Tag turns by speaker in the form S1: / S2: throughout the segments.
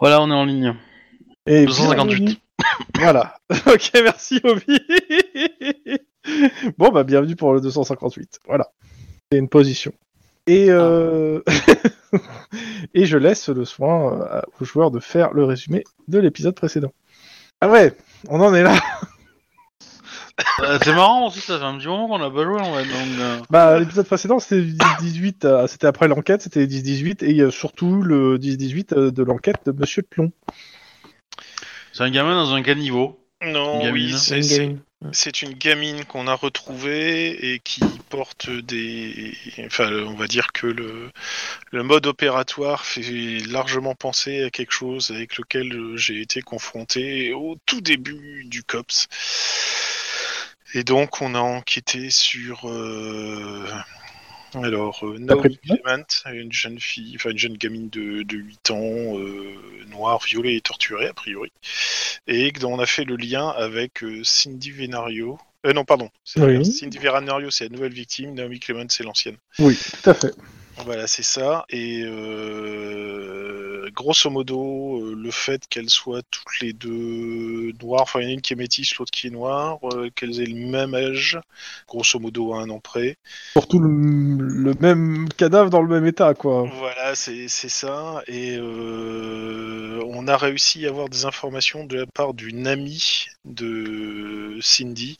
S1: Voilà, on est en ligne.
S2: Et
S1: 258.
S2: Voilà. ok, merci Obi. bon, bah bienvenue pour le 258. Voilà. C'est une position. Et, euh, et je laisse le soin euh, aux joueurs de faire le résumé de l'épisode précédent. Ah ouais, on en est là.
S1: Euh, c'est marrant aussi, ça fait un petit moment qu'on a pas joué en fait. Donc, euh,
S2: Bah, l'épisode précédent, c'était du 18, euh, c'était après l'enquête, c'était le 10-18, et euh, surtout le 10-18 euh, de l'enquête de Monsieur Tlon.
S1: c'est un gamin dans un caniveau. Une
S3: Non,
S1: gamine. hein.
S4: C'est
S3: oui, c'est
S4: une
S3: c'est-
S4: gamine.
S3: c'est une gamine qu'on a retrouvée et qui porte des. Enfin, le- on va dire que le, le mode opératoire fait largement penser à quelque chose avec lequel euh, j'ai été confronté au tout début du COPS. Et donc, on a enquêté sur. euh, Alors, euh, Naomi
S2: prévu
S3: Clement, une jeune fille, enfin une jeune gamine de, de 8 ans, euh, noire, violée et torturée, a priori. Et que- on a fait le lien avec euh, Cindy Venario. Euh, non, pardon. c'est
S2: Oui.
S3: l'inverse. Cindy Venario, c'est la nouvelle victime. Naomi Clement, c'est l'ancienne.
S2: Oui, tout à fait.
S3: Voilà, c'est ça. Et euh, grosso modo, euh, le fait qu'elles soient toutes les deux noires, enfin il y en a une qui est métisse, l'autre qui est noire, euh, qu'elles aient le même âge, grosso modo à un an près.
S2: Surtout le, le même cadavre dans le même état, quoi.
S3: Voilà, c'est c'est ça. Et euh, on a réussi à avoir des informations de la part d'une amie de Cindy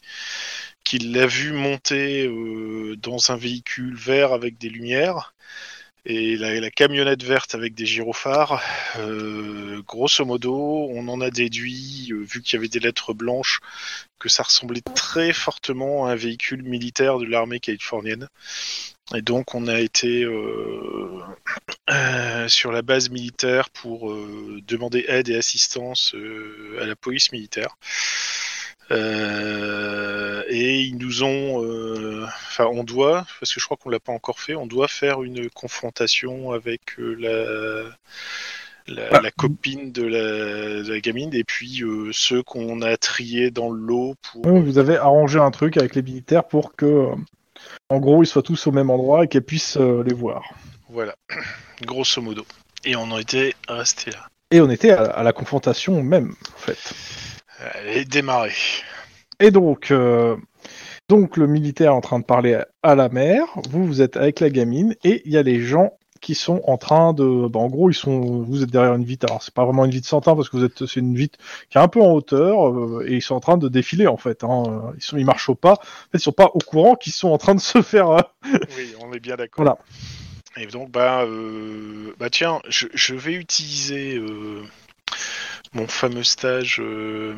S3: qui l'a vu monter euh, dans un véhicule vert avec des lumières. Et la, la camionnette verte avec des gyrophares, Euh, grosso modo, on en a déduit, euh, vu qu'il y avait des lettres blanches, que ça ressemblait très fortement à un véhicule militaire de l'armée californienne. Et donc on a été euh, euh, sur la base militaire pour euh, demander aide et assistance euh, à la police militaire. Euh, et ils nous ont, euh, enfin on doit, parce que je crois qu'on l'a pas encore fait, on doit faire une confrontation avec euh, la, la,
S2: Ah.
S3: la copine de la, de la gamine et puis euh, ceux qu'on a triés dans le lot pour
S2: Ouais, Vous avez arrangé un truc avec les militaires pour que, euh, en gros, ils soient tous au même endroit et qu'elles puissent euh, les voir.
S3: Voilà, grosso modo. Et on en était resté là.
S2: Et on était à, à la confrontation même, en fait.
S3: Allez, démarrer.
S2: Et donc, euh, donc le militaire est en train de parler à- à la mère, vous, vous êtes avec la gamine, et il y a les gens qui sont en train de... bah, en gros, ils sont, vous êtes derrière une vitre. Alors, c'est pas vraiment une vitre sans teint, parce que vous êtes, c'est une vitre qui est un peu en hauteur, euh, et ils sont en train de défiler, en fait. hein. Ils, sont, ils marchent au pas. En fait, ils sont pas au courant qu'ils sont en train de se faire... euh,
S3: Oui, on est bien d'accord.
S2: Voilà.
S3: Et donc, bah, euh, bah tiens, je, je vais utiliser euh, mon fameux stage. euh,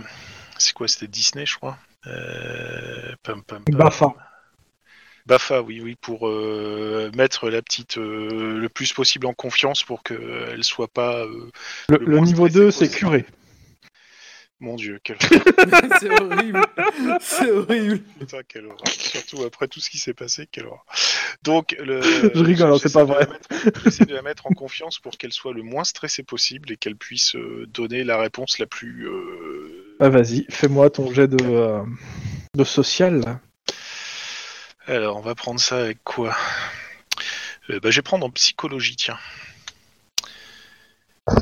S3: c'est quoi C'était Disney, je crois. Euh, pam, pam, pam.
S2: Bafa.
S3: Bafa, oui, oui, pour euh, mettre la petite euh, le plus possible en confiance pour qu'elle soit pas. euh,
S2: Le,
S3: Le
S2: le
S3: monstre
S2: niveau
S3: est
S2: 2,
S3: posé.
S2: c'est curé.
S3: Mon Dieu, quelle
S4: c'est horrible. C'est horrible.
S3: Putain, quelle horreur. Surtout après tout ce qui s'est passé, quelle horreur. Donc, le,
S2: Je rigole, hein, c'est
S3: j'essaie
S2: pas
S3: de
S2: vrai.
S3: la mettre- J'essaie de la mettre en confiance pour qu'elle soit le moins stressée possible et qu'elle puisse euh, donner la réponse la plus. euh,
S2: Bah vas-y, fais-moi ton jet de, euh, de social. là.
S3: Alors, on va prendre ça avec quoi Euh, bah, Je vais prendre en psychologie, tiens.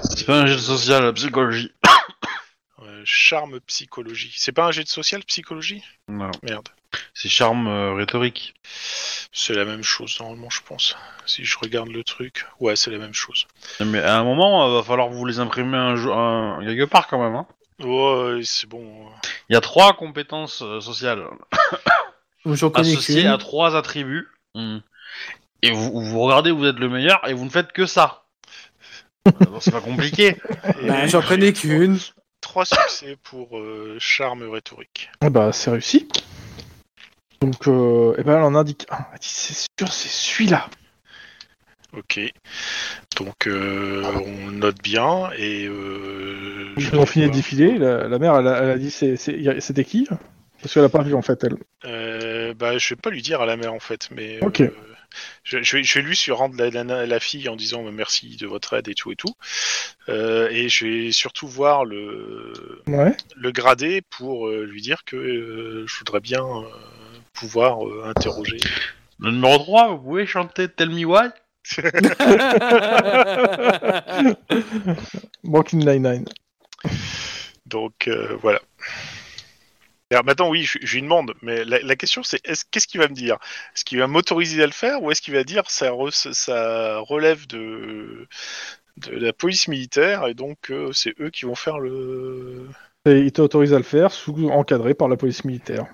S1: C'est pas un jeu de social, la psychologie.
S3: Euh, charme psychologie. C'est pas un jet de social psychologie
S1: Non.
S3: Merde.
S1: C'est charme euh, rhétorique.
S3: C'est la même chose normalement, je pense. Si je regarde le truc, ouais, c'est la même chose.
S1: Non, Mais à un moment, euh, va falloir vous les imprimer un, jour- un- quelque part quand même. hein.
S3: Ouais, c'est bon.
S1: Il y a trois compétences euh, sociales
S4: J'en connais
S1: associées
S4: qu'une.
S1: à trois attributs. Hmm. Et vous, vous regardez, vous êtes le meilleur et vous ne faites que ça. Alors, c'est pas compliqué.
S3: Et
S4: Bah, J'en connais qu'une.
S3: Trois succès pour euh, charme rhétorique.
S2: Eh bah c'est réussi. Donc euh, eh ben, elle en indique un. Elle dit c'est sûr, c'est celui-là.
S3: Ok. Donc euh, on note bien et euh,
S2: Ils
S3: vais
S2: ont fini de
S3: pouvoir-
S2: défiler. La, la mère, elle a, elle a dit c'est- c'est- c'était qui Parce qu'elle a pas vu en fait elle.
S3: Euh, bah, je vais pas lui dire à la mère en fait, mais euh,
S2: Ok.
S3: je, je vais, je vais lui surrendre la, la- la fille en disant bah, merci de votre aide et tout et tout. Euh, et je vais surtout voir le,
S2: Ouais.
S3: le gradé pour euh, lui dire que euh, je voudrais bien euh, pouvoir euh, interroger.
S1: Le numéro 3, vous pouvez chanter Tell Me Why
S2: Brooklyn Nine-Nine.
S3: Donc euh, voilà. Alors maintenant, oui, je, je lui demande, mais la, la question c'est est-ce- qu'est-ce qu'il va me dire Est-ce qu'il va m'autoriser à le faire ou est-ce qu'il va dire ça, re- ça relève de, de la police militaire et donc euh, c'est eux qui vont faire le.
S2: Et il t'autorise à le faire, sous encadré par la police militaire.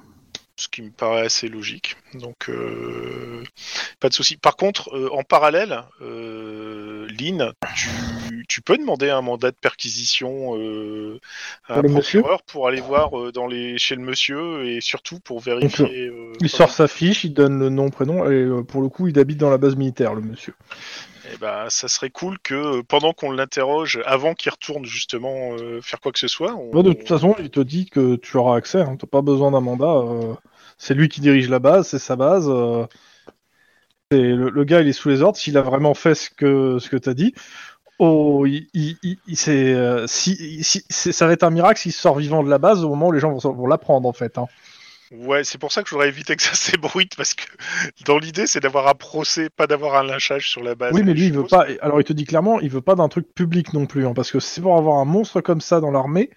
S3: Ce qui me paraît assez logique. Donc, euh, pas de souci. Par contre, euh, en parallèle, euh, Lynn, tu, tu peux demander un mandat de perquisition euh, à
S2: Pour
S3: un
S2: le
S3: procureur
S2: monsieur
S3: pour aller voir euh, dans les, chez le monsieur et surtout pour vérifier. euh,
S2: Il
S3: comment-
S2: sort sa fiche, il donne le nom, prénom, et euh, pour le coup, il habite dans la base militaire, le monsieur.
S3: Eh ben, ça serait cool que euh, pendant qu'on l'interroge, avant qu'il retourne justement euh, faire quoi que ce soit, on-
S2: Bon, Bah, de toute façon, il te dit que tu auras accès, hein, t'as pas besoin d'un mandat. euh, c'est lui qui dirige la base, c'est sa base. euh, c'est le, le gars, il est sous les ordres. S'il a vraiment fait ce que ce que t'as dit, oh, il, il- il- il- c'est, euh, si, si- c'est- ça va être un miracle s'il sort vivant de la base au moment où les gens vont, s'en- vont l'apprendre en fait. hein.
S3: Ouais, c'est pour ça que je voudrais éviter que ça s'ébruite parce que dans l'idée, c'est d'avoir un procès, pas d'avoir un lynchage sur la base.
S2: Oui, mais lui,
S3: Je
S2: il veut
S3: suppose-
S2: pas. Alors, il te dit clairement, il veut pas d'un truc public non plus, hein, parce que c'est pour avoir un monstre comme ça dans l'armée.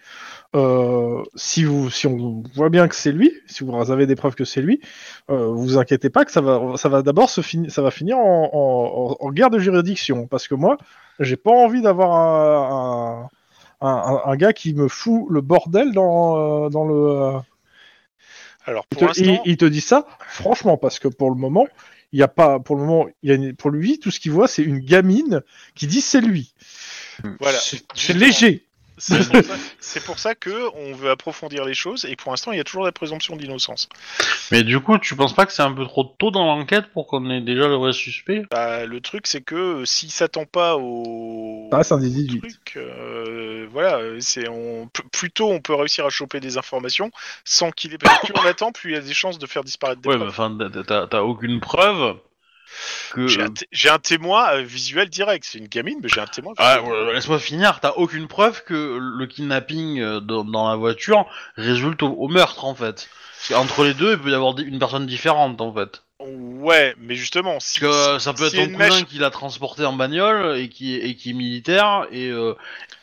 S2: euh, si vous, si on voit bien que c'est lui, si vous avez des preuves que c'est lui, euh, vous inquiétez pas que ça va, ça va d'abord se finir, ça va finir en, en- en- en guerre de juridiction, parce que moi, j'ai pas envie d'avoir un, un, un- un gars qui me fout le bordel dans, euh, dans le. euh,
S3: Alors
S2: il
S3: pour
S2: te, il-
S3: l'instant,
S2: il te dit ça, franchement, parce que pour le moment, il y a pas, pour le moment, il y a une- pour lui, tout ce qu'il voit, c'est une gamine qui dit c'est lui.
S3: voilà.
S2: C'est- c'est
S3: Justement.
S2: léger.
S3: C'est pour, ça- c'est pour ça que on veut approfondir les choses et pour l'instant, il y a toujours la présomption d'innocence.
S1: Mais du coup, tu penses pas que c'est un peu trop tôt dans l'enquête pour qu'on ait déjà le vrai suspect
S3: Bah, le truc, c'est que euh, s'il s'attend pas au
S2: Ça reste un des 18.
S3: truc, euh, voilà, euh, c'est on p- plus tôt on peut réussir à choper des informations sans qu'il ait plus on attend, plus il y a des chances de faire disparaître des
S1: Ouais, mais
S3: preuves.
S1: enfin, t'as- t'as t'as aucune preuve que.
S3: J'ai un, té- j'ai un témoin euh, visuel direct, c'est une gamine, mais j'ai un témoin.
S1: Ah,
S3: visuel direct.
S1: ouais, laisse-moi finir, t'as aucune preuve que le kidnapping euh, dans, dans la voiture résulte au, au meurtre en fait. Parce qu'entre les deux, il peut y avoir des- une personne différente en fait.
S3: Ouais, mais justement, si,
S1: Parce que euh, ça peut être
S3: si
S1: ton
S3: une
S1: cousin
S3: mèche-
S1: qui l'a transporté en bagnole et qui, est- et qui est militaire et, euh,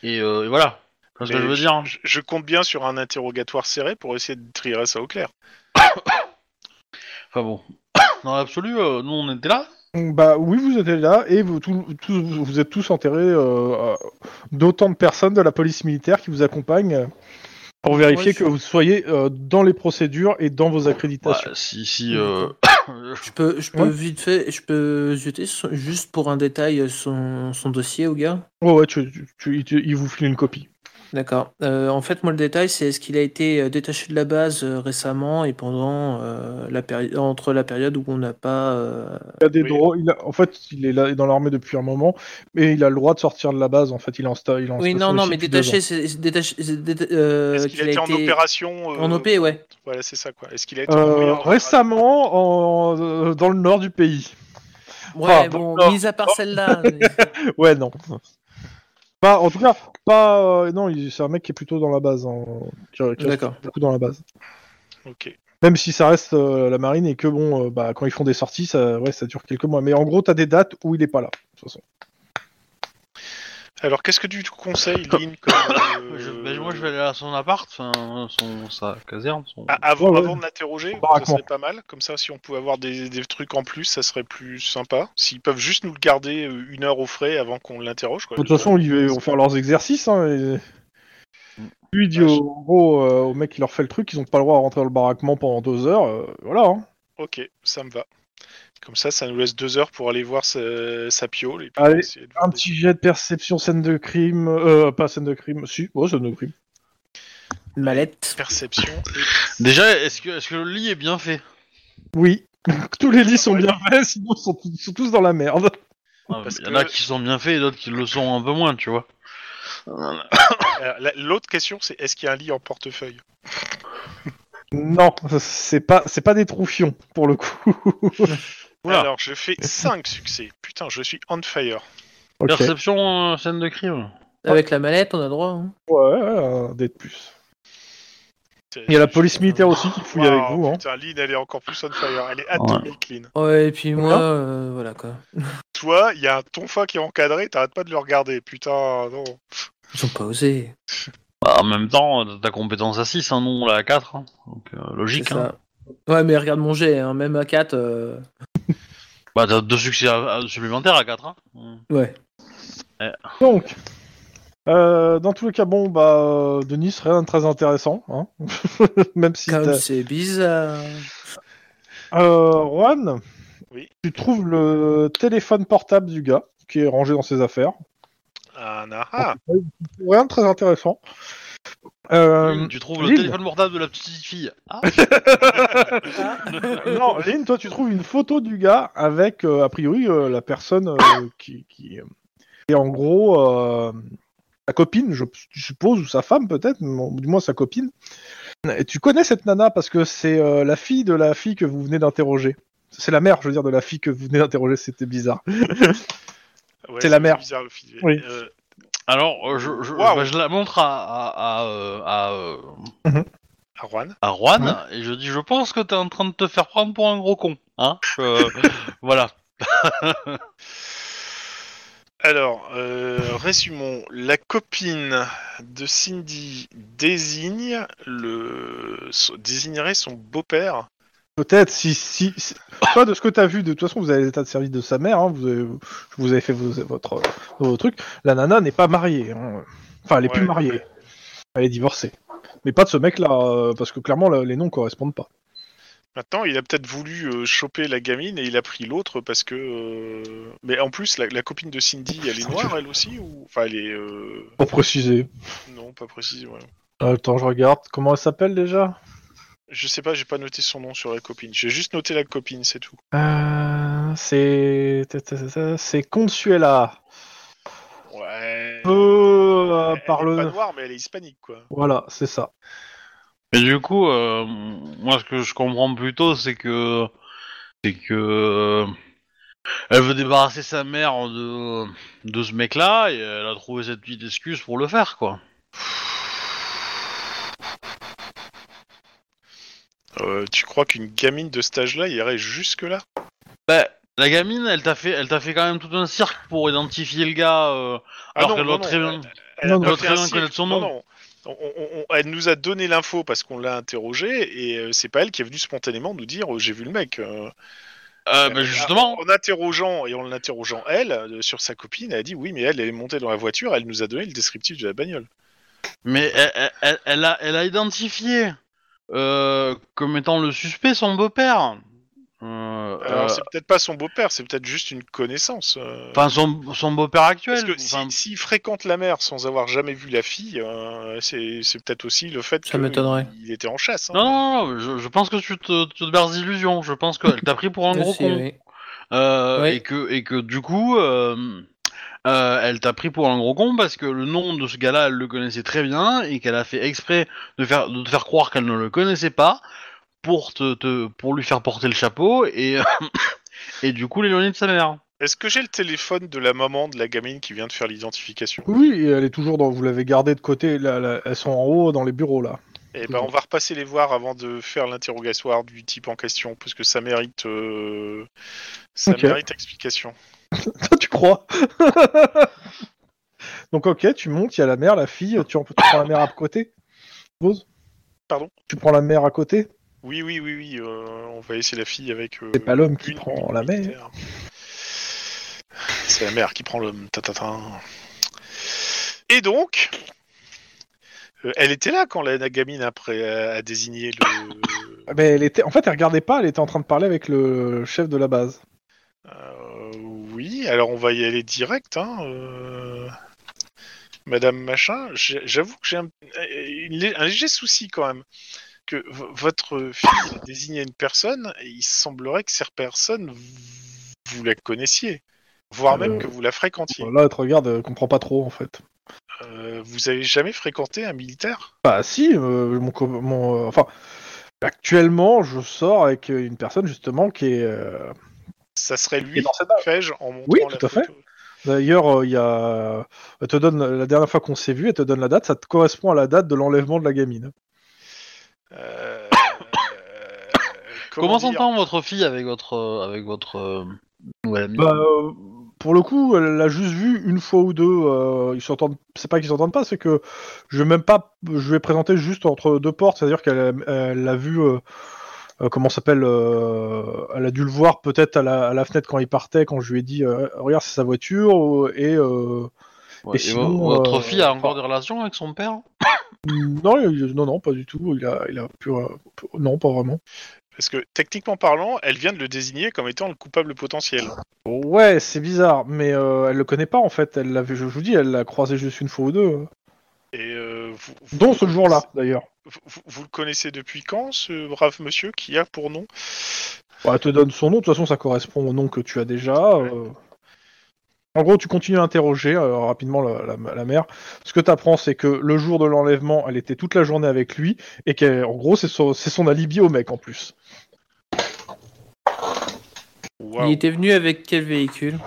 S1: et, euh, et voilà. C'est ce que
S3: Mais
S1: je veux dire.
S3: je- je compte bien sur un interrogatoire serré pour essayer de trier ça au clair.
S1: Enfin bon. Dans l'absolu, euh, nous on était là.
S2: Bah oui, vous êtes là et vous, tous- tous- vous êtes tous enterrés euh, à- d'autant de personnes de la police militaire qui vous accompagnent euh, pour vérifier
S4: Ouais, je-
S2: que vous soyez euh, dans les procédures et dans vos
S1: Ouais,
S2: accréditations.
S1: Bah, si, si.
S3: Mmh.
S1: euh,
S4: Je peux, je peux
S2: Ouais.
S4: vite fait, je peux jeter son- juste pour un détail son, son dossier au gars.
S2: Ouais, ouais, tu- tu- tu- il te- il vous file une copie.
S4: D'accord. Euh, en fait, moi, le détail, c'est est-ce qu'il a été euh, détaché de la base euh, récemment et pendant euh, la période entre la période où on n'a pas. euh,
S2: Il a des
S3: Oui.
S2: droits- il a- en fait, il est là dans l'armée depuis un moment, mais il a le droit de sortir de la base. En fait, il est en, sta, il est en
S4: Oui,
S2: station
S4: non, non,
S2: ici
S4: mais
S2: depuis deux ans.
S4: détaché, c'est c'est détaché. c'est déta- euh,
S3: Est-ce qu'il a, été, en opération euh,
S4: en OP, ouais.
S3: Voilà, c'est ça quoi. Est-ce qu'il a été envoyé
S2: Euh,
S3: en opération
S2: récemment, en- euh, dans le nord du pays.
S4: Ouais,
S2: Ah,
S4: bon,
S2: d'accord.
S4: mis à part celle-là.
S2: Ouais, non. Pas, en tout cas, pas. euh, non, il- c'est un mec qui est plutôt dans la base. hein, qui- qui reste
S4: D'accord.
S2: Beaucoup dans la base.
S3: Ah, Ok.
S2: Même si ça reste euh, la marine et que bon, euh, bah, quand ils font des sorties, ça, ouais, ça dure quelques mois. Mais en gros, t'as des dates où il est pas là. de toute façon.
S3: Alors qu'est-ce que tu conseilles, Lynn comme, euh,
S1: je- ben, moi je vais aller à son appart, enfin, son, sa caserne. Son...
S3: Ah, avant,
S2: Ouais, ouais.
S3: avant de l'interroger, ça
S2: Baraquement.
S3: serait pas mal. Comme ça, si on pouvait avoir des, des trucs en plus, ça serait plus sympa. S'ils peuvent juste nous le garder euh, une heure au frais avant qu'on l'interroge. quoi.
S2: De toute façon, ils vont faire leurs exercices. Hein, et- Lui il dit
S3: Ouais, je-
S2: au, en gros euh, au mec qui leur fait le truc, ils ont pas le droit à rentrer dans le baraquement pendant deux heures. euh, voilà. hein.
S3: Ok, ça me va. Comme ça, ça nous laisse deux heures pour aller voir sa, sa piole. Et puis
S2: Allez,
S3: essayer de voir
S2: Un
S3: des-
S2: petit jet de perception scène de crime. Euh, pas scène de crime. Si, ouais, scène de crime.
S4: Mallette.
S3: perception.
S1: Déjà, est-ce que, est-ce que le lit est bien fait
S2: Oui. Tous les lits sont bien faits, sinon ils sont, tous- ils sont tous dans la merde.
S1: Ah,
S3: Parce
S1: Il y en a
S3: que-
S1: qui sont bien faits et d'autres qui le sont un peu moins, tu vois.
S3: et- Alors, Euh, la- L'autre question, c'est est-ce qu'il y a un lit en portefeuille
S2: Non, c'est pas, c'est pas des troufions pour le coup.
S1: Oula.
S3: Alors, je fais 5 succès. Putain, je suis on fire.
S2: Ok. Ouais,
S1: Perception, euh, scène de crime.
S4: Avec la mallette, on a droit. hein.
S2: ouais, un dé de plus. Il y a la police militaire aussi qui fouille avec vous. Hein.
S3: Putain, Lynn, elle est encore plus on fire. Elle est atomique, Lynn.
S4: Ouais, et puis moi,
S2: Voilà.
S4: euh, voilà quoi.
S3: Toi, il y a un tonfa qui est encadré, t'arrêtes pas de le regarder. Putain, non.
S4: Ils ont pas osé.
S1: Bah, en même temps, t'as ta compétence à 6, hein, non, là, à 4. hein. Donc, euh,
S4: C'est
S1: logique. hein.
S4: ça. Ouais, mais regarde mon jet, hein, même à 4.
S1: Bah, t'as deux succès à- à- supplémentaires à 4. Hein.
S4: Ouais.
S2: Donc, euh, dans tous les cas, bon, bah, euh, Denis, rien de très intéressant. Hein. Même si.
S4: Comme
S2: t'as-
S4: c'est bizarre.
S2: Euh, Juan,
S3: Oui.
S2: tu trouves le téléphone portable du gars qui est rangé dans ses affaires.
S3: Ah, nah, ah.
S2: Rien de très intéressant. Euh,
S1: tu trouves le
S2: Lynn
S1: téléphone portable de la petite fille. Ah,
S2: non, Lynn, toi, tu trouves une photo du gars avec, euh, a priori, euh, la personne euh, qui, qui, euh, qui est en gros euh, sa copine, je tu suppose, ou sa femme peut-être, mais bon, du moins sa copine. Et tu connais cette nana parce que c'est euh, la fille de la fille que vous venez d'interroger. C'est la mère, je veux dire, de la fille que vous venez d'interroger, c'était bizarre.
S3: Ouais,
S2: C'est la mère.
S3: bizarre, le film.
S2: Oui.
S3: Euh,
S1: Alors, euh, je, je,
S3: Waouh.
S1: bah, je la montre à, à, à, euh, à, euh,
S3: à Rouen.
S1: à Juan et je dis Je pense que t'es en train de te faire prendre pour un gros con. Hein Je- Voilà.
S3: Alors, euh, résumons. La copine de Cindy désigne le so- désignerait son beau-père.
S2: Peut-être, si, si, si- Toi, de ce que tu as vu, de toute façon, vous avez l'état de service de sa mère, hein, vous, avez, vous avez fait vos, votre, vos trucs. La nana n'est pas mariée. hein. Enfin, elle est plus
S3: Ouais.
S2: mariée. Elle est divorcée. Mais pas de ce mec-là, euh, parce que clairement, là, les noms correspondent pas.
S3: Maintenant, il a peut-être voulu euh, choper la gamine et il a pris l'autre parce que. euh, Mais en plus, la, la copine de Cindy, elle est noire, elle aussi ou Enfin, elle est. euh,
S2: Pour préciser.
S3: Non, pas précis. ouais.
S2: Attends, je regarde. Comment elle s'appelle déjà
S3: Je sais pas, j'ai pas noté son nom sur la copine. J'ai juste noté la copine, c'est tout.
S2: Euh, C'est. C'est Consuela.
S3: Ouais.
S2: Peu euh,
S3: Elle
S2: par
S3: est pas
S2: le.
S3: noire, mais elle est hispanique, quoi.
S2: Voilà, c'est ça.
S1: Mais du coup, euh, moi, ce que je comprends plutôt, c'est que. C'est que. euh, Elle veut débarrasser sa mère de, de ce mec-là, et elle a trouvé cette petite excuse pour le faire, quoi.
S3: Euh, tu crois qu'une gamine de cet âge-là irait jusque-là
S1: Bah, la gamine, elle t'a fait, elle t'a fait quand même tout un cirque pour identifier le gars, euh,
S3: Ah
S1: alors qu'elle doit très bien.
S3: Elle a
S2: Non,
S3: pas
S1: non.
S3: fait
S1: Elle doit très
S3: un
S1: bien
S3: cirque.
S1: connaître son
S3: Non,
S1: nom.
S3: non. On- on- on- elle nous a donné l'info parce qu'on l'a interrogée et euh, c'est pas elle qui est venue spontanément nous dire euh, j'ai vu le mec. euh.
S1: Euh, bah, justement.
S3: En, en interrogeant et en l'interrogeant elle euh, sur sa copine, elle a dit oui mais elle elle est montée dans la voiture, elle nous a donné le descriptif de la bagnole.
S1: Mais elle, elle- elle- elle a, elle a identifié euh, comme étant le suspect son beau-père. Euh,
S3: Alors
S1: euh,
S3: c'est peut-être pas son beau-père, c'est peut-être juste une connaissance. euh.
S1: Enfin, son, son beau-père actuel.
S3: Parce que si-
S1: enfin,
S3: s'il fréquente la mère sans avoir jamais vu la fille, euh, c'est c'est peut-être aussi le fait
S4: Ça m'étonnerait.
S3: qu'il était en chasse. hein.
S1: Non, non, non, je, je pense que tu te, tu te berces d'illusions. Je pense qu'elle t'a pris pour un gros
S4: Aussi,
S1: con.
S4: oui.
S1: Euh,
S4: Oui.
S1: et, que, et que du coup, euh, euh, elle t'a pris pour un gros con parce que le nom de ce gars-là, elle le connaissait très bien et qu'elle a fait exprès de, faire, de te faire croire qu'elle ne le connaissait pas pour, te, te- pour lui faire porter le chapeau et, et du coup l'éloigner de sa mère.
S3: Est-ce que j'ai le téléphone de la maman de la gamine qui vient de faire l'identification
S2: Oui, et elle est toujours dans. Vous l'avez gardée de côté. là, là, elles sont en haut dans les bureaux là.
S3: Eh ben, on va repasser les voir avant de faire l'interrogatoire du type en question, parce que ça mérite, euh, ça
S2: Ok.
S3: mérite explication.
S2: Toi, tu crois Donc, ok, tu montes, il y a la mère, la fille, tu, en- tu prends la mère à côté Rose
S3: Pardon
S2: Tu prends la mère à côté
S3: Oui, oui, oui, oui. euh, on va laisser la fille avec. euh,
S2: C'est pas l'homme qui
S3: une
S2: prend la mère.
S3: militaire. C'est la mère qui prend l'homme. ta, ta, ta. Et donc, euh, elle était là quand la, la gamine après a, a désigné le.
S2: Ah, Mais elle était... En fait, elle regardait pas, elle était en train de parler avec le chef de la base.
S3: Euh, oui, alors on va y aller direct. Hein, euh, Madame Machin, j'ai- j'avoue que j'ai un, euh, une lé- un léger souci quand même. Que v- votre fille désignait une personne, et il semblerait que cette personne, vous- vous la connaissiez, voire
S2: Euh,
S3: même que vous la fréquentiez.
S2: Là, elle te regarde, elle comprend pas trop en fait.
S3: Euh, vous avez jamais fréquenté un militaire
S2: Bah, si, euh, mon. co- mon, euh, enfin, actuellement, je sors avec euh, une personne justement qui est. euh,
S3: Ça serait
S2: qui est
S3: lui,
S2: dans cette base.
S3: fais-je, en montrant
S2: Oui,
S3: la
S2: tout à fait.
S3: photo.
S2: D'ailleurs, euh, il y a. Elle te donne, la dernière fois qu'on s'est vu, elle te donne la date, ça te correspond à la date de l'enlèvement de la gamine.
S3: Euh, euh,
S1: Comment
S3: dire
S1: s'entend votre fille avec votre euh, avec votre euh, nouvelle amie
S2: Bah, euh, pour le coup, elle l'a juste vu une fois ou deux. euh, ils s'entendent. C'est pas qu'ils s'entendent pas, c'est que je vais même pas. Je vais présenter juste entre deux portes, c'est-à-dire qu'elle elle l'a vu. euh, euh, comment ça s'appelle euh, Elle a dû le voir peut-être à la, à la fenêtre quand il partait, quand je lui ai dit euh, regarde c'est sa voiture euh, et euh,
S1: Ouais,
S2: et
S1: et
S2: sinon,
S1: vo- Votre
S2: euh,
S1: fille a encore des relations avec son père
S2: non il- non non pas du tout il a il a pu euh, pu- non pas vraiment
S3: Parce que techniquement parlant, elle vient de le désigner comme étant le coupable potentiel.
S2: ouais c'est bizarre mais euh, elle le connaît pas en fait elle l'a vu je vous dis elle l'a croisé juste une fois ou deux euh,
S3: Et euh, vous, vous-
S2: dont ce jour-là d'ailleurs
S3: Vous, vous- vous le connaissez depuis quand, ce brave monsieur qui a pour nom
S2: Bah, elle te donne son nom, de toute façon ça correspond au nom que tu as déjà. euh. En gros, tu continues à interroger euh, rapidement la, la- la mère. Ce que tu apprends, c'est que le jour de l'enlèvement, elle était toute la journée avec lui et qu'en gros, c'est son, c'est son alibi au mec en plus.
S3: Waouh.
S4: Il était venu avec quel véhicule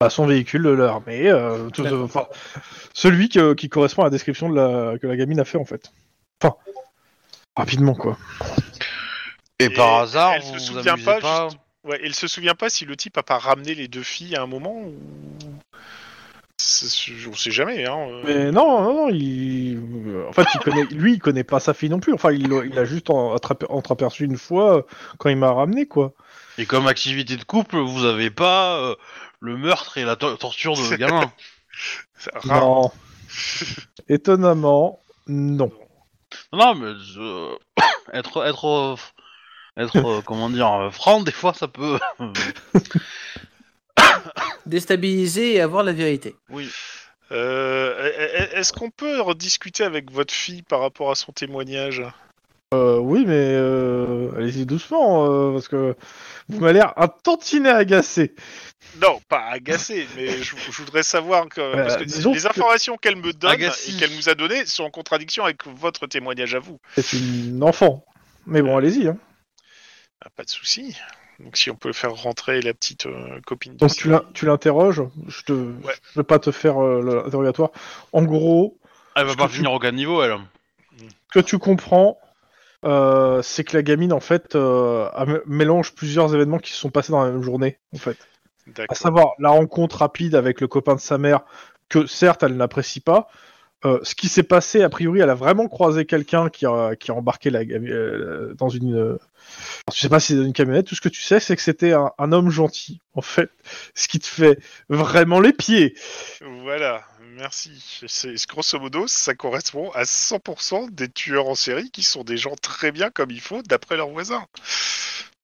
S2: Bah, son véhicule, de l'armée, euh, tout-
S4: D'accord.
S2: euh, enfin, celui que- qui correspond à la description de la, que la gamine a fait en fait. Enfin, rapidement quoi.
S1: Et,
S3: Et
S1: par hasard,
S3: elle se
S1: vous vous
S3: souvient
S1: amusez
S3: pas,
S1: pas,
S3: juste- Ouais, il se souvient pas si le type a pas ramené les deux filles à un moment ou. C'est- On sait jamais, hein. euh.
S2: Mais non, non, non, il... euh, En fait, il connaît... lui, il connaît pas sa fille non plus. Enfin, il l'a il l'a juste en- attrapé- entreaperçu une fois euh, quand il m'a ramené, quoi.
S1: Et comme activité de couple, vous avez pas euh, le meurtre et la to- torture de gamin.
S3: C'est rare.
S2: Non. Étonnamment, non.
S1: non, mais euh, être être euh, être euh, comment dire euh, franc des fois ça peut.
S4: Déstabiliser et avoir la vérité.
S1: oui.
S3: Euh, e- e- Est-ce qu'on peut rediscuter avec votre fille par rapport à son témoignage
S2: Euh, oui, mais euh, allez-y doucement, euh, parce que vous m'avez l'air un tantinet agacé.
S3: Non, pas agacé, mais je, je voudrais savoir que, parce que
S2: Euh, disons
S3: les
S2: que-
S3: informations qu'elle me donne
S1: Agassi.
S3: et qu'elle nous a données sont en contradiction avec votre témoignage à vous.
S2: C'est une enfant. Mais bon, allez-y. hein.
S3: Ah, pas de souci. Donc si on peut faire rentrer la petite euh, copine. De
S2: Donc
S3: Sylvie.
S2: tu l'in- tu l'interroges. Je te, je vais pas te faire euh, l'interrogatoire. En gros,
S1: Elle va
S2: Parce
S1: pas
S2: que tu-
S1: finir au cas de niveau elle.
S2: que tu comprends, euh, c'est que la gamine, en fait, euh, a- mélange plusieurs événements qui se sont passés dans la même journée, en fait. À
S3: D'accord.
S2: savoir la rencontre rapide avec le copain de sa mère, que certes, elle n'apprécie pas. Euh, ce qui s'est passé, a priori, elle a vraiment croisé quelqu'un qui a, qui a embarqué la, gami- euh, dans une. euh, alors, tu sais pas si c'est dans une camionnette. Tout ce que tu sais, c'est que c'était un, un homme gentil, en fait. Ce qui te fait vraiment les pieds.
S3: Voilà, merci. C'est grosso modo, ça correspond à 100% des tueurs en série qui sont des gens très bien comme il faut d'après leurs voisins.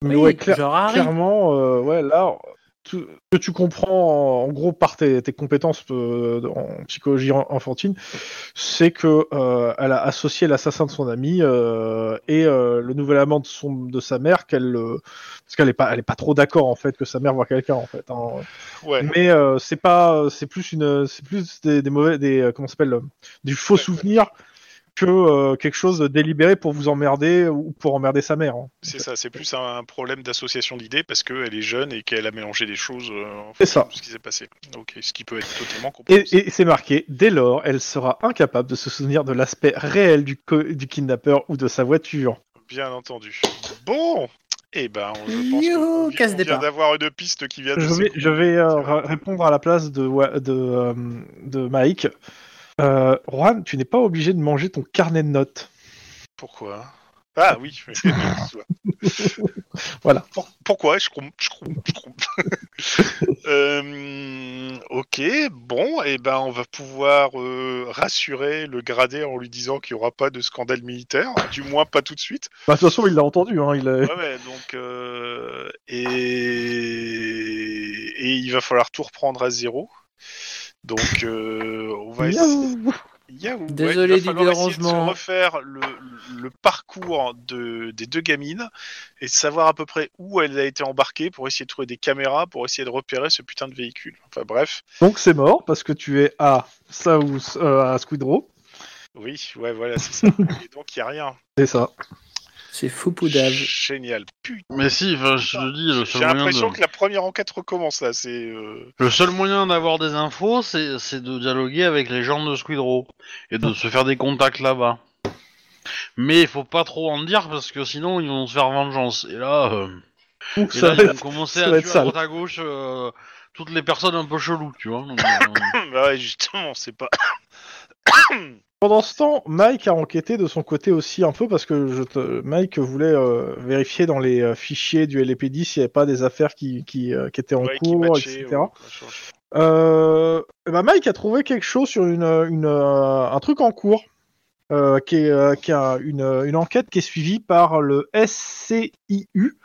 S2: Mais
S4: Oui,
S2: ouais, clair-
S4: genre Harry.
S2: clairement, euh, ouais, là, tout- ce que tu comprends en, en gros par tes, tes compétences euh, en psychologie en- enfantine, c'est que euh, elle a associé l'assassin de son ami euh, et euh, le nouvel amant de, son, de sa mère, qu'elle, euh, parce qu'elle est pas, elle est pas trop d'accord en fait que sa mère voit quelqu'un en fait. hein.
S3: Ouais.
S2: Mais euh, c'est pas, euh, c'est plus une, c'est plus des, des mauvais, des euh, comment ça s'appelle, euh, du faux
S3: Ouais.
S2: souvenir que euh, quelque chose de délibéré pour vous emmerder ou pour emmerder sa mère. hein.
S3: C'est ça, c'est plus un problème d'association d'idées parce qu'elle est jeune et qu'elle a mélangé des choses euh, en
S2: C'est
S3: fonction
S2: ça.
S3: de ce qui s'est passé. Ok, ce qui peut être totalement
S2: Et,
S3: compréhensible.
S2: et c'est marqué, dès lors, elle sera incapable de se souvenir de l'aspect réel du, co- du kidnappeur ou de sa voiture.
S3: Bien entendu. Bon, eh ben, on- je pense
S4: Youhou,
S3: qu'on vient-
S4: casse
S3: on
S4: départ.
S3: vient d'avoir une piste qui vient de
S2: Je vais,
S3: s'écouler.
S2: je vais euh, ra- répondre à la place de, Wa- de, euh, de Mike. Euh, Juan, tu n'es pas obligé de manger ton carnet de notes.
S3: Pourquoi Ah oui.
S2: Voilà.
S3: Pour- pourquoi Je crom- je crom- je crom- Euh, ok, bon, et ben on va pouvoir euh, rassurer le gradé en lui disant qu'il n'y aura pas de scandale militaire, du moins pas tout de suite.
S2: Bah, de toute façon, il l'a entendu. Hein, il a-
S3: Ouais, ouais, donc euh, et... et il va falloir tout reprendre à zéro. Donc euh, on va essayer.
S2: Miaou.
S3: Yahoo, ouais,
S4: Désolé
S3: il va falloir
S4: du
S3: essayer de se
S4: dérangement.
S3: refaire le, le parcours de, des deux gamines et de savoir à peu près où elle a été embarquée pour essayer de trouver des caméras pour essayer de repérer ce putain de véhicule. Enfin bref,
S2: Donc c'est mort parce que tu es à South, euh, à Squidrow.
S3: oui, ouais, voilà, c'est ça. et donc il y a rien.
S2: C'est ça.
S4: C'est fou poudage.
S3: Génial. Putain,
S1: Mais si, enfin, je te dis le
S3: j'ai
S1: seul moyen
S3: l'impression
S1: de-
S3: que la première enquête recommence là. C'est euh,
S1: Le seul moyen d'avoir des infos, c'est c'est de dialoguer avec les gens de Squidrow et de se faire des contacts là-bas. Mais il faut pas trop en dire parce que sinon ils vont se faire vengeance. Et là, euh,
S2: Ouh,
S1: et là,
S2: ça va
S1: ils vont
S2: être-
S1: commencer
S2: ça
S1: à
S2: va
S1: tuer
S2: être
S1: à
S2: sale.
S1: droite à gauche euh, toutes les personnes un peu cheloues, tu vois. Donc, euh,
S3: bah ouais, justement, c'est pas.
S2: Pendant ce temps, Mike a enquêté de son côté aussi un peu parce que je te... Mike voulait euh, vérifier dans les euh, fichiers du LAPD s'il n'y avait pas des affaires qui, qui, euh, qui étaient en
S3: ouais, qui
S2: cours,
S3: matchait,
S2: etc.
S3: ou machin.
S2: Euh, eh ben, Mike a trouvé quelque chose sur une, une, euh, un truc en cours, euh, qui est euh, qui a une, une enquête qui est suivie par le SCIU,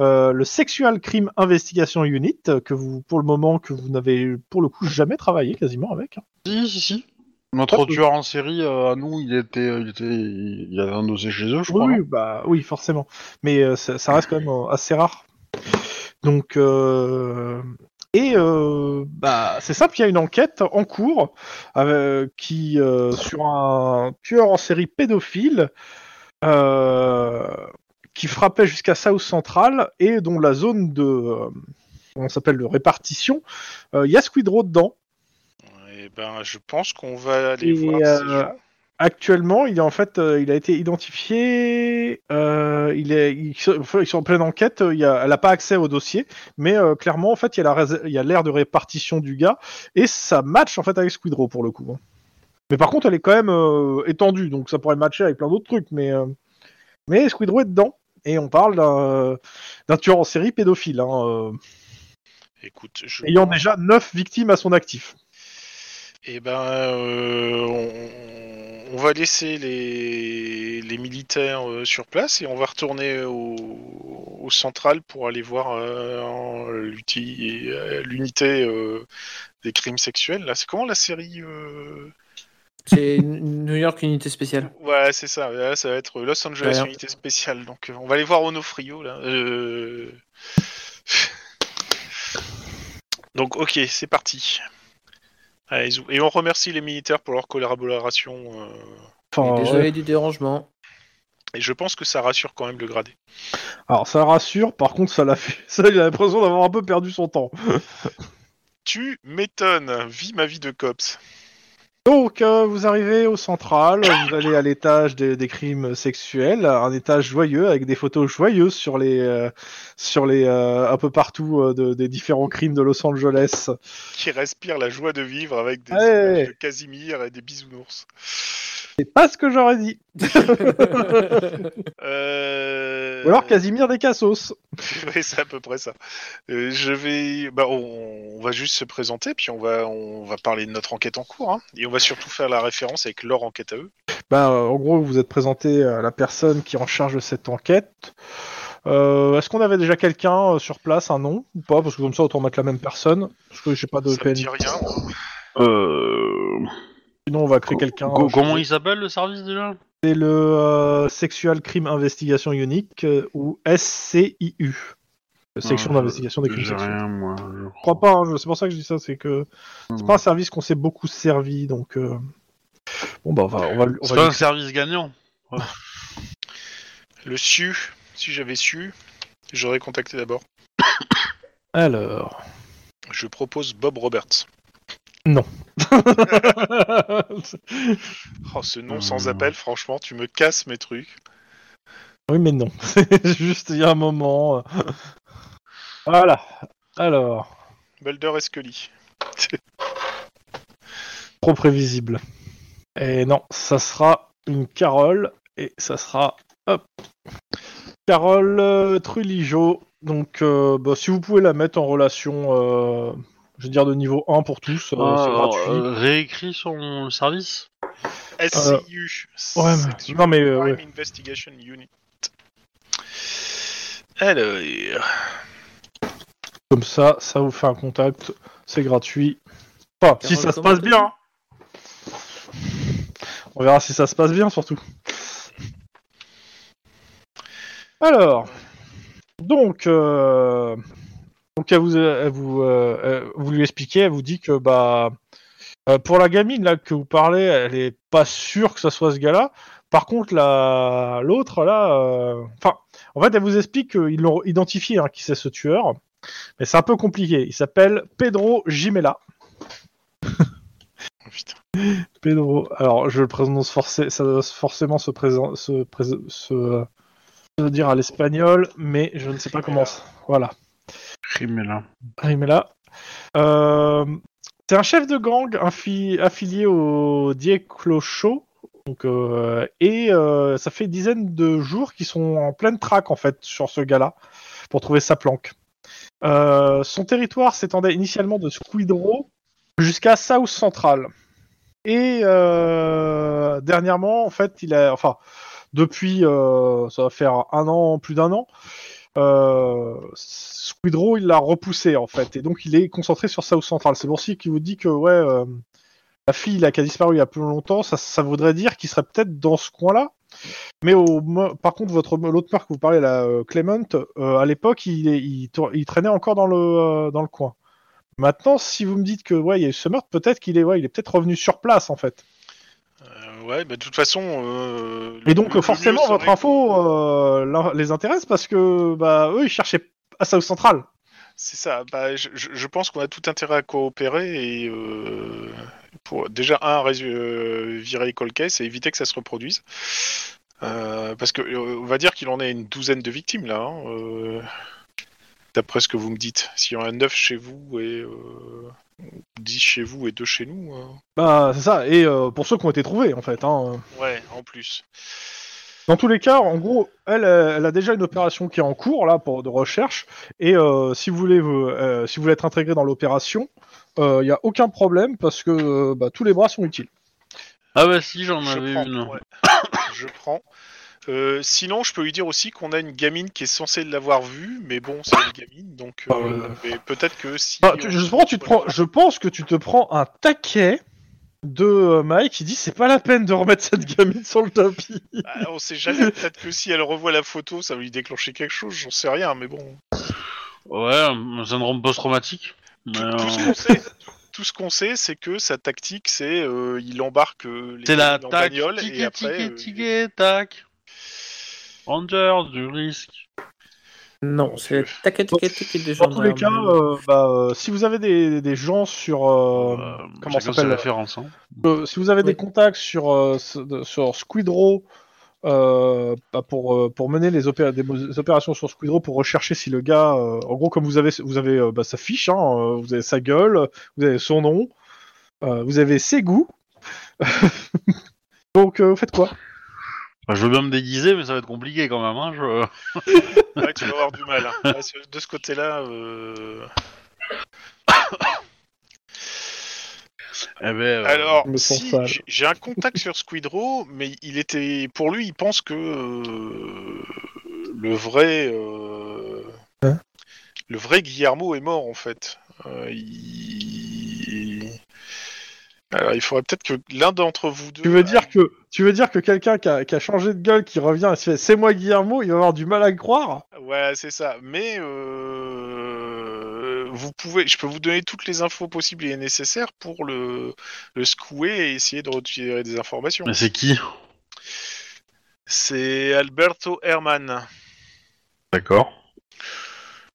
S2: euh, le Sexual Crime Investigation Unit, que vous, pour le moment, que vous n'avez pour le coup jamais travaillé quasiment avec. hein.
S1: si, si, si. Notre
S2: Ah, oui.
S1: tueur en série euh, à nous, il était, il était, il avait un dossier chez eux, je crois.
S2: Oui,
S1: non
S2: oui, bah, oui, forcément. Mais euh, ça, ça reste quand même euh, assez rare. Donc, euh, et euh, bah, c'est simple, il y a une enquête en cours euh, qui euh, sur un tueur en série pédophile euh, qui frappait jusqu'à South Central et dont la zone de euh, on s'appelle de répartition, euh, il y a Squidrow dedans.
S3: Eh ben, je pense qu'on va aller
S2: Et,
S3: voir.
S2: euh,
S3: ces gens.
S2: Actuellement, il est en fait, euh, il a été identifié. euh, il est, ils sont ils sont en pleine enquête. euh, Il y a, elle n'a pas accès au dossier, mais euh, clairement, en fait, il y a la rés- il y a l'air de répartition du gars et ça match en fait avec Squidrow pour le coup. hein. Mais par contre, elle est quand même euh, étendue, donc ça pourrait matcher avec plein d'autres trucs. Mais euh, mais Squidrow est dedans et on parle d'un d'un tueur en série pédophile, hein, euh,
S3: Écoute, je...
S2: ayant déjà neuf victimes à son actif.
S3: Eh ben, euh, on, on va laisser les, les militaires euh, sur place et on va retourner au, au central pour aller voir euh, en- l'uti- euh, l'unité euh, des crimes sexuels. Là, c'est comment la série euh
S4: C'est une- New York Unité Spéciale.
S3: Voilà, c'est ça. Là, ça va être Los Angeles
S4: Ouais.
S3: unité spéciale. Donc, euh, on va aller voir Onofrio là. Euh, Donc, ok, c'est parti. Allez, zou. et on remercie les militaires pour leur collaboration. euh,
S4: Et
S2: Enfin, euh, Oh, ouais.
S4: désolé du dérangement.
S3: Et je pense que ça rassure quand même le gradé.
S2: Alors ça rassure, par contre ça l'a fait. Ça, il a l'impression d'avoir un peu perdu son temps.
S3: Tu m'étonnes. Vis ma vie de cops.
S2: Donc euh, vous arrivez au central, vous allez à l'étage des, des crimes sexuels, un étage joyeux avec des photos joyeuses sur les, euh, sur les, euh, un peu partout euh, de- des différents crimes de Los Angeles.
S3: Qui respire la joie de vivre avec des
S2: Ouais.
S3: images de Casimir et des bisounours.
S2: C'est pas ce que j'aurais dit.
S3: Euh...
S2: Ou alors Casimir des Cassos.
S3: Oui, c'est à peu près ça. Euh, je vais, bah, on, on va juste se présenter, puis on va, on va parler de notre enquête en cours, hein. et on va surtout faire la référence avec leur enquête à eux.
S2: Bah, euh, en gros, vous êtes présenté à la personne qui est en charge de cette enquête. Euh, Est-ce qu'on avait déjà quelqu'un euh, sur place, un nom ou pas Parce que comme ça, autant mettre la même personne. Parce que j'ai pas de
S3: ça me
S2: PN.
S3: dit rien. moi.
S1: Euh,
S2: Sinon, on va créer quelqu'un.
S1: co-
S2: euh,
S1: Comment il s'appelle le service déjà
S2: C'est le euh, Sexual Crime Investigation Unique euh, ou SCIU. Euh, Section
S1: Ah,
S2: d'investigation des crimes
S1: J'ai
S2: sexuels.
S1: rien, moi.
S2: Je crois pas, hein, je- c'est pour ça que je dis ça, c'est que c'est
S1: Mhm.
S2: pas un service qu'on s'est beaucoup servi, donc. euh, Bon, bah, on va. On va, on
S1: C'est
S2: va
S1: pas
S2: lui-
S1: un service gagnant.
S3: Le SU, si j'avais su, j'aurais contacté d'abord.
S2: Alors.
S3: Je propose Bob Roberts. Oh, ce nom sans
S1: Hmm.
S3: appel, franchement, tu me casses mes trucs.
S2: oui, mais non. C'est juste, il y a un moment. euh. Voilà. Alors.
S3: Mulder et Scully.
S2: Trop prévisible. Et non, ça sera une Carole, et ça sera Carole euh, Trulijo. Donc, euh, bah, si vous pouvez la mettre en relation, euh, je veux dire, de niveau 1 pour tous, euh,
S1: Ah,
S2: c'est gratuit.
S1: réécrit son service
S3: SCU.
S2: Euh, ouais, mais-
S3: Sexual
S2: non, mais, euh,
S3: Crime
S2: ouais.
S3: Investigation Unit. Alors, euh,
S2: Comme ça, ça vous fait un contact, c'est gratuit. Enfin, si ça se passe bien. hein. On verra si ça se passe bien, surtout. Alors, donc, euh, donc elle vous, elle vous, euh, elle- vous lui expliquez, elle vous dit que bah, euh, pour la gamine là que vous parlez, elle est pas sûre que ça soit ce gars-là. Par contre, la- l'autre là, euh, enfin, en fait, elle vous explique qu'ils l'ont identifié, hein, qui c'est ce tueur, mais c'est un peu compliqué. Il s'appelle Pedro Gimela.
S3: putain.
S2: Pedro. Alors, je le prononce forcé, ça doit forcément se, présent, se, prés- se, euh, se dire à l'espagnol, mais je ne sais pas comment. ça- Voilà.
S1: Rimela.
S2: Rimela. Euh, c'est un chef de gang infi- affilié au Dieclocho. Donc, euh, et euh, ça fait une dizaine de jours qu'ils sont en pleine traque en fait sur ce gars-là pour trouver sa planque. Euh, son territoire s'étendait initialement de Squidro jusqu'à South Central. Et euh, dernièrement, en fait, il a, enfin, depuis, euh, ça va faire un an, plus d'un an, euh, Squidrow, il l'a repoussé en fait, et donc il est concentré sur South Central. C'est pour ça qu'il vous dit que ouais, euh, la fille là, qui a disparu il y a peu longtemps, ça, ça voudrait dire qu'il serait peut-être dans ce coin-là. Mais au, mo- par contre, votre l'autre meurtre que vous parlez là, euh, Clement, euh, à l'époque, il, est- il, tour- il traînait encore dans le euh, dans le coin. Maintenant, si vous me dites que ouais, il y a eu ce meurtre, peut-être qu'il est ouais, il est peut-être revenu sur place en fait.
S3: Euh, ouais, bah, de toute façon. euh, le-
S2: Et donc
S3: le
S2: forcément,
S3: mieux serait
S2: votre info euh, l'in- les intéresse parce que bah eux, ils cherchaient à South Central.
S3: C'est ça. Bah, je, je- je pense qu'on a tout intérêt à coopérer et euh, pour déjà un rés- euh, virer Colcase et éviter que ça se reproduise. Euh, parce que euh, on va dire qu'il en est une douzaine de victimes là. hein, euh, D'après ce que vous me dites, s'il y en a neuf chez vous et euh, dix chez vous et deux chez nous. euh.
S2: Bah, c'est ça, et euh, pour ceux qui ont été trouvés, en fait. hein.
S3: Ouais, en plus.
S2: Dans tous les cas, en gros, elle, euh, elle a déjà une opération qui est en cours, là, pour, de recherche, et euh, si, vous voulez, vous- euh, si vous voulez être intégré dans l'opération, il n'y a aucun problème, parce que euh, bah, tous les bras sont utiles.
S1: Ah bah si, j'en
S3: Je
S1: avais
S3: prends,
S1: une.
S3: ouais. je prends. Euh, sinon, je peux lui dire aussi qu'on a une gamine qui est censée l'avoir vue, mais bon, c'est une gamine, donc euh,
S2: Euh.
S3: mais peut-être que si.
S2: Bah, tu- je, pense, tu te prends, je pense que tu te prends un taquet de euh, Mike qui dit « c'est pas la peine de remettre cette gamine sur le tapis
S3: Ah, on sait jamais, peut-être que si elle revoit la photo, ça va lui déclencher quelque chose, j'en sais rien, mais bon.
S1: Ouais, un syndrome post-traumatique. Mais,
S3: Tout,
S1: euh,
S3: tout ce qu'on sait, tout- tout ce qu'on sait, c'est que sa tactique, c'est euh, il embarque euh, les
S1: C'est la
S3: gamines en
S1: tac,
S3: bagnole et
S1: ticket,
S3: après.
S1: ticket,
S3: euh,
S1: ticket, tac. Rangers, du risque.
S4: Non, c'est taquet, taquet, taquet des
S2: Dans tous les cas,
S4: gendarmes.
S2: euh, bah, euh, si vous avez des, des gens sur... euh,
S1: Euh,
S2: comment
S1: chacun
S2: ça s'appelle
S1: ses références. Hein.
S2: Euh, si vous avez
S4: Oui.
S2: des contacts sur, euh, ce- de- sur Squidrow euh, bah, pour, euh, pour mener les opé- des mo- des opérations sur Squidrow pour rechercher si le gars, euh, en gros, comme vous avez, vous avez euh, bah, sa fiche, hein, euh, vous avez sa gueule, vous avez son nom, euh, vous avez ses goûts. Donc, euh, vous faites quoi
S1: Enfin, je veux bien me déguiser, mais ça va être compliqué quand même. Hein, je...
S3: ouais, tu vas avoir du mal. hein. Ouais, ce- de ce côté-là. euh,
S1: Eh ben, euh,
S3: Alors,
S2: Je me sens
S3: si,
S2: sale.
S3: j- j'ai un contact sur Squidrow, mais il était, pour lui, il pense que euh, le vrai, euh,
S2: Hein
S3: le vrai Guillermo est mort en fait. Euh, il... Alors, il faudrait peut-être que l'un d'entre vous deux.
S2: tu veux, dire que, tu veux dire que quelqu'un qui a, qui a changé de gueule, qui revient et se fait C'est moi Guillermo, il va avoir du mal à le croire
S3: Ouais, c'est ça. Mais euh, vous pouvez, je peux vous donner toutes les infos possibles et nécessaires pour le, le secouer et essayer de retirer des informations.
S1: Mais c'est qui
S3: C'est Alberto Herman.
S1: D'accord.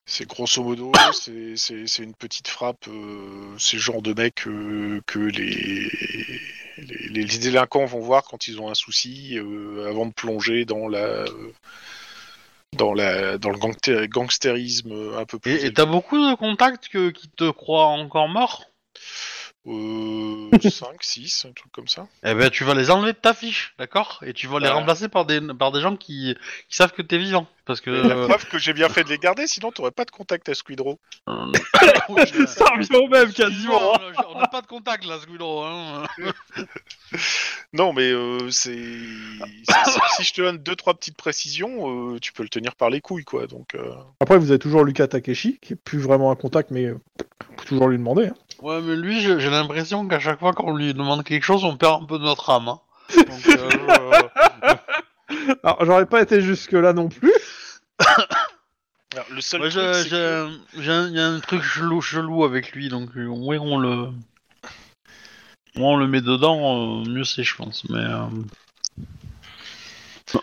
S3: C'est grosso modo, c'est- c'est c'est une petite frappe, euh, c'est le genre de mec euh, que les, les, les délinquants vont voir quand ils ont un souci euh, avant de plonger dans la euh, dans la dans le gangté- gangstérisme euh, un peu plus.
S1: Et et t'as beaucoup de contacts que, qui te croient encore mort
S3: euh, 5, 6, un truc comme ça.
S1: Eh ben, tu vas les enlever de ta fiche, d'accord Et tu vas les
S3: Voilà.
S1: remplacer par des, par des gens qui, qui savent que t'es vivant. Parce que.
S3: Mais La preuve que j'ai bien fait de les garder, sinon t'aurais pas de contact à Squidrow.
S1: euh,
S2: Ça revient au même quasiment hein.
S1: Excuse-moi, On n'a pas de contact là, Squidro. Hein.
S3: Non, mais euh, c'est c'est- si- si je te donne deux trois petites précisions, euh, tu peux le tenir par les couilles, quoi. Donc. euh,
S2: Après, vous avez toujours Lucas Takeshi, qui est plus vraiment un contact, mais euh, vous pouvez toujours lui demander. hein.
S1: Ouais, mais lui, j'ai j'ai l'impression qu'à chaque fois qu'on lui demande quelque chose, on perd un peu de notre âme. hein. Donc, euh, euh,
S2: Alors, j'aurais pas été jusque-là non plus.
S3: Alors, le seul
S1: moi,
S3: truc,
S1: je-
S3: c'est
S1: j'ai
S3: que-
S1: un- j'ai un- il y a un truc chelou, chelou avec lui, donc euh, ouais, on le. Moi, on le met dedans, euh, mieux c'est, je pense. Mais. euh,
S3: je,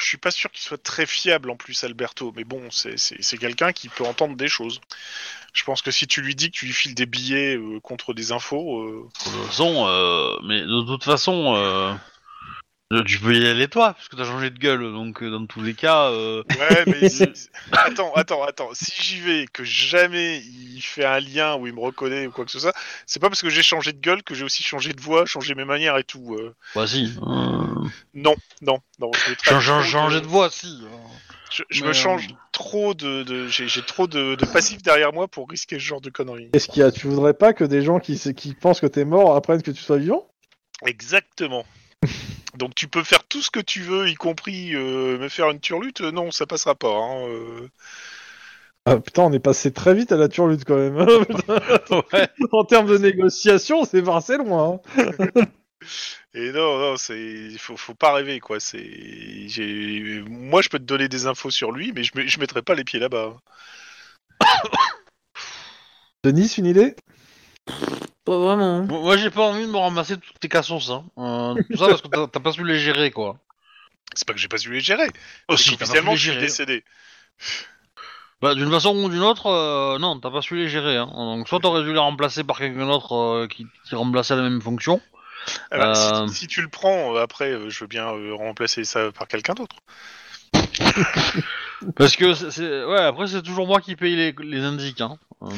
S3: je suis pas sûr qu'il soit très fiable en plus, Alberto. Mais bon, c'est- c'est c'est quelqu'un qui peut entendre des choses. Je pense que si tu lui dis que tu lui files des billets euh, contre des infos, euh,
S1: De toute façon, euh, mais de toute façon, euh, euh, tu peux y aller toi, parce que t'as changé de gueule, donc euh, dans tous les cas, euh,
S3: Ouais, mais si- attends, attends, attends. Si j'y vais, que jamais il fait un lien où il me reconnaît ou quoi que ce soit, c'est pas parce que j'ai changé de gueule que j'ai aussi changé de voix, changé mes manières et tout. euh.
S1: bah si, euh,
S3: Non, non, non. Je, vais tra-
S1: change- change-
S3: trop
S1: changer
S3: de-
S1: de euh. voix, si. hein.
S3: je, je me
S1: Mais,
S3: change trop de, de- j'ai j'ai trop de, de passifs derrière moi pour risquer ce genre de conneries.
S2: Est-ce qu'il y a Tu voudrais pas que des gens qui, qui pensent que t'es mort apprennent que tu sois vivant
S3: Exactement. Donc tu peux faire tout ce que tu veux, y compris euh, me faire une turlute. euh, Non, ça passera pas. hein, euh.
S2: Ah, Putain, on est passé très vite à la turlute quand même. hein.
S1: Ouais.
S2: en termes de négociation, c'est passé loin. hein.
S3: Et non, non, c'est, il faut, faut pas rêver, quoi. C'est, j'ai, moi, je peux te donner des infos sur lui, mais je, me- je mettrai pas les pieds là-bas. hein.
S2: Denis, une idée
S4: Pas vraiment.
S1: Moi, moi, j'ai pas envie de me ramasser toutes tes cassos, hein. Euh, tout ça parce que t'as t'as pas su les gérer, quoi.
S3: C'est pas que j'ai pas su les gérer.
S1: Oh,
S3: c'est
S1: si, t'as pas su
S3: qu'officiellement,
S1: les
S3: je suis
S1: gérer.
S3: décédé.
S1: Bah, d'une façon ou d'une autre, euh, non, t'as pas su les gérer. Hein. Donc, soit t'aurais dû les remplacer par quelqu'un d'autre euh, qui, qui remplaçait la même fonction.
S3: Alors, Ah bah, si-
S1: Euh.
S3: si, tu le prends, euh, après, euh, je veux bien euh, remplacer ça par quelqu'un d'autre.
S1: Parce que, c'est- c'est- ouais, après, c'est toujours moi qui paye les, les indices. Hein. Euh,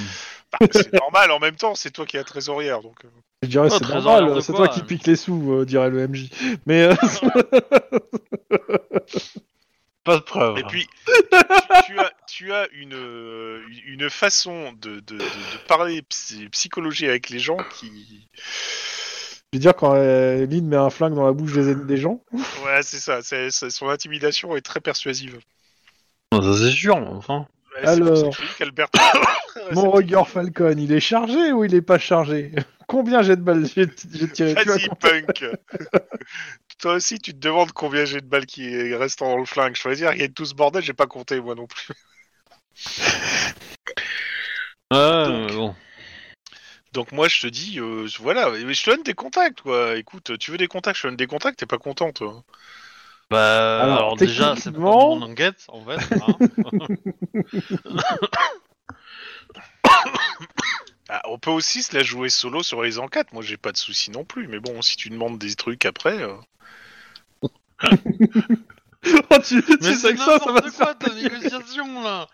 S3: Bah, c'est normal. En même temps, c'est toi qui es la trésorière, donc. euh.
S2: Je dirais
S1: Oh,
S2: c'est
S1: trésor,
S2: normal,
S1: n'importe
S2: c'est
S1: quoi,
S2: toi qui
S1: hein.
S2: pique les sous, euh, dirait le MJ. Mais euh,
S1: Pas de preuve.
S3: Et puis, tu, tu as, tu as une, euh, une façon de, de- de- de parler psy- psychologie avec les gens qui.
S2: je veux dire, quand euh, Lynn met un flingue dans la bouche des, des gens,
S3: Ouais, c'est ça. c'est- c'est- son intimidation est très persuasive.
S1: Non, ça, c'est sûr, mais enfin.
S3: Ouais, c'est pour ça
S2: Alors.
S3: que je dis qu'Albert-
S2: mon regard Falcon, il est chargé ou il est pas chargé Combien j'ai de balles j'ai j'ai tiré tu vois,
S3: Vas-y, punk Toi aussi, tu te demandes combien j'ai de balles qui restent dans le flingue. Je veux dire, il y a tout ce bordel, j'ai pas compté moi non plus.
S1: Ouais,
S3: Donc.
S1: mais bon.
S3: Donc moi, je te dis, euh, voilà, mais je te donne des contacts, quoi. Écoute, tu veux des contacts, je te donne des contacts, t'es pas content, toi.
S1: Bah,
S2: Alors,
S1: alors, déjà, c'est pas
S2: techniquement-
S1: mon enquête, en fait. hein.
S3: Ah, on peut aussi se la jouer solo sur les enquêtes, moi j'ai pas de soucis non plus, mais bon, si tu demandes des trucs après... euh,
S2: Oh, tu, tu
S1: mais
S2: sais
S1: c'est
S2: que ça, ça va
S1: n'importe
S2: se faire-
S1: quoi, ta négociation, là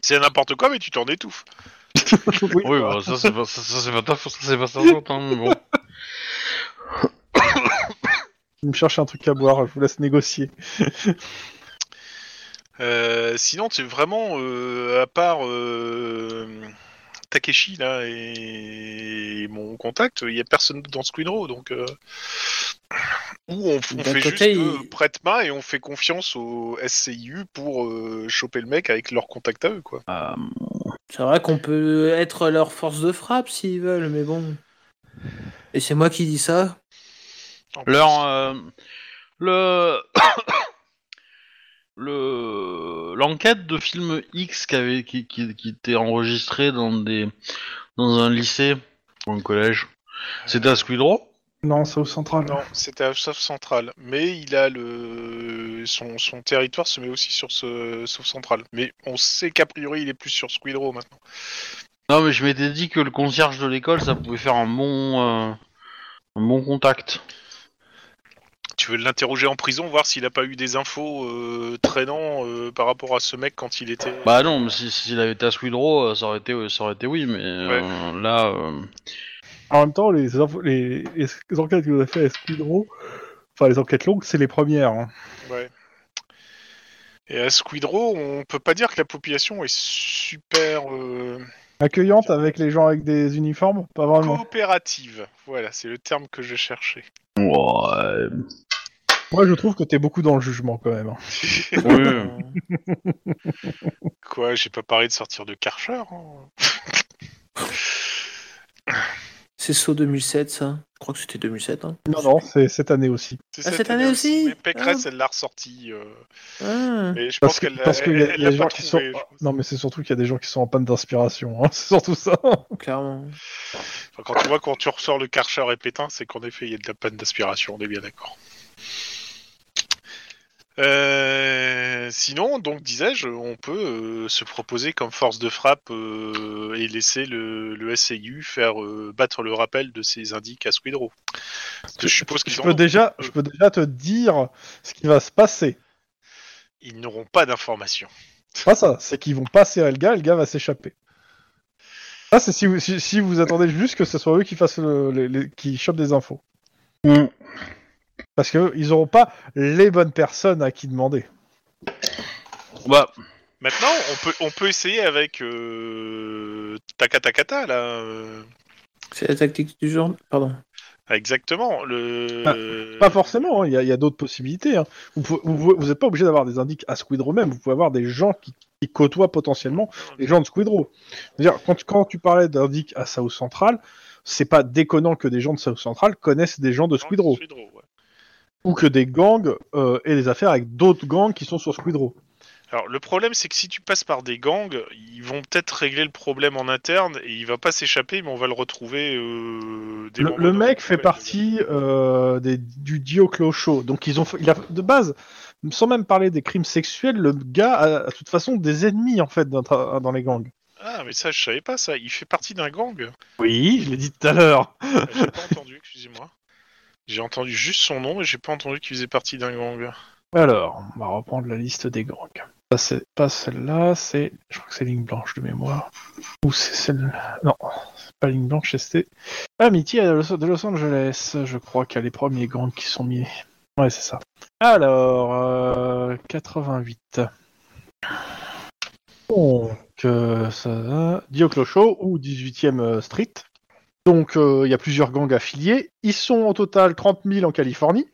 S3: C'est n'importe quoi, mais tu t'en étouffes.
S2: Oui.
S1: Oui, bah, ça, c'est pas, ça, ça, c'est pas ta faute, ça, c'est pas sa faute, hein, mais bon.
S2: Je me cherche un truc à boire, je vous laisse négocier.
S3: Euh, sinon, c'est vraiment, euh, à part euh, Takeshi là et mon contact, il y a personne dans Squid Row, donc euh, ou on, on
S4: D'un
S3: fait juste
S4: côté,
S3: euh,
S4: il-
S3: prête main et on fait confiance au SCIU pour euh, choper le mec avec leur contact à eux, quoi.
S1: Euh,
S4: C'est vrai qu'on peut être leur force de frappe s'ils veulent, mais bon. Et c'est moi qui dis ça.
S3: En plus.
S1: Leur, euh, le le l'enquête de film X qui avait qui, qui, qui était enregistrée dans des dans un lycée ou un collège. C'était à Squid Row.
S2: Non, c'est au central.
S3: Non, c'était à Sauf Central, mais il a le son, son territoire se met aussi sur ce Sauf Central. Mais on sait qu'a priori il est plus sur Squid Row maintenant.
S1: Non mais je m'étais dit que le concierge de l'école ça pouvait faire un bon euh, un bon contact.
S3: Tu veux l'interroger en prison, voir s'il n'a pas eu des infos euh, traînant euh, par rapport à ce mec quand il était.
S1: Bah non, mais si- s'il avait été à Squid Row, euh, ça aurait été ça aurait été oui, mais euh, là euh,
S2: En même temps, les, infos- les, les enquêtes que vous avez fait à Squidrow, enfin les enquêtes longues, c'est les premières. hein.
S3: Ouais. Et à Squid Row, on peut pas dire que la population est super euh,
S2: Accueillante avec les gens avec des uniformes Pas
S4: Ah
S2: vraiment.
S3: coopérative. Voilà, c'est le terme que je cherchais.
S1: ouais.
S2: Moi, je trouve que t'es beaucoup dans le jugement quand même. hein.
S1: oui.
S3: Quoi, j'ai pas parlé de sortir de Karcher. hein.
S4: C'est saut 2007, ça. Je crois que c'était 2007. hein.
S2: Non, non, c'est cette année aussi.
S3: C'est
S4: Ah, cette année aussi
S3: Mais Pécresse, elle l'a ressorti. euh,
S4: Ah.
S3: mais je
S2: Parce
S3: pense
S2: que-
S3: qu'elle l'a-
S2: parce qu'il y a- il
S3: elle- elle
S2: y a
S3: l'a
S2: des gens
S3: pas
S2: qui sont.
S3: trouvé. je pense.
S2: Non, mais c'est surtout qu'il y a des gens qui sont en panne d'inspiration. hein, C'est surtout ça.
S4: Clairement.
S3: Enfin, Quand tu vois, quand tu ressors le Karcher et Pétain, c'est qu'en effet, il y a de la panne d'aspiration, on est bien d'accord. Euh, sinon, donc disais-je, on peut euh, se proposer comme force de frappe euh, et laisser le, le SCU faire euh, battre le rappel de ses indices à Squidrow. Parce que je suppose qu'ils
S2: Je
S3: en ont.
S2: peux déjà, je peux déjà te dire ce qui va se passer.
S3: Ils n'auront pas d'informations.
S2: C'est pas ça, c'est qu'ils vont pas serrer le gars, le gars va s'échapper. Ça, c'est si vous, si, si vous attendez juste que ce soit eux qui fassent le- les- les- qui chopent des infos. Parce que eux, ils auront pas les bonnes personnes à qui demander.
S1: Bah,
S3: Maintenant, on peut, on peut essayer avec euh, Takatakata, là. euh,
S4: C'est la tactique du jour. Pardon.
S3: Ah, Exactement. Le...
S2: Pas forcément, hein, il y a- il y a, d'autres possibilités. hein. Vous n'êtes pas obligé d'avoir des indices à Squidrow même, vous pouvez avoir des gens qui, qui côtoient potentiellement les gens de Squidrow. C'est-à-dire, quand, tu- quand tu parlais d'indices à South Central, c'est pas déconnant que des gens de South Central connaissent des gens de Squidrow.
S3: Squidrow, ouais.
S2: ou que des gangs euh, aient des affaires avec d'autres gangs qui sont sur Squidrow.
S3: Alors, le problème, c'est que si tu passes par des gangs, ils vont peut-être régler le problème en interne et il va pas s'échapper, mais on va le retrouver. euh, des
S2: Le,
S3: moments
S2: le
S3: dans
S2: mec
S3: une
S2: fait
S3: poubelle,
S2: partie euh, des, du Dioclo Show, donc ils ont, fa- il a, de base, sans même parler des crimes sexuels, le gars a de toute façon des ennemis en fait dans, tra- dans les gangs.
S3: le gars. Ah, mais ça, je savais pas ça. Il fait partie d'un gang.
S2: Oui, je l'ai dit tout à l'heure.
S3: Euh, j'ai pas entendu, excusez-moi. J'ai entendu juste son nom et j'ai pas entendu qu'il faisait partie d'un gang.
S2: Alors, on va reprendre la liste des gangs. Ça, c'est pas celle-là, c'est. Je crois que c'est Ligne Blanche de mémoire. Ou c'est celle. Non, c'est pas Ligne Blanche, c'est. Amitié à Los- de Los Angeles, je crois qu'il y a les premiers gangs qui sont mis. Ouais, c'est ça. Alors, euh, 88. Donc, euh, ça va. Dioclocho ou 18e euh, Street. Donc, euh, il y a plusieurs gangs affiliés. Ils sont au total 30 000 en Californie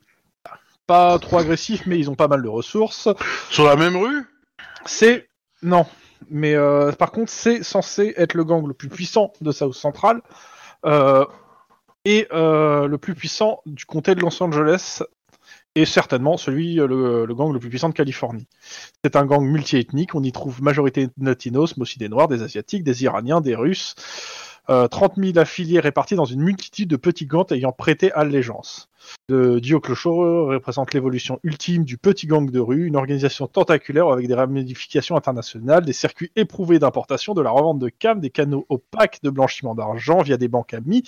S2: pas trop agressifs, mais ils ont pas mal de ressources.
S1: sur la même rue
S2: C'est non, mais euh, par contre, c'est censé être le gang le plus puissant de South Central euh, et euh, le plus puissant du comté de Los Angeles et certainement celui euh, le, le gang le plus puissant de Californie. C'est un gang multiethnique. On y trouve majorité latinos, mais aussi des noirs, des asiatiques, des iraniens, des russes. Euh, 30 000 affiliés répartis dans une multitude de petits gangs ayant prêté allégeance. Le Dioclochoreux représente l'évolution ultime du petit gang de rue, une organisation tentaculaire avec des ramifications internationales, des circuits éprouvés d'importation, de la revente de cam, des canaux opaques de blanchiment d'argent via des banques amies,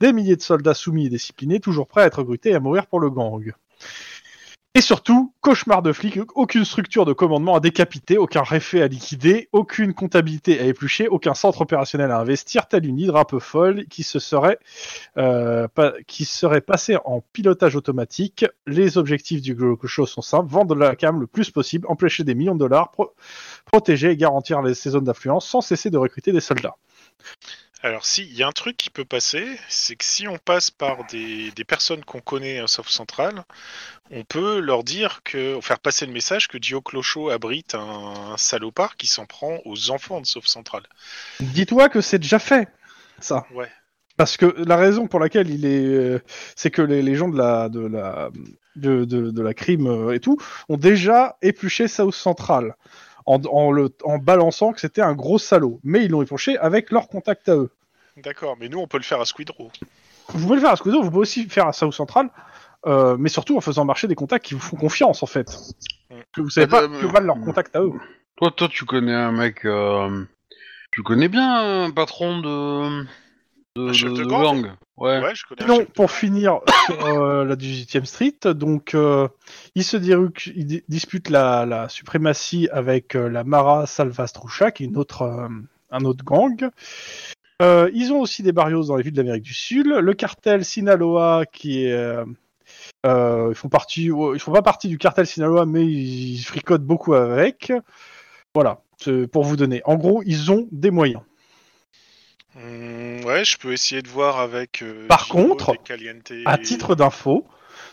S2: des milliers de soldats soumis et disciplinés, toujours prêts à être recrutés et à mourir pour le gang. Et surtout, cauchemar de flics, aucune structure de commandement à décapiter, aucun réfé à liquider, aucune comptabilité à éplucher, aucun centre opérationnel à investir, telle une hydre un peu folle qui se serait euh, pas- qui serait passé en pilotage automatique. Les objectifs du show sont simples vendre de la cam le plus possible, empêcher des millions de dollars, pro- protéger et garantir les, ces zones d'influence sans cesser de recruter des soldats.
S3: Alors si, il y a un truc qui peut passer, c'est que si on passe par des, des personnes qu'on connaît à South Central, on peut leur dire que, faire passer le message que Dio Clocho abrite un, un salopard qui s'en prend aux enfants de South Central.
S2: Dis-toi que c'est déjà fait, ça.
S3: Ouais.
S2: Parce que la raison pour laquelle il est, euh, c'est que les, les gens de la de la de, de- de la crime euh, et tout ont déjà épluché South Central en, en le, en balançant que c'était un gros salaud, mais ils l'ont épluché avec leur contact à eux.
S3: D'accord, mais nous on peut le faire à Squidrow.
S2: vous pouvez le faire à Squidrow, vous pouvez aussi le faire à South Central, euh, mais surtout en faisant marcher des contacts qui vous font confiance en fait.
S3: Ouais.
S2: Que vous savez pas
S1: Madame,
S2: que valent leurs
S1: euh,
S2: contacts à eux.
S1: Toi, toi, tu connais un mec. euh, tu connais bien un patron de. de,
S3: Un chef de gang
S1: gang. Ouais.
S3: Ouais, je connais un
S2: Sinon,
S3: chef de-
S2: pour finir sur euh, la 18e Street, donc euh, il se diru- il di- dispute la, la suprématie avec euh, la Mara Salvastrucha, qui est une autre, euh, un autre gang. Euh, ils ont aussi des barrios dans les villes de l'Amérique du Sud. Le cartel Sinaloa, qui est euh, Euh, ils font partie, ouais, ils font pas partie du cartel Sinaloa, mais ils, ils fricotent beaucoup avec. Voilà, c'est pour vous donner. En gros, ils ont des moyens.
S3: Hmm, ouais, je peux essayer de voir avec... euh,
S2: Par
S3: Gino
S2: contre,
S3: de Caliente
S2: À
S3: et-
S2: titre d'info,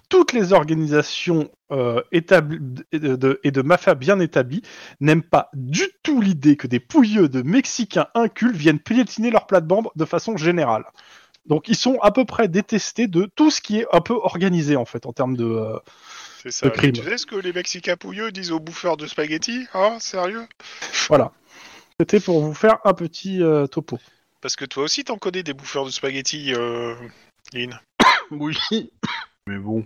S2: toutes les organisations euh, établi- et de, de- et de mafia bien établies n'aiment pas du tout l'idée que des pouilleux de Mexicains incultes viennent piétiner leur plate-bande de façon générale. Donc ils sont à peu près détestés de tout ce qui est un peu organisé en fait en termes de. euh,
S3: C'est ça.
S2: Le crime.
S3: Tu sais ce que les Mexicains pouilleux disent aux bouffeurs de spaghettis Hein Sérieux
S2: C'était pour vous faire un petit euh, topo.
S3: Parce que toi aussi, t'en connais des bouffeurs de spaghettis, euh, Lynn.
S1: Oui. Mais bon.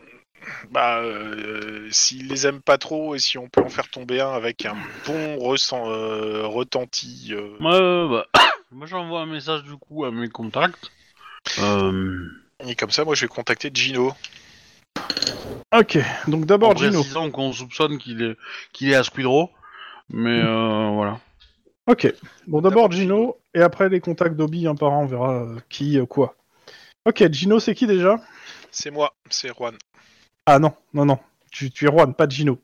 S3: Bah, euh, s'ils les aiment pas trop et si on peut en faire tomber un avec un bon ressent, euh, retenti. euh,
S1: Moi, bah, moi j'envoie un message du coup à mes contacts. Euh,
S3: Et comme ça, moi, je vais contacter Gino.
S2: Ok, donc
S1: en
S2: d'abord Gino.
S1: précisant qu'on soupçonne qu'il est, qu'il est à Squidro.
S3: Mm.
S1: Mais euh, voilà.
S2: Ok, bon d'abord
S3: D'abord
S2: Gino et après les contacts d'Obi un par un, on verra euh, qui euh, quoi. Ok, Gino c'est qui déjà
S3: C'est moi, c'est Juan.
S2: Ah non, non, non, tu, tu es Juan, pas Gino.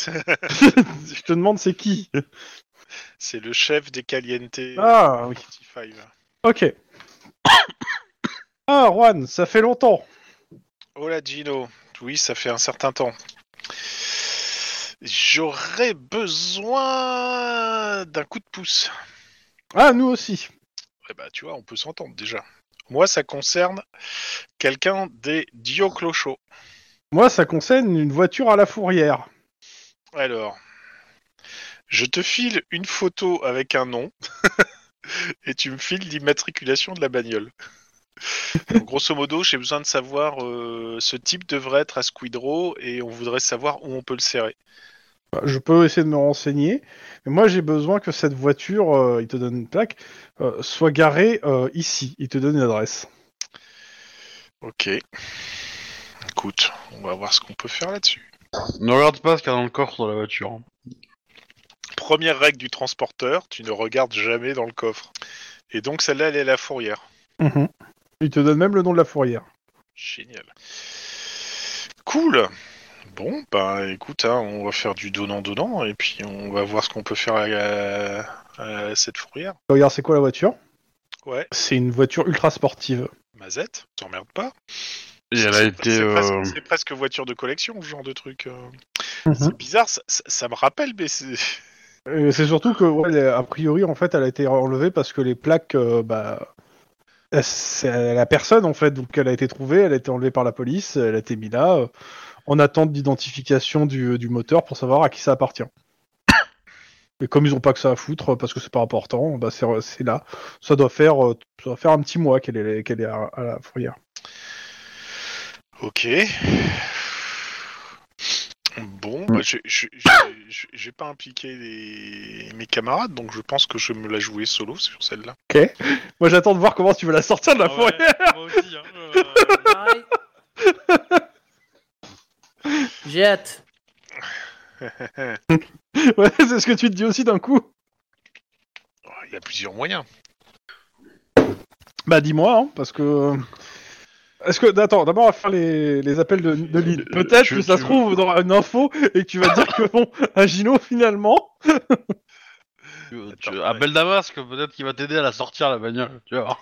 S2: Je te demande c'est qui
S3: C'est le chef des Caliente.
S2: Ah oui.
S3: 45.
S2: Ok. Ah Juan, ça fait longtemps.
S3: Hola Gino. Oui, ça fait un certain temps. J'aurais besoin d'un coup de pouce.
S2: Ah nous aussi.
S3: Eh bah, tu vois, on peut s'entendre déjà. Moi, ça concerne quelqu'un des Dioclochaux.
S2: Moi ça concerne une voiture à la fourrière.
S3: Alors, je te file une photo avec un nom et tu me files l'immatriculation de la bagnole. Donc, grosso modo, j'ai besoin de savoir euh, ce type devrait être à Squidrow et on voudrait savoir où on peut le serrer.
S2: Bah, Je peux essayer de me renseigner, mais moi j'ai besoin que cette voiture, euh, il te donne une plaque, euh, soit garée euh, ici. Il te donne une adresse.
S3: Ok. Écoute, on va voir ce qu'on peut faire là-dessus.
S1: Ne regarde pas ce qu'il y a dans le coffre de la voiture. hein.
S3: Première règle du transporteur, tu ne regardes jamais dans le coffre. Et donc celle-là, elle est à la fourrière.
S2: Il te donne même le nom de la fourrière.
S3: Génial. Cool. Bon, bah écoute, hein, on va faire du donnant-donnant et puis on va voir ce qu'on peut faire à, à cette fourrière.
S2: Regarde, c'est quoi la voiture
S3: Ouais.
S2: C'est une voiture ultra sportive.
S3: Mazette, t'emmerdes pas.
S1: Et elle a
S3: C'est-
S1: été.
S3: C'est presque,
S1: euh,
S3: c'est presque voiture de collection, ce genre de truc. euh. C'est bizarre, ça, ça- ça me rappelle, mais c'est.
S2: Et C'est surtout que, ouais, elle est- a priori, en fait, elle a été enlevée parce que les plaques, euh, bah, c'est à la personne, en fait, donc elle a été trouvée, elle a été enlevée par la police, elle a été mise là, euh, en attente d'identification du, du moteur pour savoir à qui ça appartient. Et comme ils ont pas que ça à foutre, parce que c'est pas important, bah c'est c'est là. Ça doit faire, euh, ça doit faire un petit mois qu'elle est, qu'elle est à, à la fourrière.
S3: Ok. Bon, bah, j'ai- j'ai j'ai- j'ai- j'ai pas impliqué les- mes camarades, donc je pense que je me la jouais solo sur celle-là.
S2: Moi, j'attends de voir comment tu veux la sortir de la
S1: Ah ouais,
S2: fourrière.
S1: moi aussi, hein, euh,
S4: Pareil. J'ai hâte.
S2: Ouais, c'est ce que tu te dis aussi d'un coup.
S3: Il y a plusieurs moyens.
S2: Bah dis-moi, hein, parce que... Est-ce que... Attends, d'abord on va faire les, les appels de, de Lynn.
S1: Euh,
S2: Peut-être
S1: je-
S2: que ça
S1: tu
S2: se
S1: veux-
S2: trouve dans une info et que tu vas dire que bon, un Gino finalement...
S1: tu- tu-
S3: Attends, ouais.
S1: Appelle Damasque, peut-être qu'il va t'aider à la sortir la bagnole. Tu vois.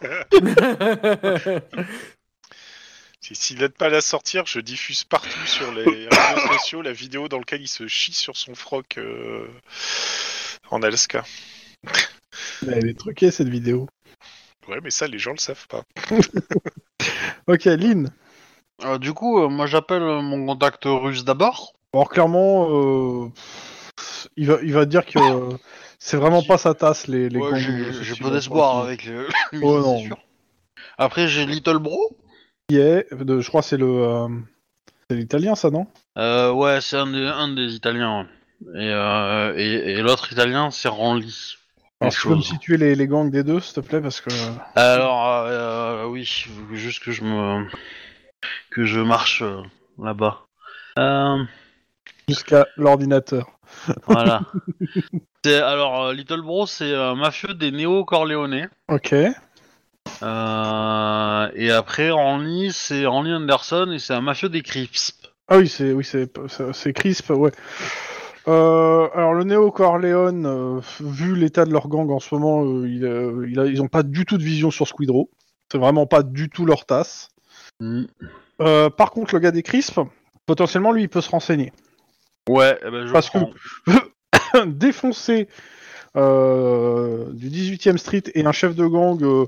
S3: Si- S'il n'aide pas à la sortir, je diffuse partout sur les réseaux sociaux la vidéo dans laquelle il se chie sur son froc euh, en Alaska.
S2: Mais elle est truquée cette vidéo.
S3: Ouais, mais ça, les gens le savent pas.
S2: Ok, Lynn.
S1: Euh, du coup, euh, moi j'appelle euh, mon contact russe d'abord.
S2: Alors clairement, euh, il, va, il va dire que euh, c'est vraiment pas sa tasse les... euh, les
S1: Ouais,
S2: gangs
S1: j'ai-
S2: de-
S1: j'ai
S2: de-
S1: peu d'espoir
S2: de-
S1: avec le- lui,
S2: Oh, non.
S1: c'est sûr. Après, j'ai Little Bro.
S2: Qui est, de- je crois que c'est le... euh, C'est l'italien ça, non
S1: Euh, ouais, c'est un des, un des Italiens. ouais. Et, euh, et, et l'autre Italien, c'est Ranli.
S2: Alors
S1: Quelque
S2: tu peux me
S1: chose.
S2: situer les, les gangs des deux, s'il te plaît, parce que...
S1: Alors, euh, euh, oui, faut que- juste que je me que je marche euh, là-bas. Euh,
S2: Jusqu'à l'ordinateur.
S1: voilà. C'est- alors, euh, Little Bro, c'est un mafieux des néo-corléonais.
S2: Ok.
S1: Euh, et après, Ranli, c'est Ranli Anderson et c'est un mafieux des Crips.
S2: Ah oui, c'est oui, c'est c'est- c'est crisp, ouais. Euh, alors le Néo Corleone, euh, vu l'état de leur gang en ce moment, euh, il, euh, il a- ils ont pas du tout de vision sur Squidrow. C'est vraiment pas du tout leur tasse.
S1: Mm.
S2: Euh, par contre, le gars des crisp, potentiellement lui, il peut se renseigner.
S1: Ouais, eh ben, je
S2: Parce que-
S1: prends.
S2: Défoncer euh, du 18e Street et un chef de gang euh,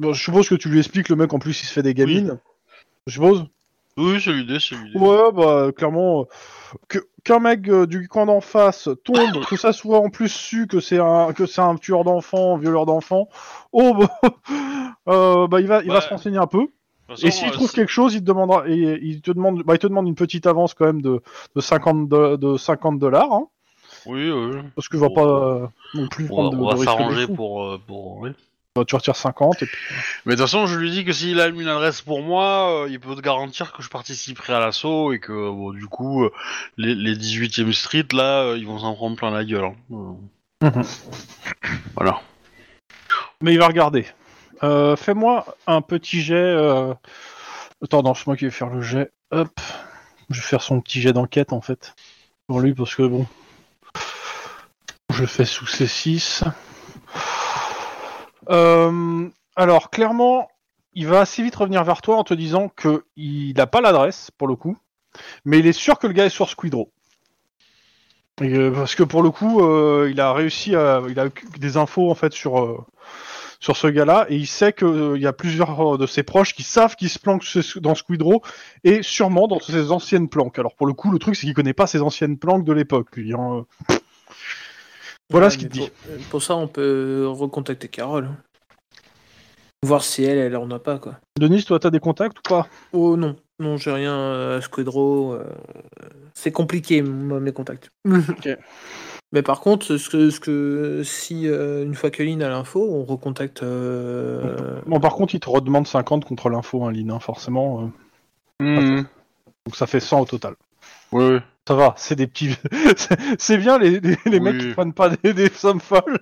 S2: Bon, je suppose que tu lui expliques, le mec en plus il se fait des gamines. Je suppose
S1: Oui, c'est l'idée, c'est l'idée.
S2: Ouais, bah clairement, euh, que- qu'un mec euh, du camp d'en face tombe, que ça soit en plus su que c'est un que c'est un tueur d'enfants, un violeur d'enfants, oh bah, euh, bah, il va il
S1: Ouais.
S2: va se renseigner un peu.
S1: De toute
S2: Et
S1: façon,
S2: s'il
S1: euh,
S2: trouve
S1: c'est-
S2: quelque chose, il te demandera et il te demande bah, il te demande une petite avance quand même de de 50 de, de 50 dollars, hein,
S1: Oui, oui.
S2: parce que va
S1: Bon.
S2: pas euh, non plus
S1: On
S2: prendre
S1: va,
S2: de,
S1: on va
S2: de risque de
S1: s'arranger
S2: fou.
S1: pour. euh, pour oui.
S2: Bah, tu retires 50 et puis-
S1: Mais de toute façon, je lui dis que s'il a une adresse pour moi, euh, il peut te garantir que je participerai à l'assaut et que, bon, du coup, euh, les, les 18e Street, là, euh, ils vont s'en prendre plein la gueule. hein. Euh.
S2: Mhm.
S1: voilà.
S2: Mais il va regarder. Euh, Fais-moi un petit jet. Euh... Attends, non, c'est moi qui vais faire le jet. Hop. Je vais faire son petit jet d'enquête en fait. Pour lui, parce que bon. Je fais sous C6. Euh, alors, clairement, il va assez vite revenir vers toi en te disant que il n'a pas l'adresse pour le coup. Mais il est sûr que le gars est sur Squidro. Et, euh, parce que pour le coup, euh, il a réussi à. Il a eu des infos en fait sur. euh, sur ce gars-là et il sait qu'il y a plusieurs euh, de ses proches qui savent qu'il se planque ce- dans Squidro et sûrement dans ses anciennes planques. Alors pour le coup, le truc c'est qu'il connaît pas ses anciennes planques de l'époque. lui, hein. Voilà ce qu'il
S4: mais
S2: te dit.
S4: Pour, euh, pour ça, on peut recontacter Carole. Voir si elle, elle en a pas, quoi.
S2: Denis, toi t'as des contacts ou pas
S4: Oh non, non, j'ai rien euh, à Squidro. euh, c'est compliqué, moi, mes contacts. Mais par contre, ce que, ce que si euh, une fois que Lynn a l'info, on recontacte. euh,
S2: Bon, par contre, il te redemande 50 contre l'info, hein, Lynn, hein, forcément. euh. donc ça fait 100 au total.
S1: Oui, oui.
S2: Ça va, c'est des petits. c'est- c'est bien les, les, les mecs
S1: Oui.
S2: qui prennent pas des, des sommes folles.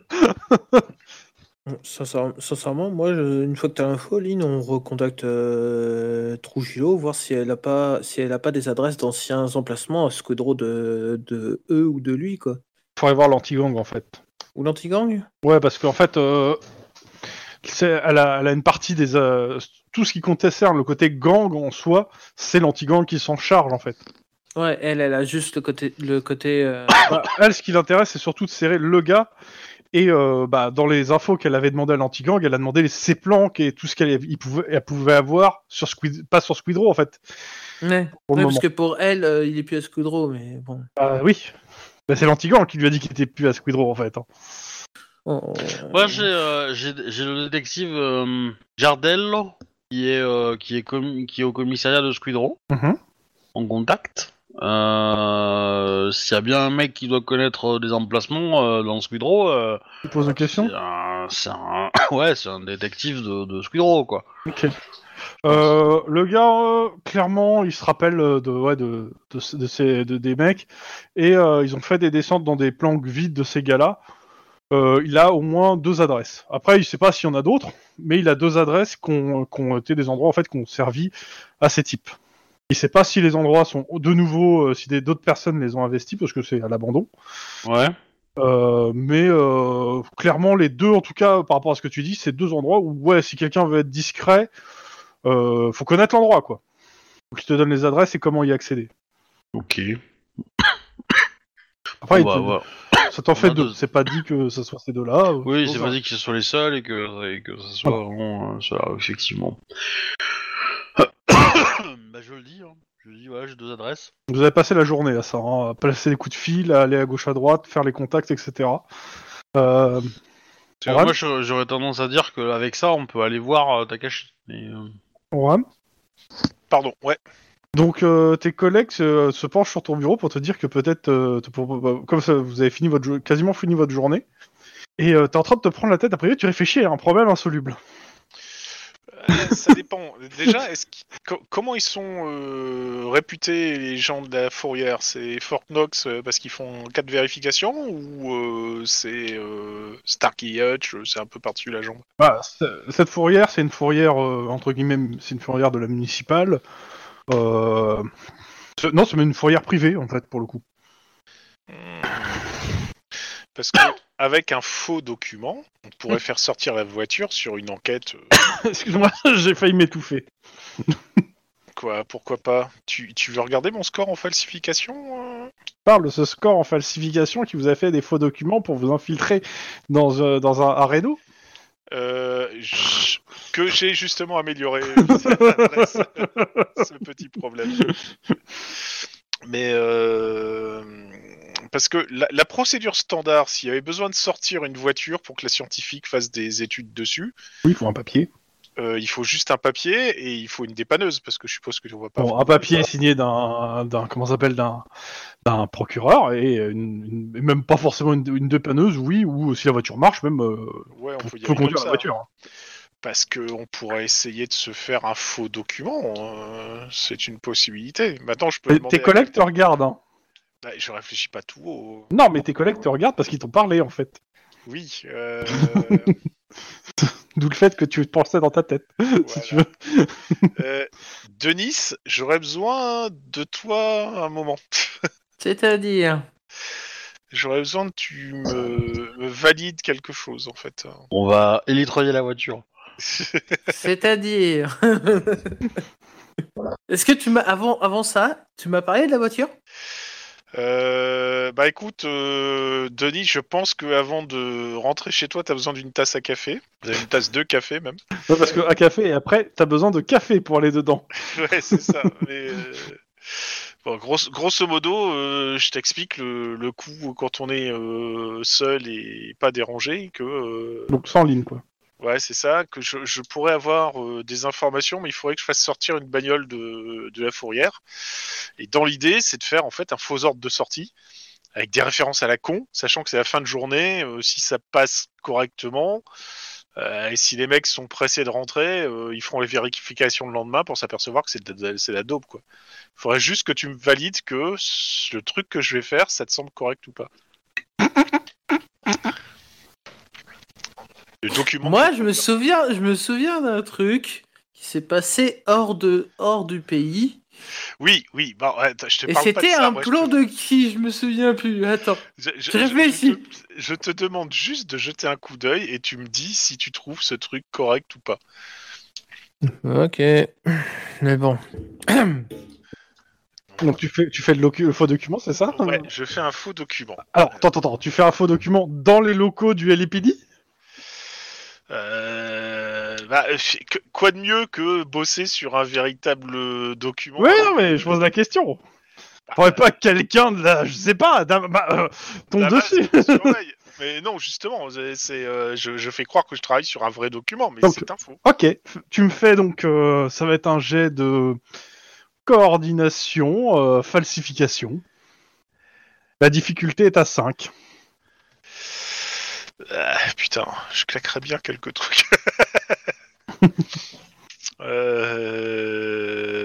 S4: Bon, sincère- sincèrement, moi, je- une fois que tu as l'info, Lynn, on recontacte euh, Trujillo, voir si elle n'a pas, si elle a pas des adresses d'anciens emplacements à Squidro de, de eux ou de lui, quoi.
S2: Faudrait voir l'anti-gang en fait.
S4: Ou l'anti-gang
S2: Ouais, parce qu'en fait, euh, c'est- elle, a, elle a une partie des. euh, tout ce qui concerne le côté gang en soi, c'est l'anti-gang qui s'en charge en fait.
S4: Ouais, elle, elle a juste le côté. Le côté euh,
S2: Bah, elle, ce qui l'intéresse, c'est surtout de serrer le gars. Et euh, bah, dans les infos qu'elle avait demandé à l'anti-gang, elle a demandé les- ses planques et tout ce qu'elle il pouvait, elle pouvait avoir, sur Squid, pas sur Squidro en fait.
S4: Ouais,
S2: Pour
S4: Ouais, parce
S2: le moment.
S4: que pour elle, euh, il est plus à Squidro, mais bon.
S2: Bah oui. Bah, c'est l'anti-gang qui lui a dit qu'il était plus à Squidro en fait. hein.
S4: On-
S1: Moi, j'ai euh, j'ai- j'ai le détective euh, Jardello, qui est, euh, qui, est commi- qui est au commissariat de Squidro,
S2: Mhm.
S1: en contact. Euh, S'il y a bien un mec qui doit connaître euh, des emplacements euh, dans Squidro, euh,
S2: Tu poses une question
S1: c'est un, c'est un- ouais, c'est un détective de, de Squidro, quoi.
S2: Euh, le gars, euh, clairement, il se rappelle euh, de, ouais, de, de, de ces, de- des mecs et euh, ils ont fait des descentes dans des planques vides de ces gars-là. Euh, il a au moins deux adresses. Après, il sait pas s'il y en a d'autres, mais il a deux adresses qui ont qui ont été des endroits en fait qui ont servi à ces types. Il sait pas si les endroits sont de nouveau, euh, si des- d'autres personnes les ont investis parce que c'est à l'abandon.
S1: Ouais.
S2: Euh, mais euh, clairement, les deux, en tout cas, par rapport à ce que tu dis, c'est deux endroits où, ouais, si quelqu'un veut être discret, euh, faut connaître l'endroit, quoi. Donc, il te donne les adresses et comment y accéder.
S1: Ok.
S2: Après, il
S1: Bah,
S2: te-
S1: ouais.
S2: ça t'en fait
S1: On a
S2: deux.
S1: deux.
S2: C'est pas dit que ce soit ces deux-là. euh,
S1: Oui,
S2: c'est
S1: c'est
S2: pour
S1: pas
S2: ça.
S1: dit que ce soit les seuls et que, et que ce soit vraiment euh, cela, effectivement. bah, je le dis, hein. je le dis, voilà, j'ai deux adresses.
S2: Vous avez passé la journée à ça, hein, à placer les coups de fil, à aller à gauche à droite, faire les contacts, etc. Euh,
S1: Parce que
S2: Oran
S1: moi, je- j'aurais tendance à dire qu'avec ça, on peut aller voir euh, Takashi. Mais, euh,
S2: Oran
S3: Pardon, ouais.
S2: Donc euh, tes collègues se, se penchent sur ton bureau pour te dire que peut-être, euh, te- pour- bah, comme ça, vous avez fini votre jo- quasiment fini votre journée, et euh, t'es en train de te prendre la tête. Après, tu réfléchis à un problème insoluble.
S3: Euh, ça dépend. Déjà, est-ce qu'- co- comment ils sont euh, réputés les gens de la fourrière C'est Fort Knox euh, parce qu'ils font quatre vérifications ou euh, c'est euh, Starkey Hutch euh, C'est un peu par-dessus la jambe.
S2: Voilà, c'est- Bah, cette fourrière, c'est une fourrière euh, entre guillemets, c'est une fourrière de la municipale. Euh, c'est- Non, c'est même une fourrière privée en fait pour le coup.
S3: Parce que avec un faux document, on pourrait faire sortir la voiture sur une enquête. euh,
S2: Excuse-moi, j'ai failli m'étouffer.
S3: Quoi, pourquoi pas tu, tu veux regarder mon score en falsification euh
S2: parle de ce score en falsification qui vous a fait des faux documents pour vous infiltrer dans, euh, dans un aréno.
S3: euh, j- que j'ai justement amélioré euh, cette adresse, euh, ce petit problème. Mais euh, parce que la, la procédure standard, s'il y avait besoin de sortir une voiture pour que la scientifique fasse des études dessus,
S2: Oui, il faut un papier.
S3: euh, il faut juste un papier et il faut une dépanneuse parce que je suppose que tu vois pas.
S2: Bon, un papier signé d'un, d'un comment ça s'appelle, d'un, d'un procureur et, une- une- et même pas forcément une, une dépanneuse, oui, ou si la voiture marche, même euh,
S3: Ouais, on
S2: faut,
S3: peut y
S2: faut
S3: aller comme
S2: conduire
S3: ça.
S2: la voiture. hein.
S3: Parce qu'on pourrait essayer de se faire un faux document. euh, c'est une possibilité. Maintenant, je peux.
S2: Et
S3: demander
S2: Tes
S3: à-
S2: collègues te regardent. hein.
S3: Bah, je réfléchis pas tout haut.
S2: Non, mais tes collègues te regardent parce qu'ils t'ont parlé en fait.
S3: Oui. euh,
S2: D'où le fait que tu pensais dans ta tête, si
S3: voilà.
S2: tu veux.
S3: Euh, Denis, j'aurais besoin de toi un moment.
S5: C'est-à-dire
S3: J'aurais besoin que tu me, me valides quelque chose, en fait. hein.
S1: On va élitroyer la voiture.
S5: C'est-à-dire Est-ce que tu m'as avant avant ça, tu m'as parlé de la voiture
S3: Euh, bah écoute, euh, Denis, je pense que avant de rentrer chez toi, t'as besoin d'une tasse à café. Euh, Une tasse de café, même.
S2: Ouais, parce qu'un café et après, t'as besoin de café pour aller dedans.
S3: Ouais, c'est ça. Mais, euh, bon, grosso, grosso modo, euh, je t'explique le, le coup quand on est euh, seul et pas dérangé, que euh,
S2: Donc sans ligne, quoi.
S3: ouais, c'est ça, que je, je pourrais avoir euh, des informations, mais il faudrait que je fasse sortir une bagnole de, de la fourrière. Et dans l'idée, c'est de faire en fait un faux ordre de sortie avec des références à la con, sachant que c'est la fin de journée, euh, si ça passe correctement. euh, et si les mecs sont pressés de rentrer, euh, ils feront les vérifications le lendemain pour s'apercevoir que c'est de- c'est la dope, quoi. Faudrait juste que tu me valides que ce- le truc que je vais faire, ça te semble correct ou pas. Le document.
S5: Moi, je me souviens, je me souviens d'un truc qui s'est passé hors de hors du pays
S3: Oui, oui. Bah, ouais, attends, je te
S5: et
S3: parle pas de
S5: c'était
S3: ça,
S5: un
S3: moi, je
S5: plan
S3: te-
S5: de qui, je me souviens plus. Attends.
S3: Je, je-
S5: Je
S3: je-
S5: réfléchis.
S3: je te- je te demande juste de jeter un coup d'œil et tu me dis si tu trouves ce truc correct ou pas.
S5: OK. Mais bon.
S2: Donc tu fais, tu fais le, locu- le faux document, c'est ça
S3: euh, Ouais, je fais un faux document.
S2: Alors, attends, attends, attends, tu fais un faux document dans les locaux du LAPD
S3: Euh, bah, euh, que- quoi de mieux que bosser sur un véritable euh, document
S2: Ouais, non, mais je pose la question. Faudrait pas que quelqu'un de la, je sais pas, d'un- bah, euh, tombe
S3: La base,
S2: dessus.
S3: on surveille. Mais non, justement, c'est, c'est, euh, je, je fais croire que je travaille sur un vrai document, mais
S2: Donc-
S3: c'est un faux.
S2: ok, f- tu me fais donc, euh, ça va être un jet de coordination, euh, falsification. La difficulté est à 5.
S3: Ah, putain, je claquerais bien quelques trucs.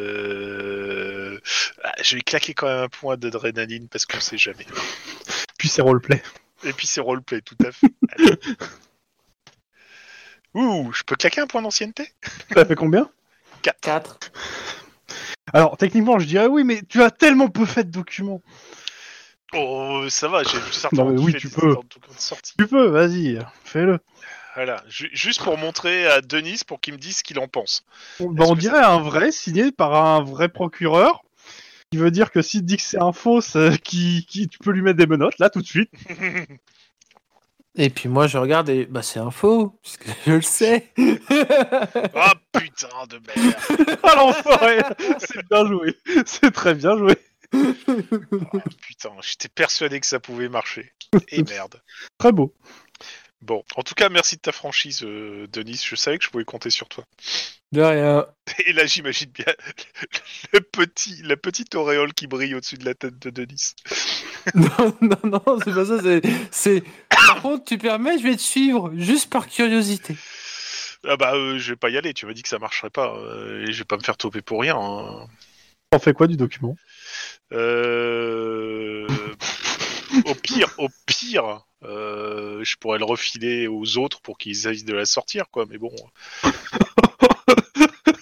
S3: Euh, ah, je vais claquer quand même un point d'adrénaline parce qu'on sait jamais.
S2: Puis c'est roleplay.
S3: Et puis c'est roleplay, tout à fait. Allez. Ouh, je peux claquer un point d'ancienneté
S2: Ça fait combien
S5: 4.
S2: Alors, techniquement, je dirais oui, mais tu as tellement peu fait de documents.
S3: Oh, ça va, j'ai certainement
S2: Non, mais oui,
S3: fait
S2: tu
S3: des
S2: peux.
S3: ordres de sortie.
S2: Tu peux, vas-y, fais-le.
S3: Voilà, ju- juste pour montrer à Denis pour qu'il me dise ce qu'il en pense.
S2: On, bah, on
S3: que
S2: dirait un vrai signé par un vrai procureur. Qui veut dire que si dit que c'est un faux, c'est- qui, qui, tu peux lui mettre des menottes là tout de suite.
S5: Et puis moi je regarde et bah c'est un faux parce que je le sais.
S3: Ah putain de merde
S2: Ah l'enfoiré C'est bien joué. C'est très bien joué.
S3: Ah, Putain, j'étais persuadé que ça pouvait marcher. Et merde.
S2: Très beau.
S3: Bon, en tout cas, merci de ta franchise, euh, Denis. Je savais que je pouvais compter sur toi.
S5: De rien.
S3: Et là, j'imagine bien le petit, la petite auréole qui brille au-dessus de la tête de Denis.
S5: Non, non, non, c'est pas ça. c'est- C'est. Par contre, tu permets, je vais te suivre, juste par curiosité.
S3: Ah bah, euh, je vais pas y aller. Tu m'as dit que ça marcherait pas. euh, et je vais pas me faire toper pour rien. hein.
S2: T'en fais quoi du document
S3: Euh, au pire, au pire, euh, je pourrais le refiler aux autres pour qu'ils avisent de la sortir, quoi. Mais bon. Mais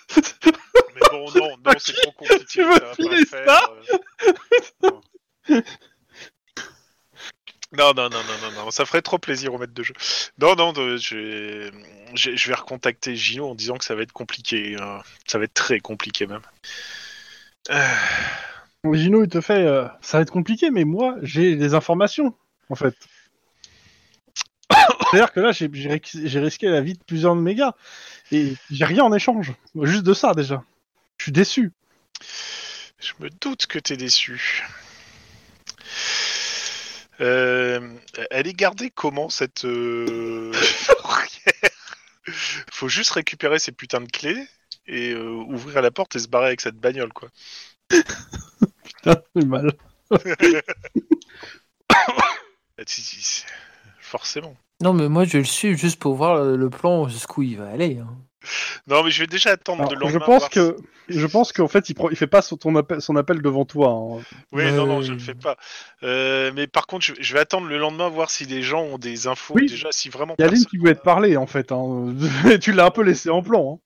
S3: bon, non, non, c'est trop compliqué.
S2: Tu veux
S3: ça va pas
S2: filer
S3: le faire,
S2: ça
S3: euh. Non, non, non, non, non, non, ça ferait trop plaisir au maître de jeu. Non, non, de- je, je- je vais recontacter Gino en disant que ça va être compliqué. hein. Ça va être très compliqué même. Euh,
S2: Gino, il te fait. euh, ça va être compliqué, mais moi, j'ai des informations, en fait. C'est-à-dire que là, j'ai- j'ai ri- j'ai risqué la vie de plusieurs de mes gars. Et j'ai rien en échange. Juste de ça, déjà. Je suis déçu.
S3: Je me doute que t'es déçu. Euh, elle est gardée comment cette euh, fourrière Faut juste récupérer ces putains de clés et euh, ouvrir la porte et se barrer avec cette bagnole quoi.
S2: Putain, j'ai mal.
S3: Ah, si, si, si. Forcément.
S5: Non, mais moi je vais le suis juste pour voir le le plan jusqu'où il va aller. hein.
S3: Non mais je vais déjà attendre
S2: Alors,
S3: de
S2: je
S3: lendemain.
S2: pense
S3: voir
S2: que je pense qu'en fait, il, prend- il fait pas son, ton appel, son appel devant toi. hein.
S3: Oui,
S5: Euh,
S3: non, non, je ne le fais pas. Euh, mais par contre, je, je vais attendre le lendemain voir si les gens ont des infos.
S2: Oui.
S3: Déjà, si vraiment.
S2: Il y a Lynn
S3: personne-
S2: qui voulait te parler, en fait. hein. Et tu l'as un peu laissé en plan. hein.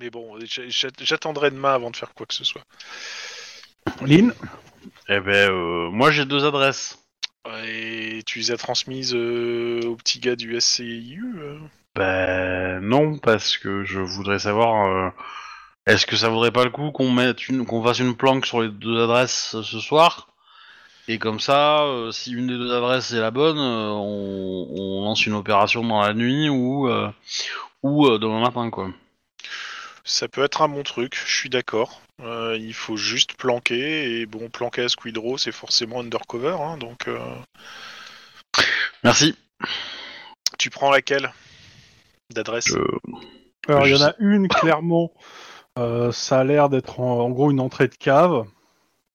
S3: Mais bon, j'a- j'a- j'attendrai demain avant de faire quoi que ce soit.
S2: Hein. Lynn
S1: Eh ben, euh, moi j'ai deux adresses.
S3: Et tu les as transmises euh, au petit gars du SCIU euh
S1: Ben non, parce que je voudrais savoir. euh, Est-ce que ça vaudrait pas le coup qu'on mette une, qu'on fasse une planque sur les deux adresses euh, ce soir Et comme ça, euh, si une des deux adresses est la bonne, euh, on, on lance une opération dans la nuit ou euh, ou euh, demain matin quoi.
S3: Ça peut être un bon truc, je suis d'accord. Euh, il faut juste planquer. Et bon, planquer à Squidrow, c'est forcément undercover. hein, donc, euh,
S1: Merci.
S3: tu prends laquelle D'adresse
S1: Euh,
S2: Alors, il y
S1: Je
S2: en a une, clairement, euh, ça a l'air d'être en, en gros une entrée de cave.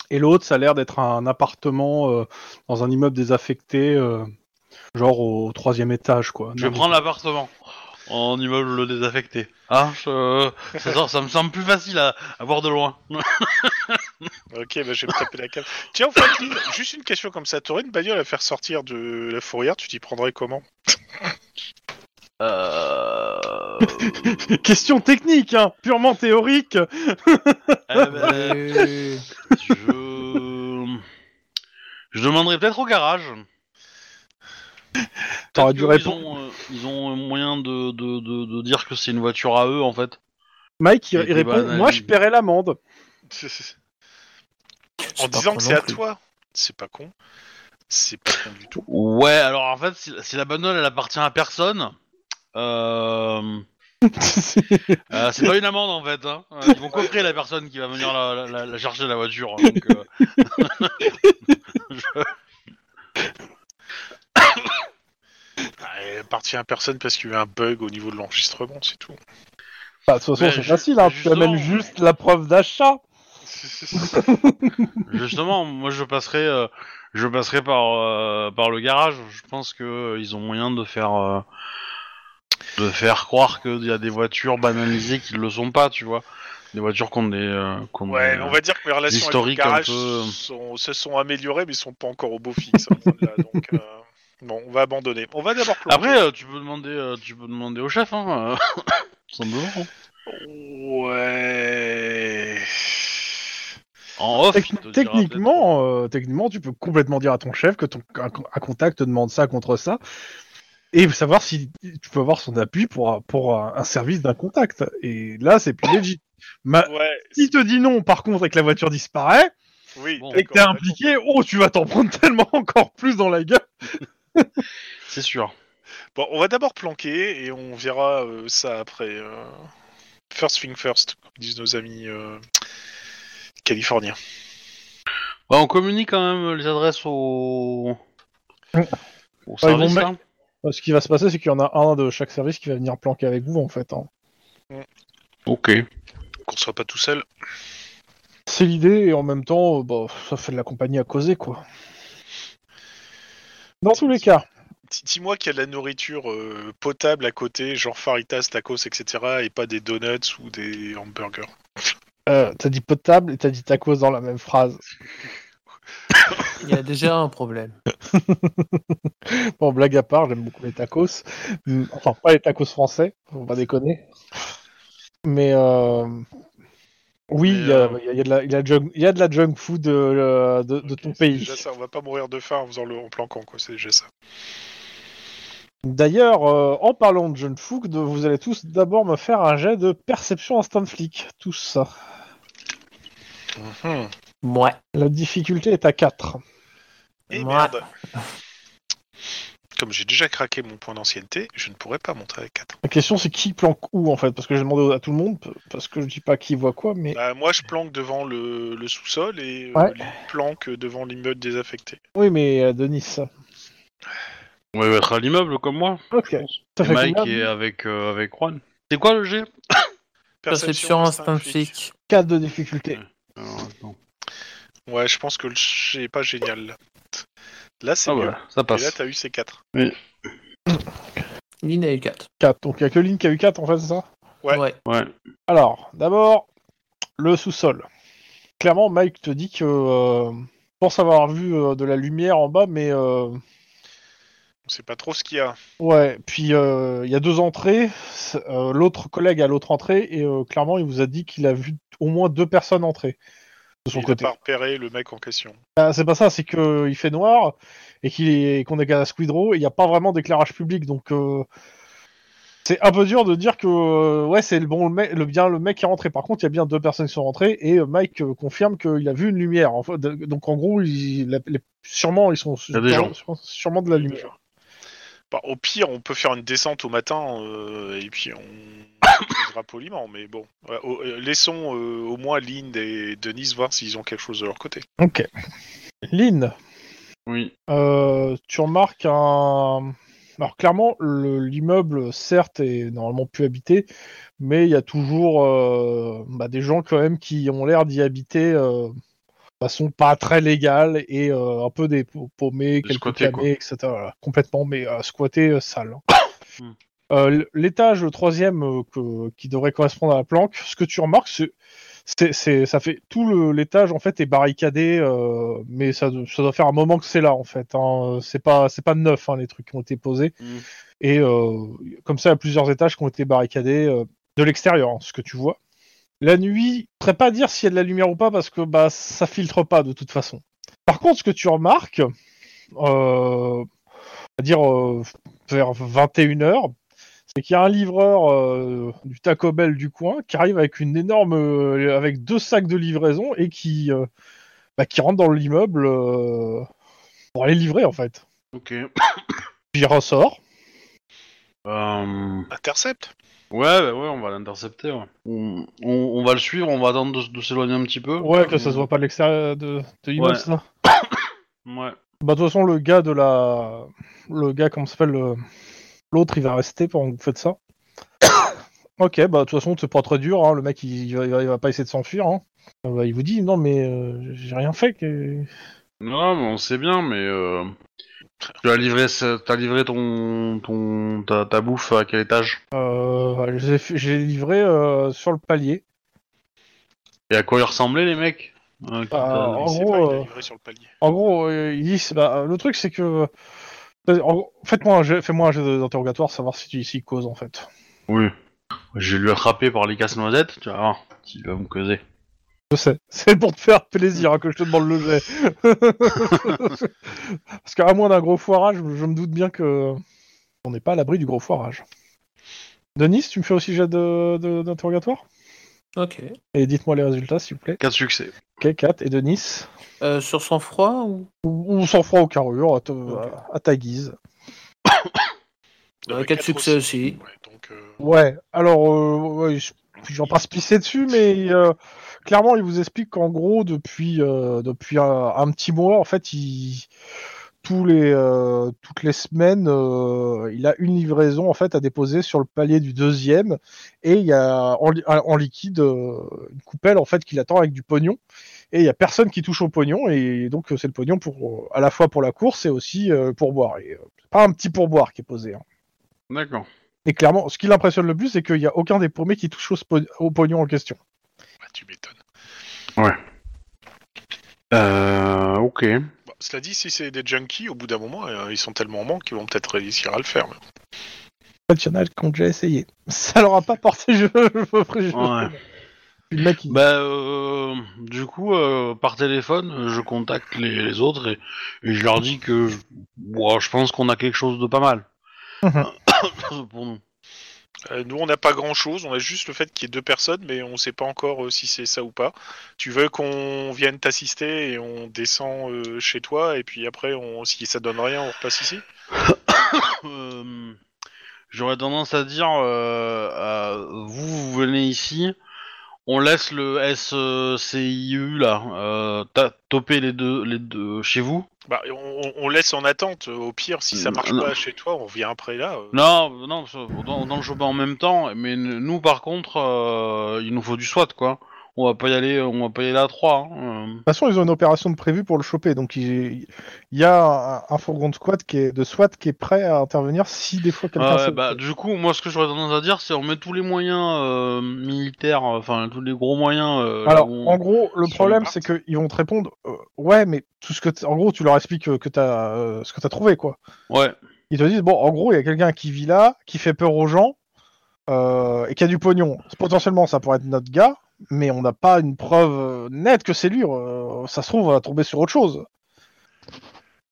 S2: Et l'autre, ça a l'air d'être un appartement euh, dans un immeuble désaffecté, euh, genre au troisième étage, quoi.
S1: Je vais
S2: Ah, Non,
S1: prendre l'appartement en immeuble désaffecté. Ah, je- ça, sort- ça me semble plus facile à, à voir de loin.
S3: Ok, bah, je vais me taper la cave. Tiens, en fait, Lynn, juste une question comme ça. T'aurais une bagnole à faire sortir de la fourrière, tu t'y prendrais comment
S1: Euh...
S2: mais- Question technique, hein, purement théorique.
S1: eh ben,
S5: Euh,
S1: je... je demanderai peut-être au garage. Peut-être
S2: T'aurais dû
S1: que
S2: répondre.
S1: Ils ont, euh, ils ont moyen de, de, de, de dire que c'est une voiture à eux en fait.
S2: Mike, il,
S1: Il
S2: il
S1: était
S2: répond
S1: banal.
S2: Moi, je paierai l'amende.
S5: je sais
S3: En
S5: pas
S3: disant
S5: trop
S3: que c'est
S5: non
S3: à
S5: plus.
S3: toi. C'est pas con. C'est pas con du tout.
S1: Ouais, alors en fait, si, si la bagnole elle appartient à personne, euh,
S2: Bah,
S1: euh, c'est pas une amende en fait. Hein. Euh, Ils vont coffrer la personne qui va venir la, la- la- la chercher la voiture. hein, donc, euh,
S3: Ah, Elle appartient à personne parce qu'il y a eu un bug au niveau de l'enregistrement, c'est tout.
S2: Bah, de toute façon,
S1: Mais
S2: c'est
S1: ju-
S2: facile, hein,
S1: mais
S2: tu amènes
S1: justement.
S2: juste la preuve d'achat.
S1: Justement, moi je passerai, euh, je passerai par euh, par le garage. Je pense que euh, ils ont moyen de faire euh, de faire croire qu'il y a des voitures banalisées qui ne le sont pas, tu vois. Des voitures qui ont des, euh, qui ont
S3: Ouais,
S1: des-
S3: on va dire que mes relations avec le
S1: l'historique un
S3: garage
S1: peu-
S3: sont- se sont améliorées, mais sont pas encore au beau fixe. hein, loin de là. donc, euh, bon, on va abandonner. On va d'abord planquer.
S1: Après, euh, tu peux demander, euh, tu peux demander au chef, hein. euh, tout simplement. hein.
S3: Ouais.
S1: En off.
S2: Techni-
S1: il te dira peut-être.
S2: techniquement, euh, techniquement, tu peux complètement dire à ton chef que ton un, un contact te demande ça contre ça, et savoir si tu peux avoir son appui pour, pour un, un service d'un contact. Et là, c'est plus légit. Ma-
S3: Ouais,
S2: il te dit non, par contre, et que la voiture disparaît,
S3: oui.
S1: Bon.
S2: et que t'es
S3: d'accord,
S2: impliqué, oh, tu vas t'en prendre tellement encore plus dans la gueule.
S1: C'est sûr.
S3: d'accord. Bon, on va d'abord planquer et on verra euh, ça après. euh. First thing first, comme disent nos amis euh, californiens.
S1: Bah, on communique quand même les adresses au.
S2: Ouais.
S1: Au
S2: ils vont
S1: service,
S2: mettre-
S1: hein.
S2: Euh, Ce qui va se passer, c'est qu'il y en a un de chaque service qui va venir planquer avec vous, en fait. hein.
S1: Ok.
S3: Qu'on soit pas tout seul.
S2: C'est l'idée, et en même temps, euh, bah, ça fait de la compagnie à causer, quoi. Dans tous les cas,
S3: Dis- Dis-moi qu'il y a de la nourriture euh, potable à côté, genre faritas, tacos, etc., et pas des donuts ou des hamburgers.
S2: euh, t'as dit potable et t'as dit tacos dans la même phrase.
S5: Il y a déjà un problème.
S2: Bon, blague à part, j'aime beaucoup les tacos. Mm, Enfin, pas les tacos français, on va déconner. Mais euh, oui,
S1: Mais,
S2: il y a-
S1: euh,
S2: il y, a- il y a de la- il y a de la junk- il y a de la junk food euh, de, de
S3: Ok,
S2: ton
S3: c'est
S2: pays.
S3: Déjà ça, on va pas mourir de faim en faisant le en planquant, quoi, c'est déjà ça.
S2: D'ailleurs, euh, en parlant de junk food, vous allez tous d'abord me faire un jet de perception instant flic. Tous ça.
S5: Ouais.
S1: Mhm.
S2: La difficulté est à 4.
S3: Et
S5: Ouais.
S3: merde comme j'ai déjà craqué mon point d'ancienneté, je ne pourrais pas monter avec 4.
S2: La question, c'est qui planque où, en fait Parce que j'ai demandé à tout le monde, parce que je dis pas qui voit quoi, mais...
S3: Bah, moi, je planque devant le, le sous-sol et euh,
S2: Ouais.
S3: lui planque devant l'immeuble désaffecté.
S2: Oui, mais euh, Denis... ça.
S1: On va être à l'immeuble comme moi.
S2: Ok. Ça
S1: Et
S2: fait
S1: Mike
S2: combien
S1: est avec, euh, avec Juan. C'est quoi le G
S5: Perception instinct flic.
S2: 4 de difficulté.
S1: Alors, attends.
S3: Ouais, je pense que le ch- est pas génial. Là, Là, c'est
S1: Ah
S3: mieux.
S1: ouais, ça
S3: Et là,
S1: passe.
S3: t'as eu ces 4.
S5: Lynn a eu 4.
S2: 4. Donc, il y a que Lynn qui a eu 4, en fait, c'est ça
S3: Ouais.
S1: Ouais.
S2: Alors, d'abord, le sous-sol. Clairement, Mike te dit que... euh, pense avoir vu euh, de la lumière en bas, mais... euh,
S3: On sait pas trop ce qu'il y a.
S2: Ouais, puis euh, il y a deux entrées. C'est- euh, l'autre collègue à l'autre entrée, et euh, clairement, il vous a dit qu'il a vu au moins deux personnes entrer de son
S3: Il a
S2: côté.
S3: pas repéré le mec en question.
S2: Ah, c'est pas ça, c'est qu'il fait noir et qu'il est qu'on est qu'à la Squidrow et il n'y a pas vraiment d'éclairage public, donc euh, c'est un peu dur de dire que euh, ouais c'est le bon le, mec- le bien le mec qui est rentré. Par contre, il y a bien deux personnes qui sont rentrées et euh, Mike euh, confirme qu'il a vu une lumière. En fait, de- donc en gros, il, la- les- sûrement ils sont
S1: y a des gens.
S2: sûrement- sûrement de la lumière.
S3: Bah, au pire, on peut faire une descente au matin euh, et puis on posera poliment. Mais bon, Ouais, au- euh, laissons euh, au moins Lynn et Denise voir s'ils ont quelque chose de leur côté.
S2: Ok. Lynn.
S1: Oui.
S2: Euh, tu remarques un. Alors clairement, le- l'immeuble, certes, est normalement plus habité, mais il y a toujours euh, bah, des gens quand même qui ont l'air d'y habiter euh, de façon pas très légale et euh, un peu des pau- paumés, quelques
S1: squattés, quoi.
S2: damnés, etc. voilà, complètement, mais euh, squattés, euh, sales.
S1: Hmm.
S2: Euh, l- L'étage, le troisième, euh, que- qui devrait correspondre à la planque, ce que tu remarques, c'est c'est, c'est- ça fait tout le- l'étage en fait est barricadé, euh, mais ça, do- ça doit faire un moment que c'est là en fait. hein. C'est pas c'est pas neuf hein, les trucs qui ont été posés.
S1: Mm.
S2: Et euh, comme ça, il y a plusieurs étages qui ont été barricadés euh, de l'extérieur, hein, ce que tu vois. La nuit, je pourrais pas dire s'il y a de la lumière ou pas parce que bah ça filtre pas de toute façon. Par contre, ce que tu remarques, euh, à dire euh, vers 21h, c'est qu'il y a un livreur euh, du Taco Bell du coin qui arrive avec une énorme, euh, avec deux sacs de livraison et qui, euh, bah, qui rentre dans l'immeuble euh, pour aller livrer en fait.
S1: Ok.
S2: Puis il ressort.
S1: Euh,
S3: Intercept
S1: Ouais, bah ouais, on va l'intercepter. ouais. On, on- on va le suivre, on va attendre de, de s'éloigner un petit peu.
S2: Ouais, que ça se voit pas de l'extérieur de, de l'immeuble.
S1: Ouais.
S2: c'est ça
S1: Ouais.
S2: Bah de toute façon le gars de la, le gars comment ça s'appelle, euh, l'autre il va rester pendant que vous faites ça. ok, bah de toute façon c'est pas très dur. hein, Le mec il, il va, il va- il va pas essayer de s'enfuir. hein. Euh, bah, il vous dit non mais euh, j'ai rien fait. que-
S1: Non, mais on sait bien, mais euh, tu as livré, ce- t'as livré ton, ton ta, ta bouffe à quel étage
S2: Euh, j'ai fait- j'ai livré euh, sur le palier.
S1: Et à quoi ils ressemblaient les mecs Euh, qui
S2: Bah,
S1: t'a-
S2: en
S3: Il sait
S2: gros,
S3: pas, il
S2: euh,
S3: a livré sur le palier.
S2: En gros, euh, ils disent, bah, euh, le truc c'est que, euh, en gros, faites-moi un jeu, fais-moi un jeu d'interrogatoire, savoir si tu s'il cause en fait.
S1: Oui. Je vais lui attraper par les casse-noisettes, tu vas voir s'il va me causer.
S2: Je sais, c'est pour te faire plaisir hein, que je te demande le jet. Parce qu'à moins d'un gros foirage, je me doute bien que on n'est pas à l'abri du gros foirage. Denis, tu me fais aussi jet de- de- d'interrogatoire
S5: Ok.
S2: Et dites-moi les résultats, s'il vous plaît.
S1: 4 succès.
S2: Ok, 4 et Denis.
S5: Euh, sur sang-froid ou
S2: Ou, ou sans froid au carrure, à, te-
S5: Ok.
S2: à ta guise.
S3: Non,
S5: Euh,
S3: mais
S5: quatre
S3: quatre
S5: succès aussi.
S3: Ouais, donc, euh,
S2: Ouais, alors, euh, ouais, je- j'en passe pisser dessus, mais euh, clairement, il vous explique qu'en gros, depuis, euh, depuis un, un petit mois, en fait, il, tous les, euh, toutes les semaines, euh, il a une livraison en fait, à déposer sur le palier du deuxième, et il y a en, li- en liquide euh, une coupelle en fait, qui l'attend avec du pognon, et il y a personne qui touche au pognon, et donc euh, c'est le pognon pour, euh, à la fois pour la course et aussi euh, pour boire. Et, euh, c'est pas un petit pourboire qui est posé. hein.
S1: D'accord.
S2: Et clairement, ce qui l'impressionne le plus, c'est qu'il n'y a aucun des paumés qui touche au, spo- au pognon en question.
S3: bah, tu m'étonnes.
S1: Euh, ok.
S3: Bon, cela dit, si c'est des junkies, au bout d'un moment, euh, ils sont tellement en manque qu'ils vont peut-être réussir à le faire. mais-
S2: En fait, il y en a qui ont déjà essayé. Ça leur a pas porté, je veux préjuger.
S1: Ouais.
S2: Puis le mec, il-
S1: Bah, euh, du coup, euh, par téléphone, je contacte les, les autres et, et je leur dis que je, bon, je pense qu'on a quelque chose de pas mal pour nous.
S3: Euh, nous, on n'a pas grand-chose, on a juste le fait qu'il y ait deux personnes, mais on ne sait pas encore euh, si c'est ça ou pas. Tu veux qu'on vienne t'assister et on descend euh, chez toi, et puis après, on... si ça donne rien, on repasse ici
S1: euh, j'aurais tendance à dire, euh, à- vous, vous venez ici, on laisse le SCIU là, euh, ta- toper les deux, les deux chez vous.
S3: Bah, on- on, on laisse en attente. Au pire, si ça marche
S1: Non.
S3: pas chez toi, on revient après là. euh.
S1: Non, non, parce que autant, autant le choper en même temps. Mais n- nous, par contre, euh, il nous faut du SWAT quoi. On va pas y aller, on va pas y aller à trois. hein, euh.
S2: toute façon, ils ont une opération de prévu pour le choper. Donc, il il y a un, un fourgon de squat qui est, de SWAT qui est prêt à intervenir si des fois quelqu'un
S1: Ah ouais,
S2: se-
S1: bah, du coup, moi, ce que j'aurais tendance à dire, c'est on met tous les moyens euh, militaires, euh, enfin tous les gros moyens. euh,
S2: Alors,
S1: là où on-
S2: en gros,
S1: sur
S2: le
S1: le
S2: problème,
S1: Mars.
S2: c'est qu'ils vont te répondre euh, Ouais, mais tout ce que. t- En gros, tu leur expliques euh, que t'as, euh, ce que tu as trouvé, quoi.
S1: Ouais.
S2: Ils te disent Bon, en gros, il y a quelqu'un qui vit là, qui fait peur aux gens, euh, et qui a du pognon. Potentiellement, ça pourrait être notre gars, mais on n'a pas une preuve euh, nette que c'est lui. euh, ça se trouve, on va tomber sur autre chose.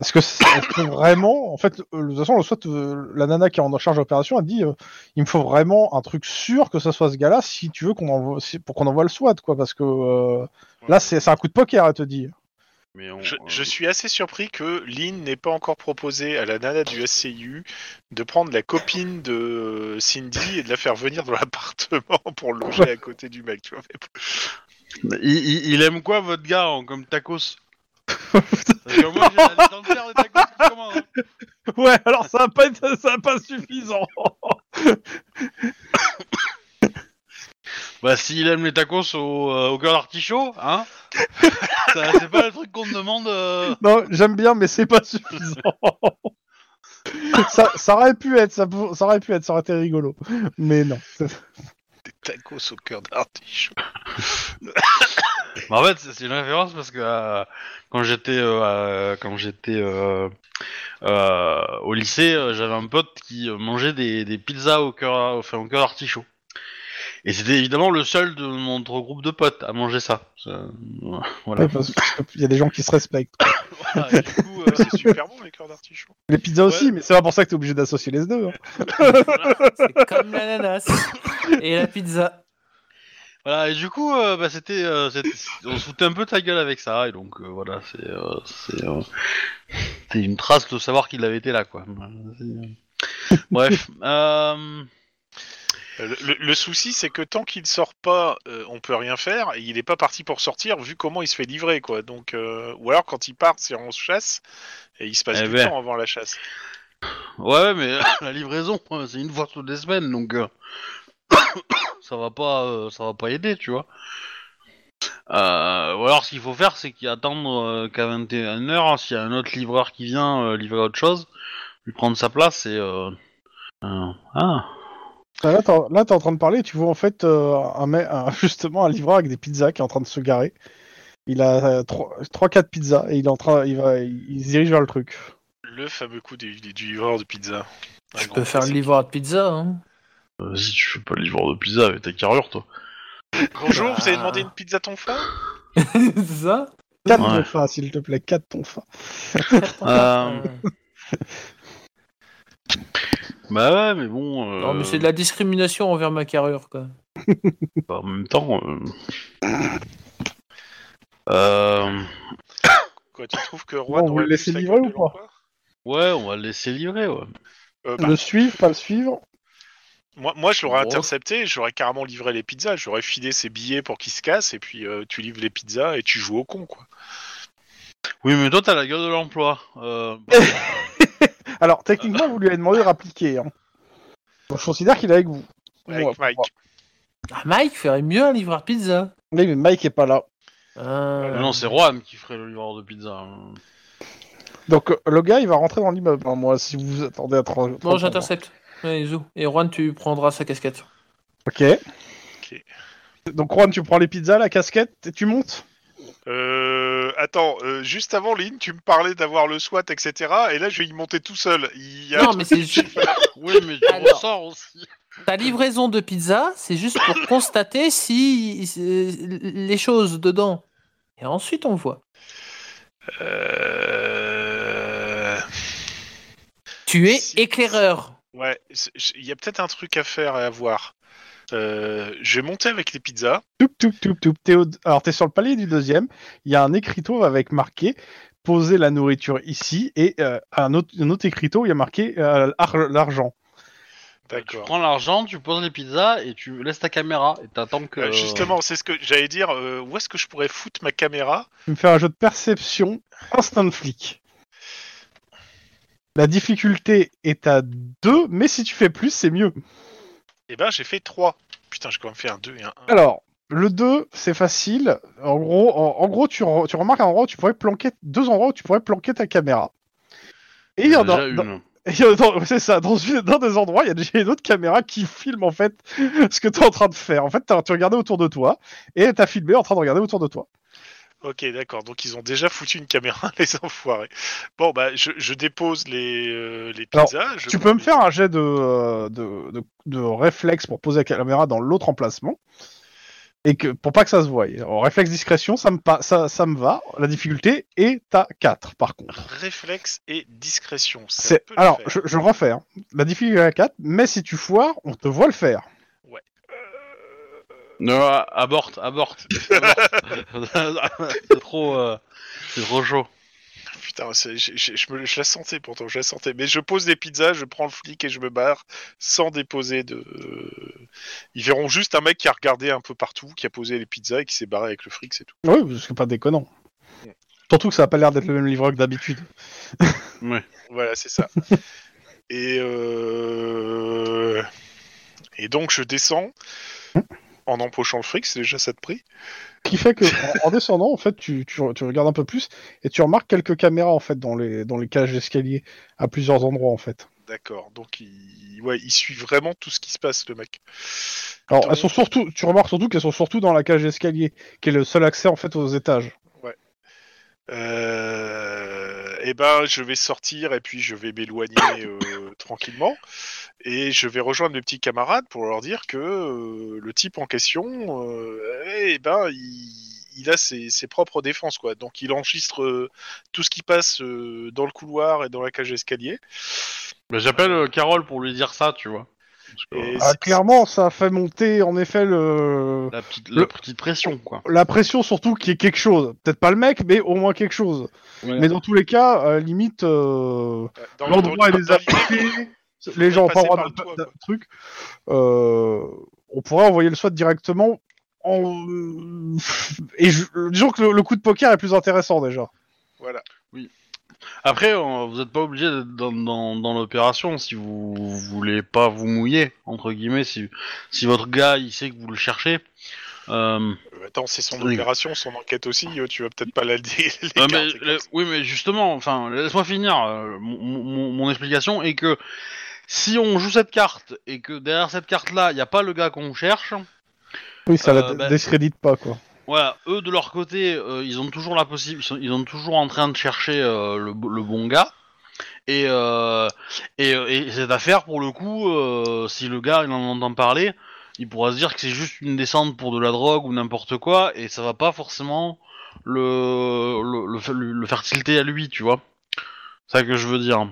S2: Est-ce que, c'est- est-ce que vraiment. En fait, euh, de toute façon, le SWAT, euh, la nana qui est en charge d'opération, elle dit euh, Il me faut vraiment un truc sûr que ça soit ce gars-là si tu veux qu'on envoie, si- pour qu'on envoie le SWAT, quoi, parce que. euh, Là, c'est c'est un coup de poker, elle te dit.
S1: Mais on-
S3: Je,
S1: euh,
S3: je suis assez surpris que Lynn n'ait pas encore proposé à la nana du SCIU de prendre la copine de euh, Cindy et de la faire venir dans l'appartement pour loger à côté du mec. Tu vois. Mais bon.
S1: il, il- il aime quoi votre gars en- comme tacos Parce que moi, j'ai la dentaire des tacos qui commandent, hein.
S2: Ouais, alors ça va pas, être- ça va pas suffisant.
S1: Bah, s'il aime les tacos au, euh, au cœur d'artichaut, hein ça- C'est pas le truc qu'on te demande. euh.
S2: non, j'aime bien, mais c'est pas suffisant. ça, ça aurait pu être, ça, pour- ça aurait pu être, ça aurait été rigolo, mais non.
S3: Des tacos au cœur d'artichaut.
S1: Bah, en fait, c'est c'est une référence parce que euh, quand j'étais euh, euh, quand j'étais euh, euh, au lycée, euh, j'avais un pote qui euh, mangeait des, des pizzas au cœur enfin, au cœur d'artichaut. Et c'était évidemment le seul de mon groupe de potes à manger ça. Ça- Voilà.
S2: Ouais, parce qu'il y a des gens qui se respectent.
S1: Voilà, et du coup, euh,
S3: C'est super bon les cœurs d'artichaut.
S2: Les pizzas aussi,
S1: Ouais.
S2: mais c'est pas pour ça que t'es obligé d'associer les deux. hein.
S5: C'est comme l'ananas et la pizza.
S1: Voilà, et du coup, euh, bah, c'était, euh, c'était- on se foutait un peu de ta gueule avec ça, et donc euh, voilà, c'est, euh, c'est, euh, c'était une trace de savoir qu'il avait été là, quoi. C'est, euh, Bref, euh,
S3: Euh, Le, le- le souci c'est que tant qu'il sort pas, euh, on peut rien faire. Et il n'est pas parti pour sortir vu comment il se fait livrer quoi. Donc euh, ou alors quand il part, c'est on se chasse et il se passe
S1: Eh
S3: du
S1: ben.
S3: temps avant la chasse.
S1: ouais, mais la livraison, euh, c'est une fois toutes les semaines, donc euh, ça va pas, euh, ça va pas aider, tu vois. Euh, ou alors, ce qu'il faut faire, c'est qu'attendre euh, qu'à 21h, hein, s'il y a un autre livreur qui vient euh, livrer autre chose, lui prendre sa place et. euh, euh, ah.
S2: Là, t'es en- là, t'es en train de parler, tu vois en fait euh, un, mec- un- justement un livreur avec des pizzas qui est en train de se garer. Il a euh, 3-4 pizzas et il est en train, il va, il se dirige vers le truc.
S3: Le fameux coup du, du livreur de pizza. Un
S5: Je
S3: grand
S5: peux faire le
S3: classique.
S5: livreur de pizza. Hein.
S1: Vas-y, euh, tu fais pas le livreur de pizza avec ta carrure, toi.
S3: Bonjour, vous avez
S5: Ah.
S3: demandé une pizza ton frère
S5: C'est ça
S2: 4
S1: Ouais.
S2: tonfa, s'il te plaît, 4 tonfa.
S1: Euh, Bah ouais, mais bon. euh,
S5: Non, mais c'est de la discrimination envers ma carrure, quoi.
S1: bah, en même temps. euh, euh,
S3: Quoi, tu trouves que
S2: Bon,
S3: Juan
S2: vous
S3: aurait
S2: le
S3: pu
S2: laissez
S3: sa
S2: livrer
S3: gueule
S2: ou
S3: de
S2: pas
S3: l'emploi
S1: Ouais, on va le laisser livrer, ouais.
S3: Euh, bah,
S2: Le suivre, pas le suivre.
S3: moi, moi, je l'aurais
S5: Bon.
S3: intercepté, j'aurais carrément livré les pizzas, j'aurais filé ses billets pour qu'il se casse, et puis euh, tu livres les pizzas et tu joues au con, quoi.
S1: Oui, mais toi, t'as la gueule de l'emploi. Euh,
S2: Alors, techniquement, vous lui avez demandé de rappliquer. hein. Bon, je considère qu'il est avec vous.
S3: Avec
S2: Ouais,
S3: Mike.
S2: ouais.
S5: Ah, Mike ferait mieux un livreur pizza.
S2: Oui, mais Mike est pas là.
S5: Euh,
S1: Non, c'est Juan qui ferait le livreur de pizza. hein.
S2: Donc, euh, le gars, il va rentrer dans l'immeuble. hein, moi, si vous vous attendez à 30
S5: Bon, j'intercepte. Allez, zou. Et Juan, tu prendras sa casquette.
S2: Ok. Donc, Juan, tu prends les pizzas, la casquette, et tu montes
S3: Euh, attends, euh, juste avant, Lynn, tu me parlais d'avoir le SWAT, etc., et là, je vais y monter tout seul. Il y a un
S5: Non,
S3: truc-
S5: mais c'est ju-
S1: Oui, mais tu
S5: Alors.
S1: ressors aussi.
S5: ta livraison de pizza, c'est juste pour constater si si- les choses dedans. Et ensuite, on voit.
S3: Euh,
S5: Tu es
S3: Si-
S5: éclaireur.
S3: Ouais, c'est- je- il y a peut-être un truc à faire et à voir. Euh, je vais monter avec les pizzas.
S2: Toup, toup, toup, toup. T'es au- Alors, t'es sur le palier du deuxième. Il y a un écriteau avec marqué poser la nourriture ici et euh, un, autre, un autre écriteau, il y a marqué euh, ar- l'argent.
S1: Bah, Tu
S3: D'accord.
S1: prends l'argent, tu poses les pizzas et tu laisses ta caméra et t'attends que.
S3: Euh, Justement, c'est ce que j'allais dire. euh, où est-ce que je pourrais foutre ma caméra
S2: Tu me fais un jeu de perception, instant de flic. La difficulté est à 2, mais si tu fais plus, c'est mieux.
S3: Eh ben, j'ai fait 3. Putain, j'ai quand même fait un 2 et un 1.
S2: Alors, le 2, c'est facile. En gros, en, en gros tu, re- tu remarques un endroit où tu pourrais planquer, deux endroits où tu pourrais planquer ta caméra. Et il y en
S1: Déjà
S2: a,
S1: une.
S2: dans- et il y en a dans- c'est ça, dans, une- dans des endroits, il y a déjà une autre caméra qui filme en fait ce que tu es en train de faire. En fait, t'as- tu regardais autour de toi et t'as filmé en train de regarder autour de toi.
S3: Ok, d'accord. Donc, ils ont déjà foutu une caméra, les enfoirés. Bon, bah, je, je dépose les, euh, les
S2: Alors,
S3: pizzas. je
S2: Tu
S3: prends
S2: peux me
S3: les-
S2: faire un jet de, euh, de, de- de réflexe pour poser la caméra dans l'autre emplacement et que pour pas que ça se voie. En réflexe discrétion, ça me, pa- ça, ça me va. La difficulté est à 4 par contre.
S3: Réflexe et discrétion. ça
S2: C'est
S3: peut le
S2: alors,
S3: faire.
S2: je, je refais. hein. La difficulté est à 4, mais si tu foires, on te voit le faire.
S1: Non, a- aborte, aborte. aborte. c'est trop, euh, c'est trop chaud.
S3: Putain, c'est- je, je- je me- je la sentais pourtant, je la sentais. Mais je pose des pizzas, je prends le flic et je me barre sans déposer de. euh, Ils verront juste un mec qui a regardé un peu partout, qui a posé les pizzas et qui s'est barré avec le fric, c'est tout.
S2: Oui, parce que pas déconnant. Surtout que ça a pas l'air d'être le même livreur que d'habitude.
S3: Voilà, c'est ça. et euh, et donc je descends en empochant le fric, c'est déjà ça de prix.
S2: Ce qui fait que en, en descendant, en fait, tu, tu, tu regardes un peu plus et tu remarques quelques caméras en fait dans les dans les cages d'escalier à plusieurs endroits en fait.
S3: D'accord. Donc il, ouais, il suit vraiment tout ce qui se passe, le mec.
S2: Alors,
S3: Donc-
S2: elles sont surtout, tu remarques surtout qu'elles sont surtout dans la cage d'escalier, qui est le seul accès en fait aux étages.
S3: Euh, eh ben, je vais sortir et puis je vais m'éloigner euh, tranquillement et je vais rejoindre mes petits camarades pour leur dire que euh, le type en question, euh, eh ben, il, il a ses, ses propres défenses quoi. Donc, il enregistre euh, tout ce qui passe euh, dans le couloir et dans la cage d'escalier.
S1: Mais J'appelle euh, Carole pour lui dire ça, tu vois. Parce que,
S3: Et
S1: euh,
S2: Ah,
S3: c'est-
S2: clairement, ça fait monter en effet le
S1: la, petite,
S2: le-
S1: la petite pression, quoi.
S2: la pression surtout qui est quelque chose. Peut-être pas le mec, mais au moins quelque chose.
S1: Ouais.
S2: Mais dans tous les cas, euh, limite, euh,
S3: dans-
S2: l'endroit est
S3: dans- dans-
S2: désaffecté, les gens ont pas
S3: passer
S2: le droit
S3: par le
S2: d'un-
S3: toit,
S2: d'un
S3: quoi.
S2: truc. Euh, on pourrait envoyer le SWAT directement. En... euh, Et je- disons que le, le coup de poker est plus intéressant déjà.
S3: Voilà.
S1: Après, euh, vous n'êtes pas obligé d'être dans, dans- dans l'opération si vous voulez pas vous mouiller, entre guillemets, si, si votre gars il sait que vous le cherchez. Euh,
S3: Euh, Attends, c'est son
S1: Oui.
S3: opération, son enquête aussi. euh, Tu vas peut-être pas la dire.
S1: Euh, mais, le- oui, mais justement, enfin, laisse-moi finir. euh, mon, mon- mon explication est que si on joue cette carte et que derrière cette carte-là, il n'y a pas le gars qu'on cherche,
S2: Oui, ça
S1: Euh,
S2: la
S1: bah-
S2: discrédite pas quoi.
S1: voilà, eux de leur côté, euh, ils ont toujours la possible, ils, sont- ils sont toujours en train de chercher euh, le, bo- le bon gars. Et, euh, et, euh, et cette affaire, pour le coup, euh, si le gars il en entend parler, il pourra se dire que c'est juste une descente pour de la drogue ou n'importe quoi, et ça va pas forcément le, le, le, fa- le faire tilter à lui, tu vois. C'est ça que je veux dire.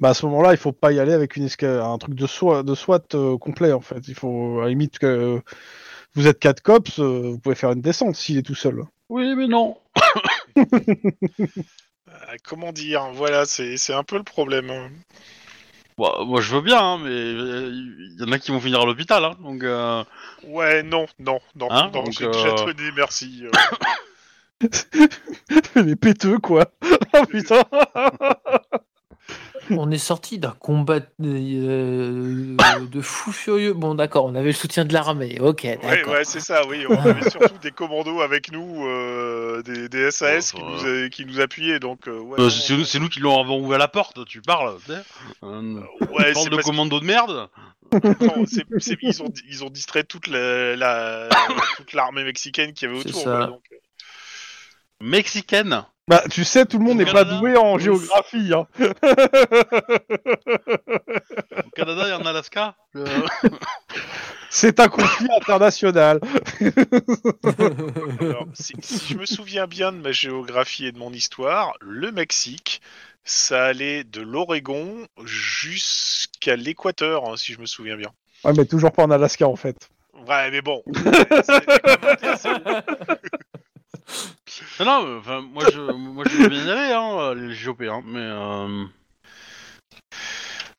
S2: Bah à ce moment-là, il faut pas y aller avec une esca- un truc de SWAT, de SWAT euh, complet en fait. Il faut à la limite que euh, vous êtes quatre cops, euh, vous pouvez faire une descente s'il est tout seul.
S1: Oui, mais non.
S3: Euh, Comment dire Voilà, c'est c'est un peu le problème. hein.
S1: Bah, moi, je veux bien, hein, mais il y en a qui vont finir à l'hôpital, hein, donc. euh,
S3: Ouais, non, non, non,
S1: Hein,
S3: non,
S1: donc,
S3: j'ai
S1: euh,
S3: déjà tenu, merci. euh.
S2: Les péteux quoi.
S1: Ah
S2: oh putain.
S5: On est sorti d'un combat de, euh, de fous furieux. Bon, d'accord, on avait le soutien de l'armée. Ok,
S3: ouais,
S5: d'accord.
S3: ouais, c'est ça, oui. On avait surtout des commandos avec nous, euh, des, des SAS
S1: Bon, ça
S3: qui, nous, a- qui nous appuyaient, donc... euh, ouais,
S1: Euh,
S3: non,
S1: c'est nous, c'est nous qui l'ont avant ouvert la porte, tu parles, tu sais. Euh,
S3: ouais,
S1: bande
S3: c'est
S1: de
S3: parce
S1: commando de merde.
S3: que- non, c'est- c'est- ils, ont, ils ont distrait toute la, la- toute l'armée mexicaine qu'il y avait
S5: C'est
S3: autour.
S5: ça.
S3: quoi, donc, euh,
S1: Mexicaine.
S2: Bah tu sais, tout le monde
S1: Au
S2: n'est pas
S1: Canada,
S2: doué en
S5: ouf.
S2: géographie. Hein.
S1: Au Canada et en Alaska. Euh,
S2: C'est un conflit international.
S3: alors, si, si je me souviens bien de ma géographie et de mon histoire, le Mexique, ça allait de l'Oregon jusqu'à l'Équateur, hein, si je me souviens bien.
S2: Ouais, mais toujours pas en Alaska en fait.
S3: Ouais, mais bon. C'est- c'est-
S1: Non, non, mais, enfin, moi je, moi je veux bien y aller, hein, les JOP, hein, mais, euh,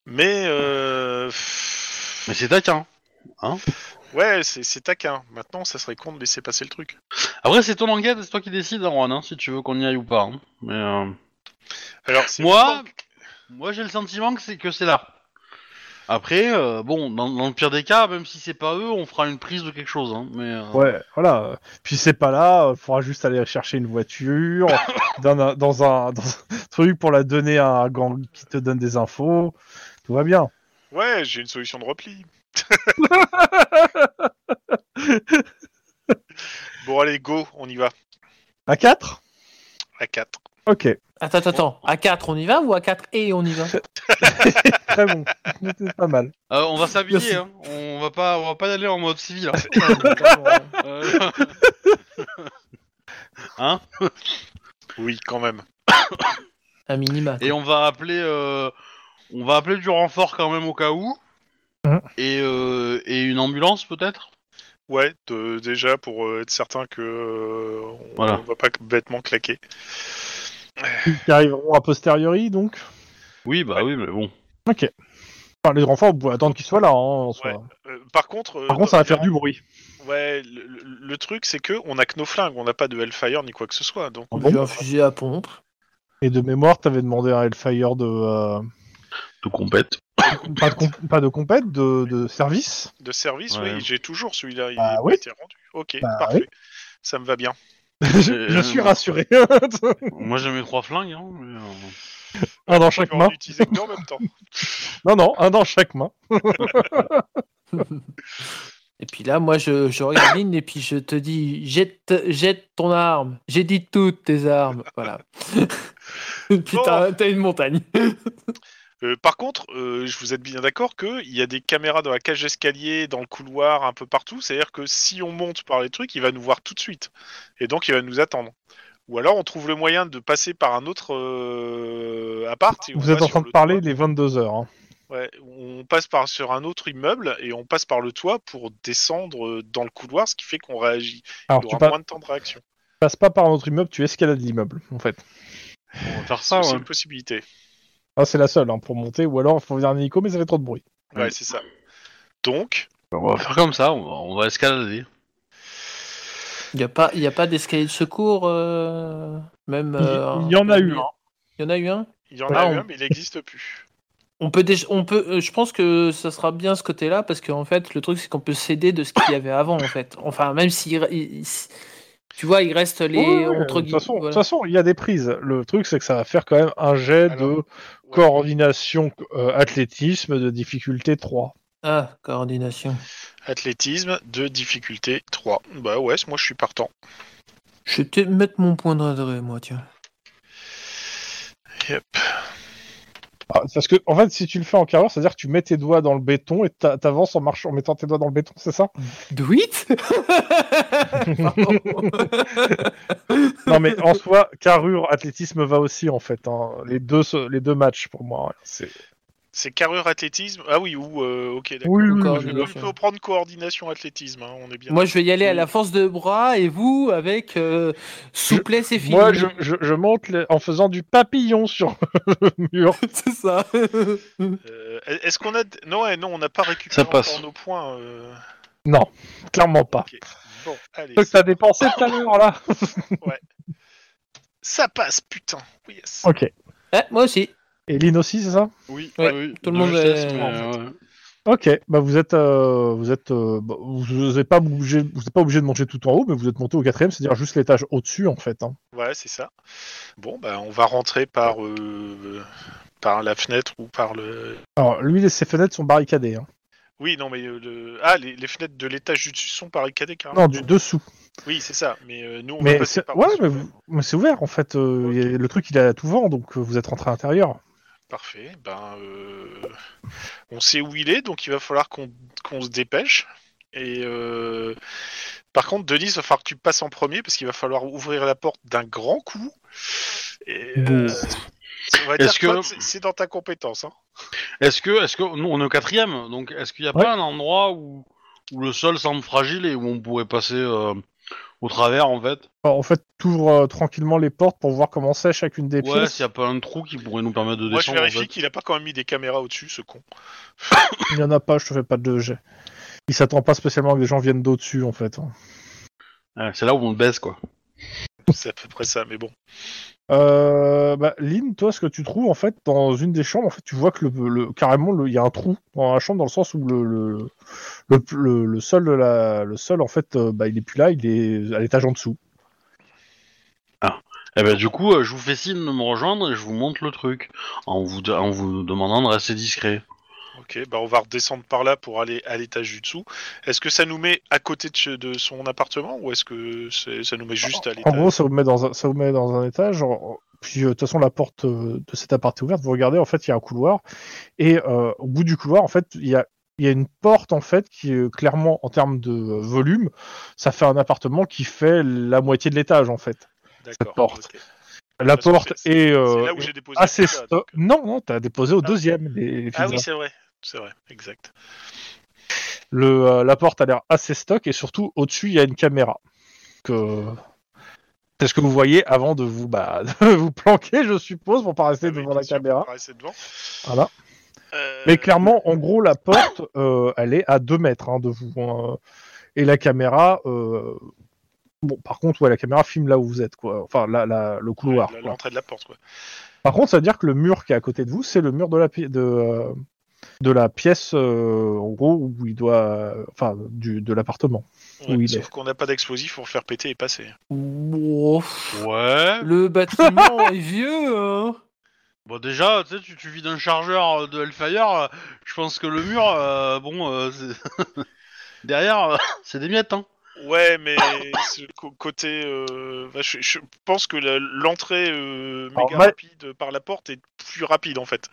S3: Mais, euh, pff,
S1: mais c'est hein. taquin.
S3: ouais, c'est c'est taquin. Maintenant, ça serait con de laisser passer le truc.
S1: Après, c'est ton enquête, c'est toi qui décides, Erwan, hein, si tu veux qu'on y aille ou pas. hein. Mais, euh,
S3: Alors, c'est
S1: Moi, moi j'ai le sentiment que c'est que c'est là. Après, euh, bon, dans, dans le pire des cas, même si c'est pas eux, on fera une prise de quelque chose. Hein, mais euh,
S2: Ouais, voilà. Puis c'est pas là, euh, faudra juste aller chercher une voiture dans, un, dans, un, dans un truc pour la donner à un gang qui te donne des infos. Tout va bien.
S3: Ouais, j'ai une solution de repli. bon, allez, go, on y va.
S2: À 4
S3: À 4.
S2: Ok,
S5: Attends, attends, attends. À 4, on y va ou à 4 et on y va
S2: très bon. C'était pas mal.
S1: euh, on va
S5: Merci.
S1: s'habiller. Hein, on va pas, on va pas y aller en mode civil. hein. Euh, hein
S3: Oui, quand même.
S5: Un minima.
S1: Et on va appeler, euh, on va appeler du renfort quand même au cas où.
S5: Hein
S2: Mhm.
S1: Et, euh, et une ambulance peut-être.
S3: Ouais, de- déjà pour euh, être certain que euh, on,
S1: Voilà.
S3: on va pas bêtement claquer.
S2: Qui arriveront a posteriori, donc.
S1: Oui, bah oui, mais bon.
S2: Enfin, les renforts, on peut attendre qu'ils soient là, hein, en soi.
S3: Ouais. Euh, par contre, euh,
S2: Par contre, ça va
S3: dans-
S2: faire du bruit.
S3: Ouais, le, le- le truc c'est que on a que nos flingues, on n'a pas de Hellfire ni quoi que ce soit. Donc
S2: Ah
S5: On
S2: bon
S5: lui a un fusil à pompe.
S2: Et de mémoire, t'avais demandé à Hellfire de. euh,
S1: Tout compète.
S2: pas, de comp- pas de compète, de, de service.
S3: de service,
S1: Ouais.
S3: oui, j'ai toujours celui-là, il
S2: Bah
S3: a
S2: oui.
S3: été rendu. Ok,
S2: Bah
S3: parfait. Ça me va bien.
S2: je, je suis rassuré.
S1: Moi j'ai mes trois flingues. Hein, mais, euh,
S2: un dans
S3: On
S2: chaque
S3: peut
S2: main.
S3: en utiliser que deux en même temps.
S2: Non, non, un dans chaque main.
S5: Et puis là, moi, je, je regarde Lynn et puis je te dis, jette, jette ton arme. J'ai dit toutes tes armes. Voilà. Putain, t'as une montagne.
S3: Euh, par contre, euh, je vous êtes bien d'accord qu'il y a des caméras dans la cage d'escalier, dans le couloir, un peu partout. C'est-à-dire que si on monte par les trucs, il va nous voir tout de suite. Et donc, il va nous attendre. Ou alors, on trouve le moyen de passer par un autre euh, appart. et on
S2: Vous êtes
S3: va
S2: en
S3: sur
S2: train de
S3: le
S2: parler
S3: toit.
S2: des 22 heures. hein.
S3: Ouais, on passe par sur un autre immeuble et on passe par le toit pour descendre euh, dans le couloir, ce qui fait qu'on réagit. Il
S2: Alors, tu
S3: aura
S2: pa-
S3: moins de temps de réaction.
S2: passes pas par notre immeuble, tu escalades l'immeuble, en fait.
S1: on va faire
S3: C'est
S1: ça.
S3: aussi
S1: ouais.
S3: une possibilité.
S2: Ah, c'est la seule hein, pour monter, ou alors il faut venir un hélico, mais ça fait trop de bruit.
S3: Ouais,
S1: Ouais.
S3: c'est ça. Donc,
S1: On va faire comme ça. On va, on va escalader.
S5: Il n'y a pas, y a pas d'escalier de secours, euh, même.
S2: Il-
S5: euh,
S2: il y en a eu un.
S5: Il y en a eu un
S3: il
S1: Bah,
S3: y en
S5: Ah,
S3: a eu
S5: on-
S3: un, mais il n'existe plus.
S5: on peut déjà, on peut, euh, Je pense que ça sera bien ce côté-là, parce qu'en fait, le truc, c'est qu'on peut s'aider de ce qu'il y avait avant, en fait. Enfin, même si. il- il- Tu vois, il reste les.
S2: Ouais, ouais, de
S5: entre
S2: toute façon,
S5: guillemets.
S2: de toute
S5: voilà.
S2: façon, il y a des prises. Le truc, c'est que ça va faire quand même un jet de
S3: Alors, Ouais.
S2: coordination euh, athlétisme de difficulté 3.
S5: Ah, coordination.
S3: Athlétisme de difficulté 3. Bah ouais, moi je suis partant.
S5: Je vais peut-être mettre mon point d'adresse, moi, tiens.
S3: Yep.
S2: Ah, parce que, en fait, si tu le fais en carrure, c'est-à-dire que tu mets tes doigts dans le béton et t'a- t'avances en marchant, en mettant tes doigts dans le béton, c'est ça
S5: Do it
S2: Non, mais en soi, carrure, athlétisme va aussi, en fait. hein. Les, deux, se- les deux matchs, pour moi. hein. C'est-
S3: C'est carrure athlétisme. Ah oui, ou euh, ok, d'accord.
S2: Oui, oui,
S5: Encore
S2: oui,
S5: une
S2: je-
S5: autre.
S3: On peut prendre coordination athlétisme, hein, on est bien.
S5: Moi, je vais y aller à la force de bras et vous, avec euh, souplesse et fini.
S2: Moi, je, je- je monte le- en faisant du papillon sur le mur.
S5: C'est ça.
S3: Euh, Est-ce qu'on a. Non, ouais, non, on n'a pas récupéré
S1: Ça passe.
S3: encore nos points. euh,
S2: Non, clairement pas.
S3: ok. Bon, allez.
S2: Donc, t'as dépensé tout à l'heure, là
S3: Ça passe, putain. Yes.
S2: Ok.
S5: Ouais, moi aussi.
S2: Et Lynn aussi, c'est ça
S1: Oui.
S5: Ouais,
S1: oui,
S5: tout le
S1: de
S5: monde
S1: vitesse,
S5: est-
S1: mais,
S5: en
S1: ouais.
S2: Ok, bah vous êtes, euh, vous êtes, euh, bah, vous n'êtes pas obligé, vous êtes pas obligé de monter tout en haut, mais vous êtes monté au quatrième, c'est-à-dire juste l'étage au-dessus en fait. hein.
S3: Ouais, c'est ça. Bon, bah, on va rentrer par, euh, par la fenêtre ou par le.
S2: Alors lui, les- ses fenêtres sont barricadées. hein.
S3: Oui, non, mais euh, le... ah, les, les fenêtres de l'étage du dessus sont barricadées carrément.
S2: Non, du dessous.
S3: Oui, c'est ça. Mais euh, nous, on va
S2: Mais
S3: passer
S2: c'est-
S3: par.
S2: ouais,
S3: dessus.
S2: mais, vous- mais c'est ouvert en fait. euh,
S3: Ok.
S2: il y a- le truc, il est à tout vent, donc euh, vous êtes rentré à l'intérieur.
S3: Parfait. Ben, euh, on sait où il est, donc il va falloir qu'on qu'on se dépêche. Et euh, par contre, Denis, il va falloir que tu passes en premier parce qu'il va falloir ouvrir la porte d'un grand coup. Et, euh, on va dire
S1: Est-ce que-
S3: toi, c'est- c'est dans ta compétence. hein.
S1: Est-ce que, est-ce que, nous on est au quatrième, donc est-ce qu'il n'y a
S2: Ouais.
S1: pas un endroit où, où le sol semble fragile et où on pourrait passer, euh, au travers en fait.
S2: Alors, en fait, t'ouvres euh, tranquillement les portes pour voir comment c'est chacune des
S1: Ouais,
S2: pièces.
S1: s'il n'y a pas un trou qui pourrait nous permettre de
S3: Moi, je
S1: descendre. en
S3: vérifie
S1: fait.
S3: qu'il a pas quand même mis des caméras au-dessus, ce con.
S2: Il y en a pas, je te fais pas de jet. Il s'attend pas spécialement que des gens viennent d'au-dessus, en fait.
S1: Ouais, Ah, c'est là où on le baisse quoi.
S3: C'est à peu près ça, mais bon.
S2: Euh, bah, Lynn, toi, ce que tu trouves, en fait, dans une des chambres, en fait, tu vois que le, le- carrément, le- il y a un trou dans la chambre, dans le sens où le, le, le, le- le sol, de la, le sol, en fait, euh, bah, il est plus là, il est à l'étage en dessous.
S1: Et ben du coup, euh, je vous fais signe de me rejoindre et je vous montre le truc en vous, de- en vous demandant de rester discret.
S3: Ok, bah on va redescendre par là pour aller à l'étage du dessous. Est-ce que ça nous met à côté de, che- de son appartement ou est-ce que c'est- ça nous met juste à
S2: En
S3: l'étage
S2: gros, ça vous met dans un, ça vous met dans un étage. en- Puis, euh, de toute façon, la porte euh, de cet appart est ouverte. Vous regardez, en fait, il y a un couloir. Et euh, au bout du couloir, en fait, il y a, il y a une porte, en fait, qui, est clairement, en termes de euh, volume, ça fait un appartement qui fait la moitié de l'étage, en fait.
S3: D'accord.
S2: porte.
S3: ok.
S2: La
S3: Parce que
S2: porte
S3: c'est-
S2: est, euh,
S3: C'est là où j'ai déposé.
S2: assez.
S3: tout ça,
S2: sto-
S3: donc, euh,
S2: Non, non, t'as déposé au
S3: Ah.
S2: deuxième. les- les
S3: Ah
S2: pizzas.
S3: oui, c'est vrai. C'est vrai, exact.
S2: Le, euh, la porte a l'air assez stock et surtout au-dessus il y a une caméra. Que... C'est ce que vous voyez avant de vous, bah, de vous planquer, je suppose, pour pas rester
S3: Ah oui,
S2: devant
S3: bien
S2: la
S3: sûr,
S2: caméra.
S3: on va rester devant.
S2: Voilà.
S3: Euh,
S2: Mais clairement, en gros, la porte, euh, elle est à 2 mètres hein, de vous. hein. Et la caméra, euh, bon, par contre, ouais, la caméra filme là où vous êtes, quoi. Enfin, la, la- le couloir.
S3: la-
S2: quoi.
S3: L'entrée de la porte, quoi.
S2: Par contre, ça veut dire que le mur qui est à côté de vous, c'est le mur de la, pi- de, euh, de la pièce, euh, en gros, où il doit. euh, Enfin, du, de l'appartement.
S3: Ouais,
S2: Oui, il
S3: sauf qu'on n'a pas d'explosif pour le faire péter et passer.
S5: Ouh, pff,
S1: Ouais.
S5: Le bâtiment est vieux, hein
S1: Bon déjà, tu sais, tu, tu vis d'un chargeur euh, de Hellfire, euh, je pense que le mur, euh, bon, euh, c'est- derrière, euh, c'est des miettes, hein.
S3: Ouais, mais ce co- côté. euh, bah, je, je pense que la- l'entrée euh,
S2: Alors,
S3: méga
S2: ma-
S3: rapide par la porte est plus rapide en fait.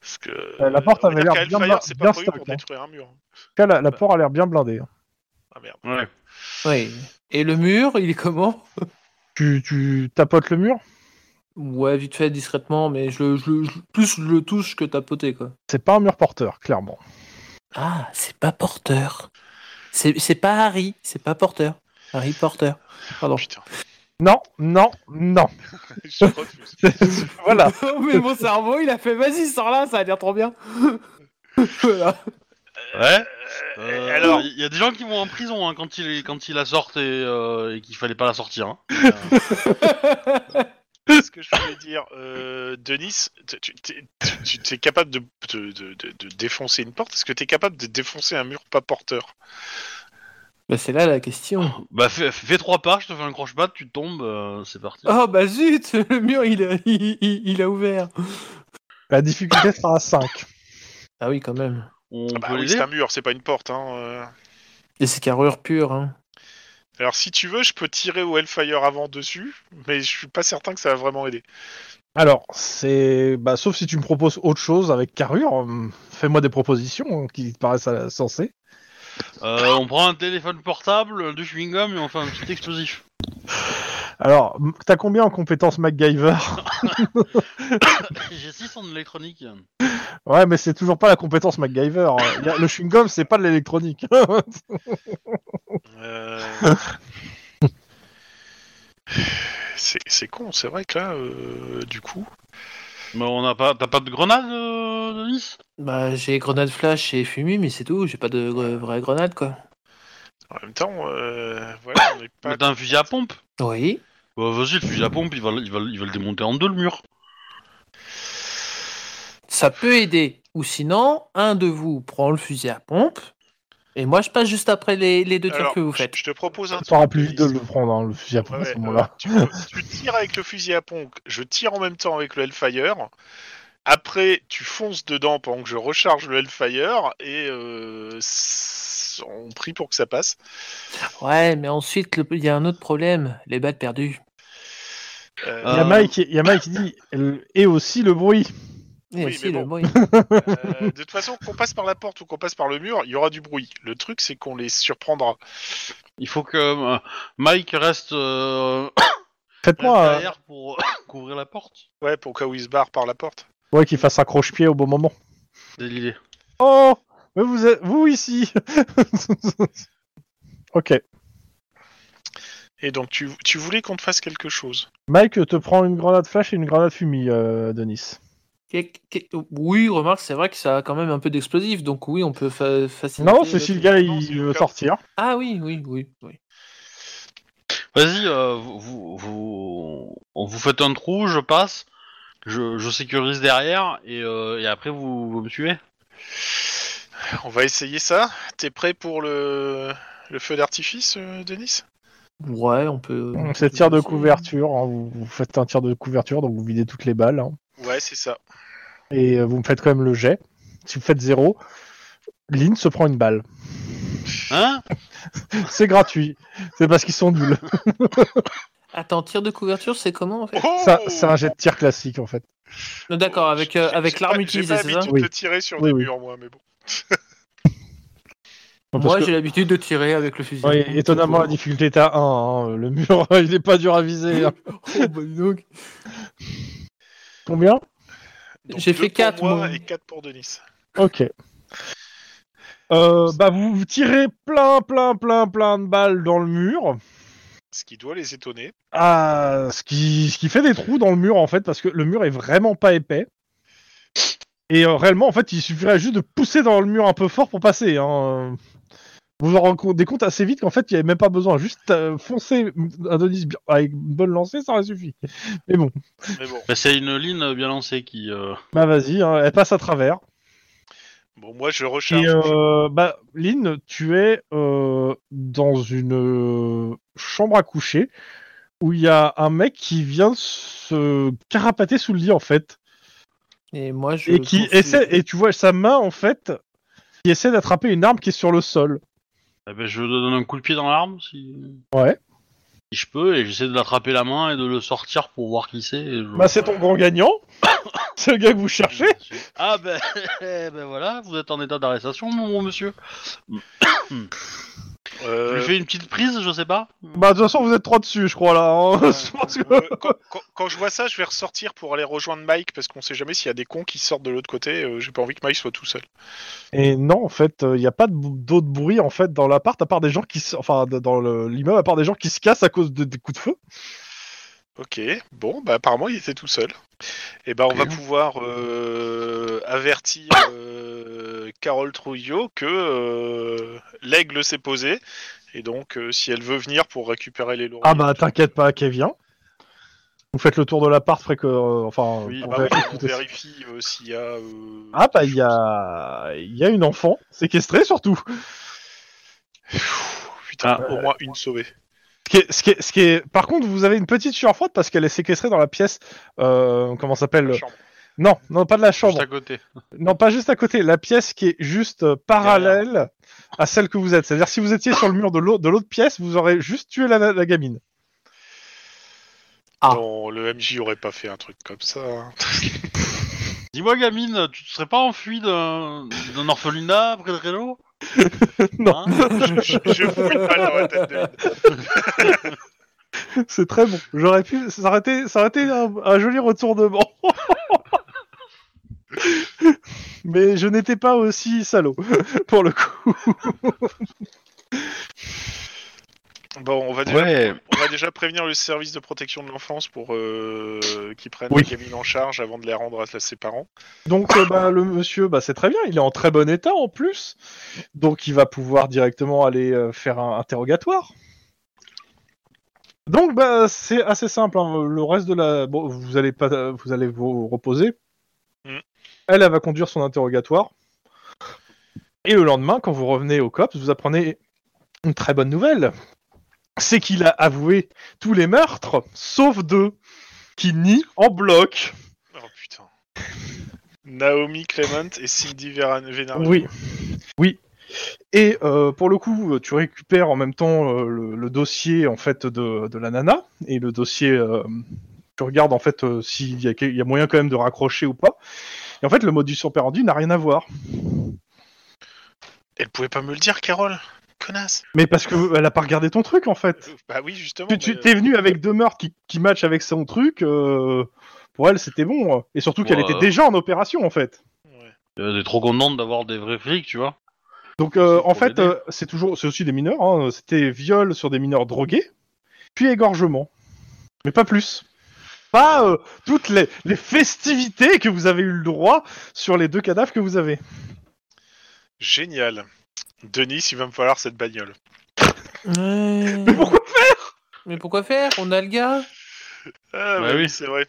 S3: Parce que,
S2: Euh, la porte
S3: on va
S2: avait
S3: dire
S2: l'air
S3: qu'à
S2: bien
S3: Hellfire,
S2: mar-
S3: c'est
S2: bien
S3: pas prévu pour
S2: stock, hein.
S3: détruire un mur.
S2: En tout cas, la, la porte a l'air bien blindée. hein.
S3: Ah merde.
S1: Ouais.
S5: Oui. Et le mur, il est comment
S2: Tu, tu tapotes le mur
S5: Ouais, vite fait, discrètement, mais je, le- je le- je- plus je le touche que tapoter, quoi.
S2: C'est pas un mur porteur, clairement.
S5: Ah, c'est pas porteur. C'est c'est pas Harry, c'est pas porteur. Harry Porter. Pardon.
S3: Oh, Putain,
S2: Non, non, non.
S3: je refuse.
S5: Ah.
S2: voilà.
S5: mais mon cerveau, il a fait vas-y, sors là, ça a l'air trop bien. voilà.
S1: Ouais.
S3: Euh,
S1: alors,
S3: alors,
S1: il y a des gens qui vont en prison hein, quand ils quand ils la sortent et, euh, et qu'il fallait pas la sortir. Hein.
S3: ce que je voulais dire, euh, Denis, tu- tu t'es- tu tu es capable de, de, de- de- de défoncer une porte Est-ce que tu es capable de défoncer un mur pas porteur
S5: Bah, c'est là la question.
S1: Bah fais, fais trois pas, je te fais un croche-patte, tu tombes, euh, c'est parti.
S5: Oh bah zut, le mur il a, il, il- il a ouvert.
S2: La difficulté sera à 5.
S5: Ah oui, quand même.
S1: On
S3: Ah bah
S1: peut
S3: oui,
S1: l'aider
S3: C'est un mur, c'est pas une porte. Hein, euh.
S5: Et c'est carrure pure. Hein.
S3: Alors si tu veux, je peux tirer au Hellfire avant dessus, mais je suis pas certain que ça va vraiment aider.
S2: Alors, c'est. Bah, sauf si tu me proposes autre chose avec carrure, hum, fais-moi des propositions hein, qui te paraissent euh, sensées.
S1: Euh, on prend un téléphone portable, du chewing-gum et on fait un petit explosif.
S2: Alors, m- t'as combien en compétences MacGyver
S1: J'ai 6 en électronique.
S2: Ouais, mais c'est toujours pas la compétence MacGyver. hein. Y a- Le chewing-gum, c'est pas de l'électronique.
S3: Euh, c'est c'est con, c'est vrai que là, euh, du coup.
S1: Mais on n'a pas, t'as pas de grenade, euh, Denis
S5: Bah j'ai grenade flash et fumée, mais c'est tout. J'ai pas de gre- vraie grenade quoi.
S3: En même temps, euh, voilà, on n'est pas.
S1: Mais T'as un fusil à pompe
S5: Oui.
S1: Bah vas-y, le fusil à pompe, il va, il va, il va le démonter en deux le mur.
S5: Ça peut aider. Ou sinon, un de vous prend le fusil à pompe. Et moi je passe juste après les, les deux tirs
S3: Alors,
S5: que vous
S3: je-
S5: faites.
S3: Je te propose un.
S2: Ça aura
S3: truc,
S2: plus vite de
S3: Denis.
S2: le prendre, hein, le fusil à pompe,
S3: Ouais,
S2: à ce
S3: ouais,
S2: moment-là.
S3: euh, tu, peux- tu tires avec le fusil à pompe, je tire en même temps avec le Hellfire. Après, tu fonces dedans pendant que je recharge le Hellfire et euh, s- on prie pour que ça passe.
S5: Ouais, mais ensuite le- il y a un autre problème. Les balles perdues.
S3: Euh,
S2: Il y a Mike qui- il y a Mike qui dit elle- et aussi le bruit.
S5: Et
S3: Oui,
S5: si,
S3: mais
S5: le
S3: bon.
S5: bruit.
S3: Euh, de toute façon, qu'on passe par la porte ou qu'on passe par le mur, il y aura du bruit. Le truc, c'est qu'on les surprendra.
S1: Il faut que euh, Mike reste, euh, reste
S2: Faites-moi euh,
S1: derrière pour couvrir la porte.
S3: Ouais, pour au cas où ils se barrent par la porte.
S2: ouais, qu'il fasse un croche-pied au bon moment.
S1: C'est l'idée.
S2: Oh Mais vous êtes vous ici Ok.
S3: Et donc, tu, tu voulais qu'on te fasse quelque chose.
S2: Mike te prend une grenade flash et une grenade fumée, euh, Denis.
S5: Qu'est- qu'est- Oui, remarque, c'est vrai que ça a quand même un peu d'explosif, donc oui, on peut fa- faciliter.
S2: Non, c'est si le gars
S3: non, c'est
S2: il
S3: le
S2: veut
S3: cas.
S2: sortir.
S5: Ah oui, oui, oui. oui.
S1: Vas-y, euh, vous, vous, vous, on vous faites un trou, je passe, je, je sécurise derrière et, euh, et après vous, vous me suivez.
S3: On va essayer ça. T'es prêt pour le, le feu d'artifice, euh, Denis
S5: Ouais, on peut. on
S2: C'est
S5: peut
S2: tir de
S5: essayer.
S2: couverture, hein, vous, vous faites un tir de couverture, donc vous videz toutes les balles. hein.
S3: Ouais, c'est ça.
S2: et euh, vous me faites quand même le jet. Si vous faites zéro, Lynn se prend une balle.
S1: Hein
S2: C'est gratuit. C'est parce qu'ils sont nuls.
S5: Attends, tir de couverture, c'est comment en fait
S3: Oh
S2: Ça, c'est un jet de tir classique en fait.
S5: Non, D'accord, avec, euh, avec l'arme utilisée,
S3: J'ai
S5: c'est
S3: pas
S5: ça
S2: Oui.
S3: l'habitude de tirer sur
S2: Oui,
S3: des
S2: oui.
S3: murs, moi, mais bon.
S2: Parce
S5: Moi,
S2: que-
S5: j'ai l'habitude de tirer avec le fusil. Oh,
S2: Ouais, étonnamment, la difficulté est à 1. Le mur, il n'est pas dur à viser. hein.
S5: Oh, bah, dis donc.
S2: Combien
S3: Donc,
S5: J'ai
S3: deux
S5: fait
S3: pour
S5: quatre,
S3: moi,
S5: moi.
S3: et 4 pour Denis.
S2: Ok. Euh, bah vous vous tirez plein plein plein plein de balles dans le mur,
S3: Ce qui doit les étonner.
S2: Ah, ce, qui, ce qui fait des trous dans le mur en fait parce que le mur est vraiment pas épais. Et euh, réellement en fait il suffirait juste de pousser dans le mur un peu fort pour passer. hein. Vous vous en rendez compte assez vite qu'en fait il n'y avait même pas besoin, juste euh, foncer à Denis bien- avec une bonne lancée ça aurait suffi. Mais bon,
S3: Mais bon.
S1: Bah, C'est une ligne bien lancée qui. euh,
S2: bah vas-y, hein, elle passe à travers.
S3: Bon, moi, je recharge.
S2: Et euh, bah, Lynn, tu es euh, dans une euh, chambre à coucher où il y a un mec qui vient se carapater sous le lit en fait
S5: Et moi, je.
S2: et qui
S5: poursuis.
S2: essaie et tu vois sa main en fait qui essaie d'attraper une arme qui est sur le sol.
S1: eh ben, je donne un coup de pied dans l'arme si,
S2: Ouais.
S1: si je peux et j'essaie de l'attraper la main et de le sortir pour voir qui c'est. et je-
S2: Bah c'est ton grand gagnant, c'est le gars que vous cherchez.
S1: Ah ben, eh ben voilà, vous êtes en état d'arrestation, mon bon monsieur. Je
S3: Euh,
S1: lui fais une petite prise, je sais pas.
S2: Bah de toute façon vous êtes trois dessus je crois là. hein. Je pense que-
S3: Euh, quand, quand- quand je vois ça, je vais ressortir pour aller rejoindre Mike parce qu'on sait jamais s'il y a des cons qui sortent de l'autre côté. euh, J'ai pas envie que Mike soit tout seul.
S2: Et non en fait il n'y a pas de bou- d'autre bruit en fait dans l'appart à part des gens qui se- enfin d- dans le- l'immeuble à part des gens qui se cassent à cause de- des coups de feu.
S3: Ok, bon, bah apparemment il était tout seul. Et ben on va pouvoir euh, avertir euh, Carole Trouillot que euh, l'aigle s'est posé. Et donc euh, si elle veut venir pour récupérer les lauriers.
S2: Ah bah t'inquiète pas, Kevin. Vous faites le tour de l'appart, après que, euh, enfin,
S3: Oui,
S2: pour
S3: bah oui,
S2: vérifier
S3: on
S2: tout est-
S3: vérifie euh, s'il y a. euh,
S2: Ah bah il y a, il y a une enfant séquestrée surtout.
S3: Putain,
S2: ah,
S3: au moins une sauvée.
S2: Ce qui est, ce qui est- ce qui est- par contre vous avez une petite sueur froide parce qu'elle est séquestrée dans la pièce, euh, comment ça s'appelle
S3: La chambre.
S2: Non, non pas de la chambre,
S1: Juste à côté.
S2: non pas juste à côté, la pièce qui est juste euh, parallèle à celle que vous êtes. C'est-à-dire si vous étiez sur le mur de l'au- de l'autre pièce, vous aurez juste tué la, la gamine.
S5: Ah.
S3: Non, le MJ aurait pas fait un truc comme ça. hein.
S1: Dis-moi, gamine, tu te serais pas enfui d'un d'un orphelinat près de Relo
S2: Non.
S1: Hein
S3: je, je, je fouille pas dans la tête de
S2: C'est très bon. J'aurais pu s'arrêter, s'arrêter un, un joli retournement. Mais je n'étais pas aussi salaud, pour le coup.
S3: Bon, on va déjà,
S1: Ouais.
S3: on va déjà prévenir le service de protection de l'enfance pour euh, qu'ils prennent
S2: Oui.
S3: les gamines en charge avant de les rendre à ses parents.
S2: Donc euh, bah, le monsieur, bah, c'est très bien, il est en très bon état en plus. Donc il va pouvoir directement aller euh, faire un interrogatoire. Donc bah, c'est assez simple, hein. le reste de la... Bon, vous allez, pas... vous, allez vous reposer.
S3: Mm.
S2: Elle, elle va conduire son interrogatoire. Et le lendemain, quand vous revenez au COPS, vous apprenez une très bonne nouvelle. C'est qu'il a avoué tous les meurtres, sauf deux, qui nient en bloc.
S3: Oh putain. Naomi Clement et Cindy Veran- Venari.
S2: Oui, oui. Et euh, pour le coup, tu récupères en même temps euh, le, le dossier en fait de, de la nana et le dossier. euh, tu regardes en fait euh, s'il y, a- il y a moyen quand même de raccrocher ou pas. Et en fait, le modus operandi n'a rien à voir.
S3: Elle pouvait pas me le dire, Carole Connasse
S2: Mais parce que elle a pas regardé ton truc en fait.
S3: Bah oui, justement.
S2: Tu, tu
S3: mais, euh,
S2: t'es venu avec deux meurtres qui, qui matchent avec son truc. euh, pour elle, c'était bon. Et surtout qu'elle
S1: Ouais.
S2: était déjà en opération en fait.
S3: ouais.
S1: Euh, Elle est trop contente d'avoir des vrais flics, tu vois.
S2: Donc euh,
S1: Pour
S3: Ah,
S2: en fait,
S1: l'aider.
S2: euh, c'est toujours, c'est aussi des mineurs. hein. C'était viol sur des mineurs drogués puis égorgement. Mais pas plus. Pas euh, toutes les, les festivités que vous avez eu le droit sur les deux cadavres que vous avez.
S3: Génial. Denis, il va me falloir cette bagnole.
S5: Ouais.
S2: Mais pourquoi
S5: Mais pourquoi faire On a le gars.
S3: Ah,
S1: Bah
S3: ouais,
S1: oui.
S3: c'est vrai.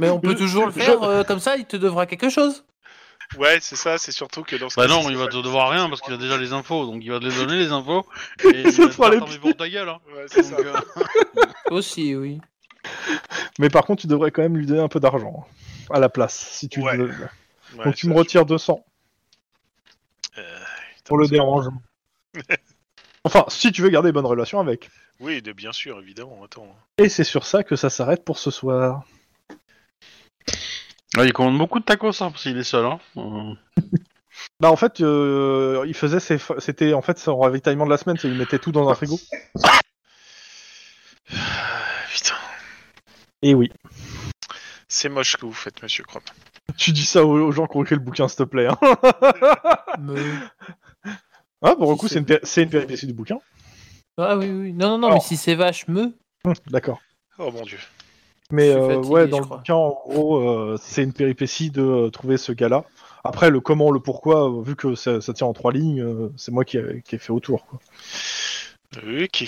S5: Mais on peut toujours le
S2: Je-
S5: faire euh, comme ça, il te devra quelque chose.
S3: Ouais, c'est ça, c'est surtout que dans ce
S1: Bah
S3: cas-ci,
S1: non,
S3: c'est
S1: il va
S3: pas-
S1: te devoir rien parce qu'il a déjà les infos, donc il va te les donner les infos. Et il va te
S2: Ça te fera
S1: faire
S2: les
S1: fermer pour ta gueule. Hein.
S3: Ouais, c'est ça.
S1: Donc, euh,
S5: Aussi, oui.
S2: Mais par contre, tu devrais quand même lui donner un peu d'argent hein, à la place, si tu
S3: Ouais.
S2: veux.
S3: Ouais,
S2: Donc tu me
S3: ça,
S2: retires 200
S3: Euh, putain,
S2: pour le
S3: c'est-
S2: dérangement. enfin, si tu veux garder bonne relation avec.
S3: Oui, de- bien sûr, évidemment. Attends.
S2: Et c'est sur ça que ça s'arrête pour ce soir.
S1: ouais, Ah, il commande beaucoup de tacos hein, parce qu'il est seul. Hein. Euh,
S2: Bah en fait, euh, il faisait ses, fa- c'était en fait son ravitaillement de la semaine, c'est il mettait tout dans un frigo.
S3: Ah, putain,
S2: Et oui.
S3: c'est moche ce que vous faites, monsieur Crop.
S2: Tu dis ça aux, aux gens qui ont écrit le bouquin, s'il te plaît. Hein.
S5: Mais-
S2: Ah, pour le coup,
S5: Si,
S2: c'est une, péri- c'est une péripétie du bouquin.
S5: Ah oui, oui. Non, non, non, mais
S2: Alors.
S5: si c'est vache, me.
S2: D'accord.
S3: Oh mon dieu.
S2: Mais
S5: Je suis
S2: euh,
S5: fatigué,
S2: ouais, dans
S5: je
S2: le
S5: crois.
S2: bouquin, en gros, euh, c'est une péripétie de euh, trouver ce gars-là. Après, le comment, le pourquoi, euh, vu que ça, ça tient en trois lignes, euh, c'est moi qui, ai- qui ai fait autour. Quoi.
S3: Ok.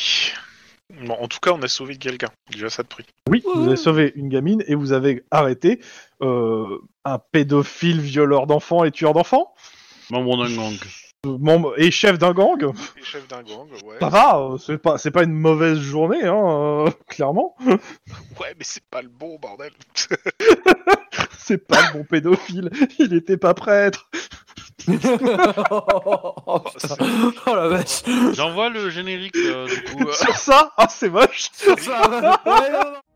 S3: Bon, en tout cas, on a sauvé quelqu'un. Déjà, ça te prie.
S2: Oui, vous
S5: Ouais.
S2: avez sauvé une gamine et vous avez arrêté euh, un pédophile violeur d'enfants et tueur d'enfants,
S1: Membre d'un gang.
S2: euh, membre et chef d'un gang.
S3: Chef d'un gang, ouais.
S2: Ça va, euh, c'est pas, c'est pas une mauvaise journée, hein, euh, clairement.
S3: Ouais, mais c'est pas le bon, bordel.
S2: C'est pas le bon pédophile, il était pas prêtre.
S5: oh, putain. Oh, la vache.
S1: J'envoie le générique euh, du coup. euh.
S2: Sur ça, ah, c'est moche.
S5: Ça va. Ouais, non, non.